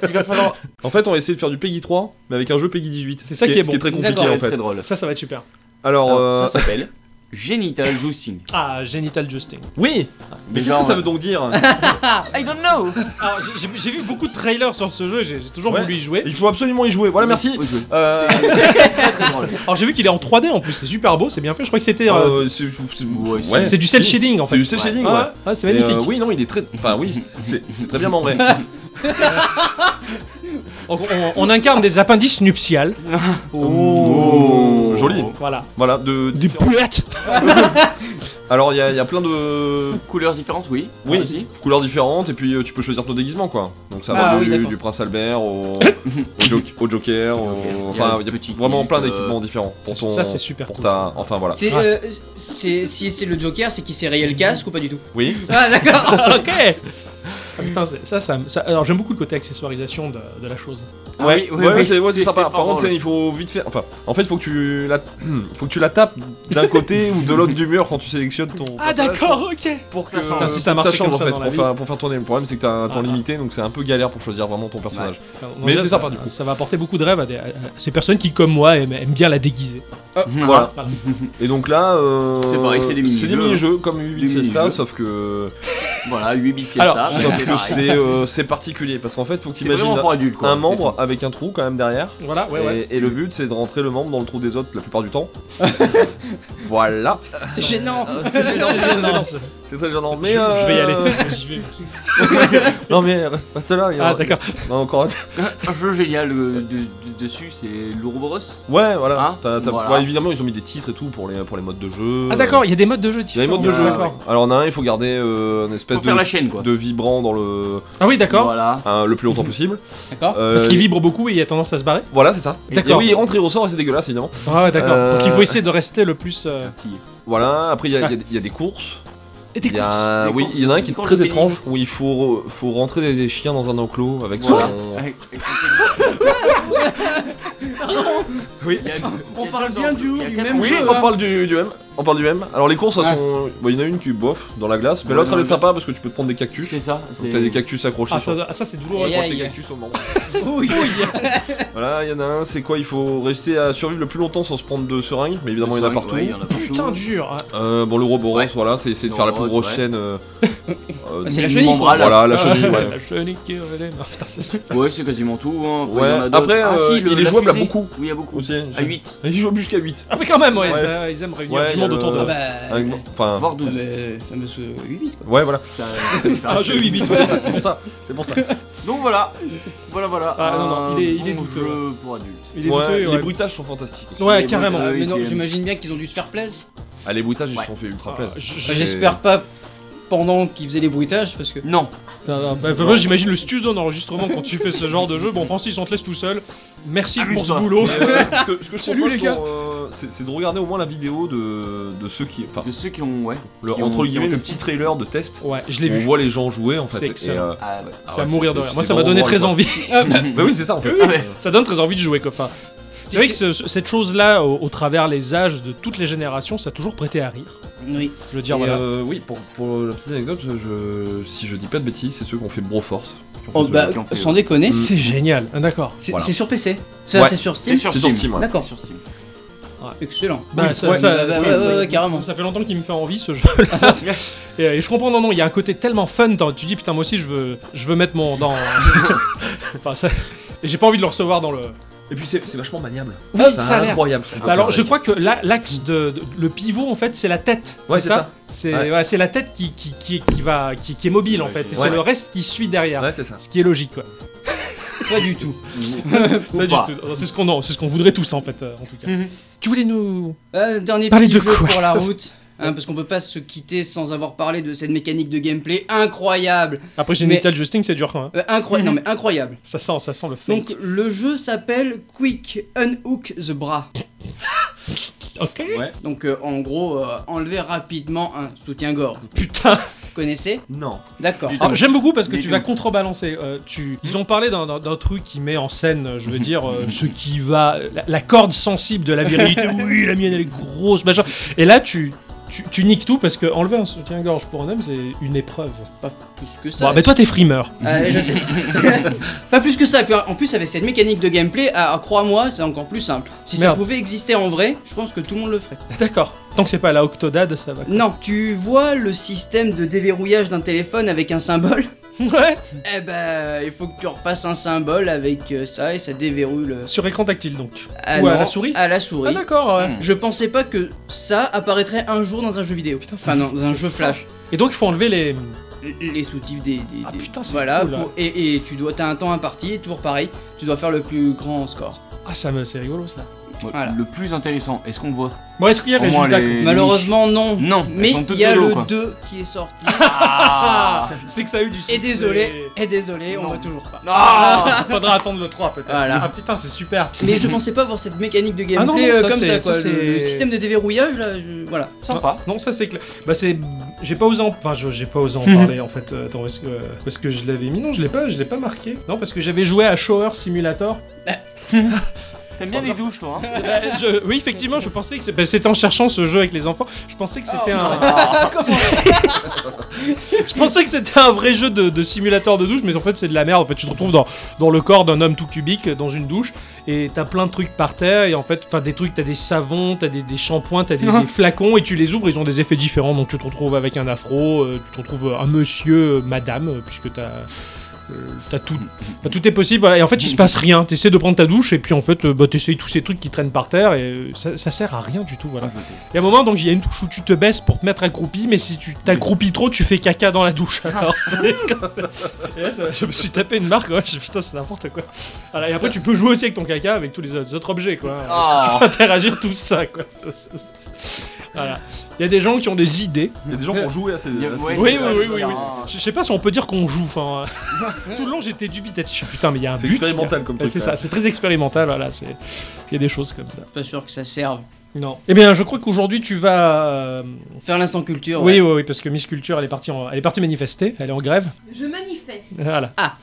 Speaker 4: Il va falloir.
Speaker 3: En fait, on a essayé de faire du Peggy 3, mais avec un jeu Peggy 18.
Speaker 1: C'est ça qui est bon.
Speaker 3: Ce qui est très compliqué
Speaker 4: D'accord,
Speaker 3: en fait.
Speaker 4: Très drôle.
Speaker 1: Ça, ça va être super.
Speaker 3: Alors,
Speaker 4: Alors,
Speaker 3: euh,
Speaker 4: Ça s'appelle Genital Jousting.
Speaker 1: Ah, Genital Justing.
Speaker 3: oui. Mais qu'est-ce
Speaker 4: genre,
Speaker 3: que ça
Speaker 4: euh,
Speaker 3: veut donc dire
Speaker 4: I don't know.
Speaker 1: Alors, j'ai- j'ai j'ai vu beaucoup de trailers sur ce jeu, j'ai j'ai toujours
Speaker 3: Ouais.
Speaker 1: voulu y jouer.
Speaker 3: Il faut absolument y jouer. Voilà, merci.
Speaker 4: Au jeu.
Speaker 3: Euh,
Speaker 4: Très très drôle.
Speaker 1: Alors j'ai vu qu'il est en 3D en plus, c'est super beau, c'est bien fait, je crois que c'était... euh,
Speaker 3: euh, c'est c'est-
Speaker 4: Ouais, c'est-
Speaker 3: ouais.
Speaker 1: c'est du cel shading en
Speaker 3: C'est
Speaker 1: fait.
Speaker 3: du cel shading, ouais.
Speaker 1: Ouais, ouais, c'est
Speaker 3: Et,
Speaker 1: magnifique.
Speaker 3: euh, oui, non, il est très. Enfin, oui, c'est c'est très bien membré.
Speaker 1: On, on- on incarne des appendices nuptiales.
Speaker 4: Oh.
Speaker 3: Joli.
Speaker 1: Voilà.
Speaker 3: Voilà, de.
Speaker 1: Des poulettes
Speaker 3: Alors, il y, a- il y a plein de
Speaker 4: Couleurs différentes, oui.
Speaker 3: Oui.
Speaker 4: Ah, si.
Speaker 3: couleurs différentes, et puis euh, tu peux choisir ton déguisement, quoi. Donc, ça
Speaker 2: Ah,
Speaker 3: va
Speaker 2: oui,
Speaker 3: du,
Speaker 2: d'accord.
Speaker 3: du Prince Albert au, au, jo- au Joker, au-
Speaker 4: Joker. Il y a
Speaker 3: enfin,
Speaker 4: des
Speaker 3: il y a
Speaker 4: petits
Speaker 3: vraiment
Speaker 4: kits,
Speaker 3: plein
Speaker 4: euh,
Speaker 3: d'équipements différents. Pour ton,
Speaker 1: Ça c'est super
Speaker 3: pour
Speaker 1: cool.
Speaker 3: ta.
Speaker 1: ça.
Speaker 3: Enfin, voilà.
Speaker 2: C'est, euh, c'est- si c'est le Joker, c'est qui c'est rayé le casque ou pas du tout
Speaker 3: Oui.
Speaker 2: Ah d'accord.
Speaker 1: Ah, ok Ah, putain, c'est- ça, ça, ça- Alors j'aime beaucoup le côté accessoirisation de, de la chose.
Speaker 4: Ah
Speaker 3: Ouais,
Speaker 4: oui,
Speaker 3: ouais,
Speaker 4: oui,
Speaker 3: ouais,
Speaker 4: oui.
Speaker 3: c'est ouais, c'est
Speaker 4: C'est-
Speaker 3: sympa.
Speaker 4: c'est
Speaker 3: Par
Speaker 4: fort
Speaker 3: contre,
Speaker 4: drôle.
Speaker 3: c'est- il faut vite faire. Enfin, en fait, faut que tu la, faut que tu la tapes d'un côté ou de l'autre du mur quand tu sélectionnes ton.
Speaker 1: Ah
Speaker 3: personnage.
Speaker 1: d'accord, ok
Speaker 4: Pour que
Speaker 3: Euh,
Speaker 1: Putain, si ça
Speaker 3: pour que
Speaker 1: marchait
Speaker 3: change,
Speaker 1: comme ça
Speaker 3: en fait,
Speaker 1: dans la
Speaker 3: pour,
Speaker 1: vie.
Speaker 3: faire, pour faire tourner. Le problème, c'est que t'as un temps
Speaker 1: Ah, ah.
Speaker 3: limité, donc c'est un peu galère pour choisir vraiment ton personnage.
Speaker 1: Enfin, on
Speaker 3: Mais
Speaker 1: dirait
Speaker 3: c'est
Speaker 1: ça-
Speaker 3: sympa, du coup.
Speaker 1: Ça va apporter beaucoup de rêves à, des- à- à ces personnes qui, comme moi, aiment, aiment bien la déguiser.
Speaker 3: Ah.
Speaker 4: Voilà.
Speaker 1: Voilà.
Speaker 3: Et donc là, euh,
Speaker 4: C'est pareil, c'est des mini-jeux.
Speaker 3: mini-jeux comme 8
Speaker 4: Des
Speaker 3: Fiesta,
Speaker 4: mini-jeux.
Speaker 3: sauf que
Speaker 4: Voilà, 8 bits Fiesta.
Speaker 1: Alors,
Speaker 4: mais
Speaker 3: sauf que
Speaker 4: pareil.
Speaker 3: c'est euh, c'est particulier parce qu'en fait, faut que
Speaker 4: C'est vraiment
Speaker 3: t'imagines
Speaker 4: pour adultes, quoi.
Speaker 3: un
Speaker 4: c'est
Speaker 3: membre avec un trou quand même derrière.
Speaker 1: Voilà, ouais, ouais.
Speaker 3: et, et le but, c'est de rentrer le membre dans le trou des autres la plupart du temps. voilà.
Speaker 2: C'est gênant.
Speaker 1: Ah,
Speaker 3: C'est gênant, c'est gênant.
Speaker 1: Je-
Speaker 3: C'est très gênant.
Speaker 1: je,
Speaker 3: Mais euh,
Speaker 1: vais y aller. J'y vais.
Speaker 3: non mais reste, reste là. il y a-
Speaker 1: Ah d'accord.
Speaker 3: Non, encore.
Speaker 4: tout. Un jeu génial euh, de- de- dessus, c'est l'Ouroboros.
Speaker 3: Ouais, voilà.
Speaker 4: Hein
Speaker 3: T'as- t'as-
Speaker 4: Voilà.
Speaker 3: ouais, évidemment, ils ont mis des titres et tout pour les pour les modes de jeu.
Speaker 1: Ah d'accord, il y a des modes de jeu
Speaker 3: Il y a
Speaker 1: différents.
Speaker 3: les modes de jeu.
Speaker 1: D'accord.
Speaker 3: Alors, on a un, il faut garder euh, une espèce
Speaker 4: Pour faire
Speaker 3: de
Speaker 4: la chaîne, quoi.
Speaker 3: de vibrant dans le
Speaker 1: Ah oui, d'accord.
Speaker 4: Voilà.
Speaker 3: hein, le plus longtemps possible.
Speaker 2: D'accord.
Speaker 3: Euh,
Speaker 1: Parce qu'il vibre beaucoup et il a tendance à se barrer.
Speaker 3: Voilà, c'est ça.
Speaker 1: D'accord.
Speaker 3: Et oui, il rentre, il ressort et c'est dégueulasse, évidemment.
Speaker 1: Ah ouais, d'accord.
Speaker 3: Euh,
Speaker 1: Donc il faut essayer de rester le plus. euh,
Speaker 3: Voilà, après, il y, a- il y a- il y a des courses.
Speaker 1: Et des
Speaker 3: Il y a...
Speaker 4: courses.
Speaker 3: Oui, il y en a un qui
Speaker 4: Des
Speaker 3: est
Speaker 4: courses
Speaker 3: très
Speaker 4: de
Speaker 3: étrange où il faut, faut rentrer des, des chiens dans un enclos avec
Speaker 4: Voilà.
Speaker 3: son.
Speaker 4: Avec- avec-
Speaker 3: Oui,
Speaker 4: il y a-
Speaker 2: On
Speaker 4: il y a
Speaker 2: parle
Speaker 4: deux
Speaker 2: bien
Speaker 4: angles.
Speaker 2: du haut
Speaker 4: Il y a
Speaker 2: du
Speaker 4: quatre
Speaker 2: même
Speaker 4: angles.
Speaker 3: oui
Speaker 2: jeu.
Speaker 3: on parle du, du même. On parle du même. Alors, les courses, elles
Speaker 2: Ah.
Speaker 3: sont. bon, il y en a une qui bof dans la glace, mais
Speaker 4: Ouais,
Speaker 3: l'autre,
Speaker 4: dans
Speaker 3: elle est
Speaker 4: la
Speaker 3: sympa parce que tu peux te prendre des
Speaker 4: Oui,
Speaker 3: cactus.
Speaker 4: C'est ça. c'est-
Speaker 3: Donc, t'as des cactus accrochés
Speaker 1: Ah
Speaker 3: sur.
Speaker 1: ça, ah, ça, c'est douloureux.
Speaker 2: Et
Speaker 3: accroches tes
Speaker 2: aïe, aïe.
Speaker 3: cactus au membre.
Speaker 2: Oui.
Speaker 3: voilà, il y en a un, c'est quoi Il faut rester à survivre le plus longtemps sans se prendre de seringues, mais évidemment, il y en a
Speaker 4: Ouais,
Speaker 3: partout.
Speaker 4: il y en a partout.
Speaker 1: Putain dur. Ah,
Speaker 3: Euh, bon, l'Ouroboros,
Speaker 4: Ouais.
Speaker 3: voilà, c'est essayer de faire la plus
Speaker 4: L'Ouroboros,
Speaker 3: grosse
Speaker 4: ouais.
Speaker 3: chaîne euh, euh,
Speaker 2: Ah, Bah, C'est la chenille, quoi.
Speaker 4: membrane.
Speaker 3: Voilà, la chenille, ouais.
Speaker 1: La chenille qui relève. Ah, Putain, c'est sûr.
Speaker 4: Ouais, c'est quasiment tout. Hein. Après,
Speaker 3: Ouais,
Speaker 4: il y en a d'autres.
Speaker 3: après,
Speaker 4: ah,
Speaker 3: euh,
Speaker 4: si, le,
Speaker 3: il est
Speaker 4: la
Speaker 3: jouable à
Speaker 4: fusée.
Speaker 3: beaucoup.
Speaker 4: Oui, à beaucoup.
Speaker 3: Aussi,
Speaker 4: À 8,
Speaker 3: Il joue jusqu'à 8.
Speaker 1: Ah, mais quand même, ouais,
Speaker 3: Ouais.
Speaker 1: ça- ils aiment réunir
Speaker 3: Ouais,
Speaker 1: du
Speaker 3: il y a
Speaker 1: monde autour
Speaker 3: le-
Speaker 1: de
Speaker 2: Ah
Speaker 1: eux.
Speaker 2: bah.
Speaker 3: Un- Enfin,
Speaker 4: Ah. voire 12.
Speaker 2: euh, fameuse euh, 8 quoi.
Speaker 3: ouais, voilà.
Speaker 4: Ça- c'est ça.
Speaker 1: un jeu 8 bits.
Speaker 3: Ah, C'est ça, c'est pour ça. C'est pour ça.
Speaker 4: Donc voilà, voilà, voilà.
Speaker 1: Ah, non, non,
Speaker 4: un
Speaker 1: il est- il est
Speaker 4: bon
Speaker 1: douteux,
Speaker 4: jeu pour adultes.
Speaker 1: Il est
Speaker 3: Ouais,
Speaker 1: douteux,
Speaker 3: les
Speaker 1: ouais.
Speaker 3: bruitages sont fantastiques aussi.
Speaker 1: Ouais,
Speaker 4: il est
Speaker 1: carrément.
Speaker 4: bon, Ah euh, oui,
Speaker 2: mais non,
Speaker 4: c'est-
Speaker 2: j'imagine bien qu'ils ont dû se faire plaisir.
Speaker 3: Ah, les bruitages, ils se
Speaker 4: Ouais.
Speaker 3: sont fait ultra
Speaker 1: Ah,
Speaker 3: plaisir.
Speaker 1: j-
Speaker 2: Enfin,
Speaker 1: j-
Speaker 2: J'espère pas pendant qu'ils faisaient les bruitages parce que.
Speaker 4: Non,
Speaker 1: Non, non, bah, moi, J'imagine le studio d'enregistrement quand tu fais ce genre de jeu. Bon, Francis, on te laisse tout seul. Merci pour ce
Speaker 4: Amuse-toi.
Speaker 1: boulot.
Speaker 3: Mais, euh, ce que, ce que je
Speaker 1: Salut,
Speaker 3: propose,
Speaker 1: les gars.
Speaker 3: sur, euh, c'est c'est de regarder au moins la vidéo de, de ceux qui. Enfin,
Speaker 4: de ceux qui ont. Ouais.
Speaker 3: le-
Speaker 4: qui ont-
Speaker 3: entre
Speaker 4: qui
Speaker 3: guillemets,
Speaker 4: ont
Speaker 3: le
Speaker 4: testé.
Speaker 3: petit trailer de test.
Speaker 1: Ouais, je l'ai
Speaker 3: On
Speaker 1: vu.
Speaker 3: voit les gens jouer en fait.
Speaker 1: C'est excellent.
Speaker 3: Et, euh,
Speaker 4: Ah ouais.
Speaker 3: ah
Speaker 1: C'est à
Speaker 3: ouais,
Speaker 1: mourir
Speaker 3: c'est-
Speaker 1: de rire.
Speaker 3: c'est-
Speaker 1: Moi,
Speaker 3: c'est
Speaker 1: ça m'a
Speaker 3: vraiment
Speaker 1: donné
Speaker 3: drôle,
Speaker 1: très
Speaker 3: quoi.
Speaker 1: envie.
Speaker 3: Bah oui, c'est ça en fait.
Speaker 1: Oui, oui, ça donne très envie de jouer, quoi. Enfin, c'est vrai que ce- ce- cette chose-là, au, au travers les âges de toutes les générations, ça a toujours prêté à rire.
Speaker 2: Oui.
Speaker 1: Je veux dire,
Speaker 3: Et,
Speaker 1: voilà.
Speaker 3: euh, oui, pour, pour la petite anecdote, je, si je dis pas de bêtises, c'est ceux qui ont fait Broforce. qui ont
Speaker 2: Oh,
Speaker 3: fait
Speaker 2: bah,
Speaker 4: qui ont fait,
Speaker 2: sans
Speaker 4: euh,
Speaker 2: déconner,
Speaker 3: Mm.
Speaker 1: C'est génial. Ah, D'accord.
Speaker 2: c'est
Speaker 3: Voilà.
Speaker 2: c'est sur PC. Ça,
Speaker 3: Ouais.
Speaker 2: c'est sur
Speaker 4: C'est
Speaker 2: Steam.
Speaker 4: sur
Speaker 3: C'est sur
Speaker 4: Steam.
Speaker 3: Steam, ouais.
Speaker 2: D'accord.
Speaker 4: C'est sur Steam.
Speaker 2: Excellent.
Speaker 1: Bah,
Speaker 2: Oui,
Speaker 1: ça-
Speaker 2: ouais,
Speaker 1: ça-
Speaker 2: bah, bah,
Speaker 1: ça-
Speaker 2: ouais,
Speaker 1: ça-
Speaker 2: ouais, ouais, carrément.
Speaker 1: Ça fait longtemps qu'il me fait envie ce jeu-là. et, et je comprends, non, non, il y a un côté tellement fun. t'en- Tu dis, putain, moi aussi, je veux, je veux mettre mon. Dans... enfin, ça- et j'ai pas envie de le recevoir dans le.
Speaker 3: Et puis c'est c'est vachement maniable.
Speaker 1: Oui,
Speaker 3: C'est
Speaker 1: ça a l'air.
Speaker 3: incroyable. ce qu'on peut
Speaker 1: Bah, alors,
Speaker 3: faire
Speaker 1: je
Speaker 3: avec.
Speaker 1: crois que la- l'axe de, de- le pivot en fait, c'est la tête.
Speaker 3: Ouais, c'est ça.
Speaker 1: C'est
Speaker 3: Ouais.
Speaker 1: ouais, c'est la tête qui qui, qui, qui va qui, qui est mobile en
Speaker 4: Ouais,
Speaker 1: fait, et
Speaker 4: qui-
Speaker 1: c'est
Speaker 3: Ouais.
Speaker 1: le reste qui suit derrière.
Speaker 3: Ouais, c'est ça.
Speaker 1: Ce qui est logique, quoi.
Speaker 2: Pas du tout.
Speaker 4: Ou
Speaker 1: Pas du
Speaker 4: pas.
Speaker 1: tout. C'est ce qu'on non, c'est ce qu'on voudrait tous en fait, euh, en tout cas. Tu voulais nous
Speaker 2: Euh, dernier
Speaker 1: Parler
Speaker 2: petit
Speaker 1: de
Speaker 2: jeu
Speaker 1: quoi
Speaker 2: pour la route. hein, parce qu'on peut pas se quitter sans avoir parlé de cette mécanique de gameplay incroyable.
Speaker 1: après Genital Justing, c'est dur quand même.
Speaker 2: Euh, incro- Non mais incroyable.
Speaker 1: Ça sent ça sent le Mhm. fake.
Speaker 2: Donc le jeu s'appelle Quick Unhook the Bra.
Speaker 1: ok.
Speaker 2: Donc euh, en gros, euh, enlever rapidement un soutien-gorge.
Speaker 1: Putain.
Speaker 2: Vous connaissez
Speaker 3: Non.
Speaker 2: D'accord.
Speaker 4: Du
Speaker 1: Alors, J'aime beaucoup parce que
Speaker 4: Mais
Speaker 1: tu
Speaker 4: tu-
Speaker 1: vas contrebalancer. euh, tu... Ils ont parlé d'un- d'un d'un truc qui met en scène, je veux dire, euh, ce qui va. La, la corde sensible de la virilité. oui, la mienne, elle est grosse, machin. Et là, tu. Tu, tu niques tout parce que enlever un soutien-gorge pour un homme c'est une épreuve.
Speaker 2: Pas plus que ça.
Speaker 1: Bon, bah, mais toi t'es frimeur.
Speaker 2: Euh, je sais. pas plus que ça. Et puis, en plus, avec cette mécanique de gameplay, ah, ah, crois-moi, c'est encore plus simple. Si
Speaker 1: Merde.
Speaker 2: ça pouvait exister en vrai, je pense que tout le monde le ferait.
Speaker 1: D'accord. Tant que c'est pas la octodade, ça va.
Speaker 2: Non, tu vois le système de déverrouillage d'un téléphone avec un symbole
Speaker 1: Ouais.
Speaker 2: Eh ben, il faut que tu refasses un symbole avec euh, ça et ça déverrouille le.
Speaker 1: Sur écran tactile donc.
Speaker 2: Ah
Speaker 1: Ou à
Speaker 2: non,
Speaker 1: la souris
Speaker 2: À la souris.
Speaker 1: Ah d'accord. ouais.
Speaker 4: Mm.
Speaker 2: je pensais pas que ça apparaîtrait un jour dans un jeu vidéo.
Speaker 1: Putain, c'est-
Speaker 2: enfin, non, dans un
Speaker 1: c'est
Speaker 2: jeu flash.
Speaker 1: Et donc il faut enlever les.
Speaker 2: Les soutifs des. des-
Speaker 1: Ah,
Speaker 2: des-
Speaker 1: putain, c'est
Speaker 2: Voilà,
Speaker 1: cool, là.
Speaker 2: pour- et, et tu dois. T'as un temps imparti, et toujours pareil, tu dois faire le plus grand score.
Speaker 1: Ah ça me c'est rigolo ça.
Speaker 4: Ouais,
Speaker 2: Voilà.
Speaker 4: Le plus intéressant, est-ce qu'on le voit
Speaker 1: Bon est-ce qu'il y a
Speaker 4: Au moins,
Speaker 1: résultat
Speaker 4: les- Et
Speaker 2: Malheureusement, non.
Speaker 4: Non, elles
Speaker 2: Mais
Speaker 4: sont
Speaker 2: il
Speaker 4: toutes
Speaker 2: y a
Speaker 4: de l'eau,
Speaker 2: le
Speaker 4: quoi.
Speaker 2: 2 qui est sorti.
Speaker 4: Ah
Speaker 1: quoi C'est que ça a eu du succès.
Speaker 2: et désolé, et désolé, on
Speaker 4: Non.
Speaker 2: voit toujours pas.
Speaker 4: Ah
Speaker 1: Faudra attendre le 3 peut-être.
Speaker 2: Voilà.
Speaker 1: Ah putain c'est super.
Speaker 2: Mais je pensais pas voir cette mécanique de gameplay
Speaker 1: Ah non, non,
Speaker 2: euh,
Speaker 1: ça,
Speaker 2: comme ça,
Speaker 1: c'est-
Speaker 2: quoi.
Speaker 1: ça,
Speaker 2: le, le
Speaker 1: c'est-
Speaker 2: système de déverrouillage, là, je- voilà.
Speaker 4: Sympa.
Speaker 1: Non ça c'est clair. Bah c'est j'ai pas osé en enfin je- j'ai pas osé en parler en fait euh, attends, parce que parce que je l'avais mis non je l'ai pas je l'ai pas marqué non parce que j'avais joué à Shower Simulator.
Speaker 4: T'aimes bien les douches, toi hein
Speaker 1: Bah, je- oui effectivement je pensais que c'est- bah, c'était en cherchant ce jeu avec les enfants je pensais que c'était
Speaker 2: Oh,
Speaker 1: un
Speaker 4: Ah,
Speaker 1: Je pensais que c'était un vrai jeu de, de simulateur de douche, mais en fait c'est de la merde. En fait, tu te retrouves dans, dans le corps d'un homme tout cubique, euh, dans une douche, et t'as plein de trucs par terre, et en fait, enfin des trucs, t'as des savons, t'as des, des shampoings, t'as des, des flacons, et tu les ouvres, ils ont des effets différents. Donc tu te retrouves avec un afro, euh, tu te retrouves un monsieur, euh, madame, euh, puisque t'as. euh, T'as tout, enfin, tout est possible, voilà. et en fait il se passe rien. T'essaies de prendre ta douche, et puis en fait euh, bah, t'essayes tous ces trucs qui traînent par terre, et euh, ça, ça sert à rien du tout. Voilà. Il y a un moment, donc il y a une touche où tu te baisses pour te mettre accroupi, mais si tu t'accroupis trop, tu fais caca dans la douche. Alors, c'est- Et là, ça- je me suis tapé une marque, ouais, je- putain, c'est n'importe quoi. Voilà, et après, tu peux jouer aussi avec ton caca, avec tous les autres, autres objets, quoi. Tu
Speaker 4: Ah.
Speaker 1: peux interagir tout ça, quoi. Voilà. Il y a des gens qui ont des idées.
Speaker 3: Il y a des gens pour jouer à ces.
Speaker 4: Il y a-
Speaker 3: à ces-
Speaker 4: ouais,
Speaker 1: Oui,
Speaker 4: c'est
Speaker 1: oui,
Speaker 4: ça,
Speaker 1: oui,
Speaker 4: le
Speaker 1: oui,
Speaker 4: dire,
Speaker 1: oui.
Speaker 4: hein.
Speaker 1: Je sais pas si on peut dire qu'on joue, enfin. euh, tout le long, j'étais dubitatif. Putain, mais il y a un
Speaker 3: C'est
Speaker 1: but. il y a-
Speaker 3: expérimental comme
Speaker 1: Ouais,
Speaker 3: truc.
Speaker 1: C'est ça, c'est très expérimental, voilà. c'est- Il y a des choses comme ça.
Speaker 2: Pas sûr que ça serve.
Speaker 1: Non. Eh bien, je crois qu'aujourd'hui, tu vas. euh,
Speaker 2: Faire l'instant culture. ouais.
Speaker 1: Oui, oui, oui, parce que Miss Culture, elle est partie, en- elle est partie manifester, elle est en grève.
Speaker 6: Je manifeste.
Speaker 1: Voilà.
Speaker 2: Ah.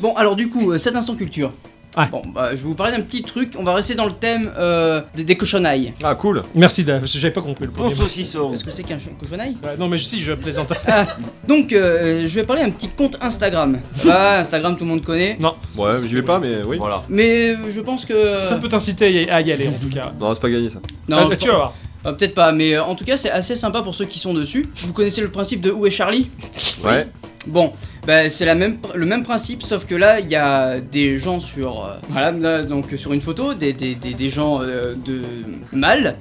Speaker 2: Bon, alors du coup, euh, cet instant culture.
Speaker 1: Ouais.
Speaker 2: Bon, bah, je vais vous parler d'un petit truc. On va rester dans le thème euh, des, des cochonailles.
Speaker 3: Ah, cool.
Speaker 1: Merci, Dave, parce que j'avais pas compris le
Speaker 4: Bon
Speaker 1: premier.
Speaker 4: saucisson
Speaker 2: Est-ce que c'est qu'un ch- cochonaille
Speaker 1: Ouais, non, mais si, je plaisante.
Speaker 2: Donc, euh, je vais parler d'un petit compte Instagram. Ah, Instagram, tout le monde connaît.
Speaker 3: Ouais, j'y vais pas, mais oui.
Speaker 4: Voilà.
Speaker 2: Mais euh, je pense que.
Speaker 1: Ça peut t'inciter à y- à y aller, en tout cas.
Speaker 3: Non, c'est pas gagné ça.
Speaker 1: Ah,
Speaker 2: Non,
Speaker 1: bah,
Speaker 2: je-
Speaker 1: tu vas voir.
Speaker 2: euh, peut-être pas, mais euh, en tout cas, c'est assez sympa pour ceux qui sont dessus. Vous connaissez le principe de Où est Charlie
Speaker 3: Ouais.
Speaker 2: Bon, bah, c'est la même, le même principe, sauf que là, il y a des gens sur, euh, voilà, là, donc sur une photo, des, des, des, des gens euh, de mal,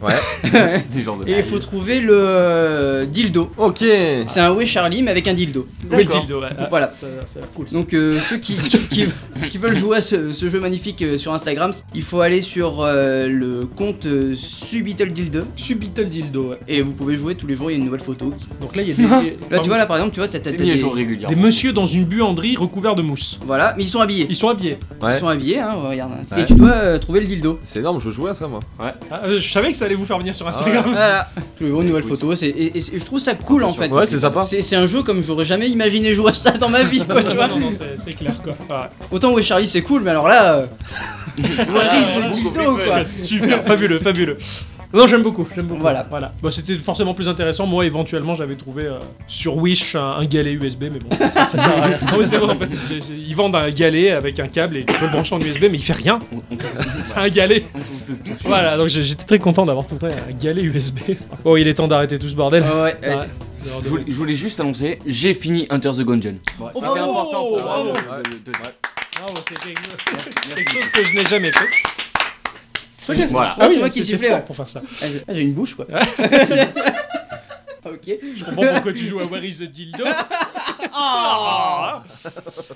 Speaker 4: Des gens de
Speaker 2: et il faut trouver le euh, dildo.
Speaker 3: Ok.
Speaker 2: C'est un Où est Charlie, mais avec un dildo.
Speaker 1: Oui, le dildo, ouais. Ah,
Speaker 2: Voilà.
Speaker 1: Ça, ça a l'air cool. ça.
Speaker 2: Donc euh, ceux qui, ceux qui, qui veulent jouer à ce, ce jeu magnifique euh, sur Instagram, il faut aller sur euh, le compte euh, Subitle Dildo
Speaker 1: Subital dildo, ouais.
Speaker 2: et vous pouvez jouer tous les jours, il y a une nouvelle photo.
Speaker 1: Donc là, il y a des.
Speaker 2: Là tu vois là par exemple, tu vois t'as t'as-
Speaker 4: C'est
Speaker 2: t'as
Speaker 4: mis à
Speaker 2: des-
Speaker 4: jour
Speaker 1: Des
Speaker 4: régulièrement.
Speaker 1: messieurs dans une buanderie recouverts de mousse.
Speaker 2: Voilà, mais ils sont habillés.
Speaker 1: Ils sont habillés.
Speaker 3: Ouais.
Speaker 2: Ils sont habillés hein, regarde.
Speaker 3: Ouais.
Speaker 2: Et tu dois euh, trouver le dildo.
Speaker 3: C'est énorme, je jouais à ça moi.
Speaker 1: Ah, euh, je savais que ça allait vous faire venir sur Instagram.
Speaker 2: Voilà, tous les jours une nouvelle photo, c'est- et, et- et je trouve ça cool en fait.
Speaker 3: Ouais, c'est sympa.
Speaker 2: C'est c'est un jeu comme j'aurais jamais imaginé jouer à ça dans ma vie quoi, tu vois.
Speaker 1: non, non, c'est c'est clair quoi. Ah,
Speaker 2: Autant ouais Charlie c'est cool, mais alors là, euh, où est ce dildo quoi.
Speaker 1: ouais, c'est super, fabuleux, fabuleux. Non, j'aime beaucoup, j'aime beaucoup.
Speaker 2: Voilà.
Speaker 1: voilà. Bah, C'était forcément plus intéressant. Moi, éventuellement, j'avais trouvé euh, sur Wish un, un galet USB, mais bon, ça, ça sert à rien. Non, mais c'est vrai, en fait, c'est- c'est- ils vendent un galet avec un câble et tu peux le brancher en USB, mais il fait rien. C'est un galet. Voilà, donc j'ai- j'étais très content d'avoir trouvé un galet USB. Oh, il est temps d'arrêter tout ce bordel.
Speaker 2: Ouais, Ah ouais, eh,
Speaker 1: Ouais.
Speaker 2: ouais.
Speaker 4: Je voulais, je voulais juste annoncer, j'ai fini Hunter the Gungeon.
Speaker 2: Oh,
Speaker 4: C'était
Speaker 2: bravo,
Speaker 4: important pour moi
Speaker 1: bravo.
Speaker 4: de- de- de-
Speaker 1: Bravo, c'était quelque
Speaker 4: merci.
Speaker 1: chose que je n'ai jamais fait.
Speaker 4: Voilà.
Speaker 2: Ah, c'est moi qui
Speaker 1: c'était
Speaker 2: sifflais,
Speaker 1: fort
Speaker 2: ouais.
Speaker 1: pour faire ça.
Speaker 2: Ah, j'ai- ah, j'ai une bouche quoi. ok.
Speaker 1: Je comprends pourquoi tu joues à Where is the Dildo.
Speaker 2: Oh.
Speaker 1: Ah.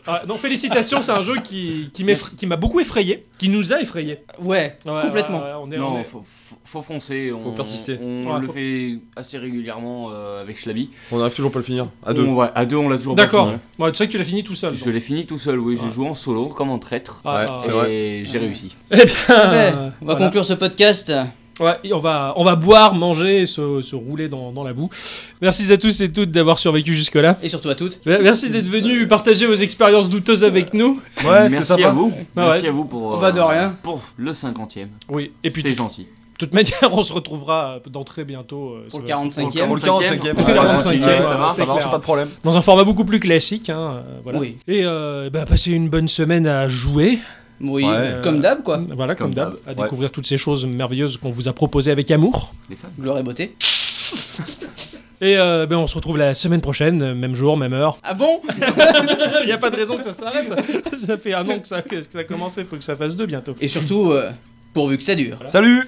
Speaker 1: Ah, non, félicitations, c'est un jeu qui, qui m'effra- qui m'a beaucoup effrayé, qui nous a effrayés.
Speaker 2: Ouais,
Speaker 1: Ouais,
Speaker 2: complètement.
Speaker 1: ouais, ouais, on est, on
Speaker 4: Non,
Speaker 1: est-
Speaker 4: faut, faut- faut foncer. On,
Speaker 3: Faut persister.
Speaker 4: On
Speaker 1: Ouais,
Speaker 4: le
Speaker 1: faut-
Speaker 4: fait assez régulièrement euh, avec Schlabi.
Speaker 3: On arrive toujours pas à le finir. À deux.
Speaker 4: On- ouais, à deux, on l'a toujours pas
Speaker 1: D'accord.
Speaker 4: fini.
Speaker 1: Ouais, tu sais que tu l'as fini tout seul.
Speaker 4: Je
Speaker 1: donc.
Speaker 4: l'ai fini tout seul, oui. J'ai
Speaker 1: Ouais.
Speaker 4: joué en solo, comme en traître.
Speaker 1: Ah,
Speaker 3: Ouais,
Speaker 1: ah,
Speaker 3: c'est
Speaker 4: et
Speaker 1: ouais.
Speaker 4: j'ai réussi.
Speaker 1: Eh bien,
Speaker 2: Ouais,
Speaker 1: euh,
Speaker 2: on va
Speaker 1: voilà.
Speaker 2: conclure ce podcast.
Speaker 1: Ouais, et on va, on va boire, manger, et se, se rouler dans, dans la boue. Merci à tous et toutes d'avoir survécu jusque-là.
Speaker 2: Et surtout à toutes.
Speaker 1: Merci d'être venus partager vos expériences douteuses avec nous.
Speaker 3: Ouais, c'était
Speaker 4: Merci
Speaker 3: sympa.
Speaker 4: à vous.
Speaker 1: Ah
Speaker 4: Merci
Speaker 1: ouais.
Speaker 4: à vous pour, euh,
Speaker 2: Oh, bah, de rien.
Speaker 4: pour le cinquantième.
Speaker 1: Oui, et puis
Speaker 4: C'est gentil.
Speaker 1: De toute manière, on se retrouvera d'entrée bientôt euh,
Speaker 2: Pour le
Speaker 1: ça va-
Speaker 2: 45ème.
Speaker 3: Pour le 45e.
Speaker 4: Pour le 45e,
Speaker 1: Ouais,
Speaker 4: ça va.
Speaker 1: c'est
Speaker 3: Ça marche,
Speaker 1: clair.
Speaker 3: pas de problème.
Speaker 1: dans un format beaucoup plus classique. hein, euh, voilà.
Speaker 2: Oui.
Speaker 1: Et euh, bah, passez une bonne semaine à jouer,
Speaker 2: Oui,
Speaker 3: Ouais.
Speaker 2: Ah, comme d'hab quoi.
Speaker 1: voilà, comme,
Speaker 4: Comme
Speaker 1: d'hab, à
Speaker 3: d'hab, ouais.
Speaker 1: découvrir toutes ces choses merveilleuses qu'on vous a proposées avec amour.
Speaker 4: Les femmes.
Speaker 2: Gloire et beauté.
Speaker 1: Et euh, ben, on se retrouve la semaine prochaine, euh, même jour, même heure.
Speaker 2: Ah bon
Speaker 1: Il n'y a pas de raison que ça s'arrête. ça fait un an que ça, que ça a commencé, il faut que ça fasse deux bientôt.
Speaker 2: Et surtout, euh, pourvu que ça dure.
Speaker 3: Salut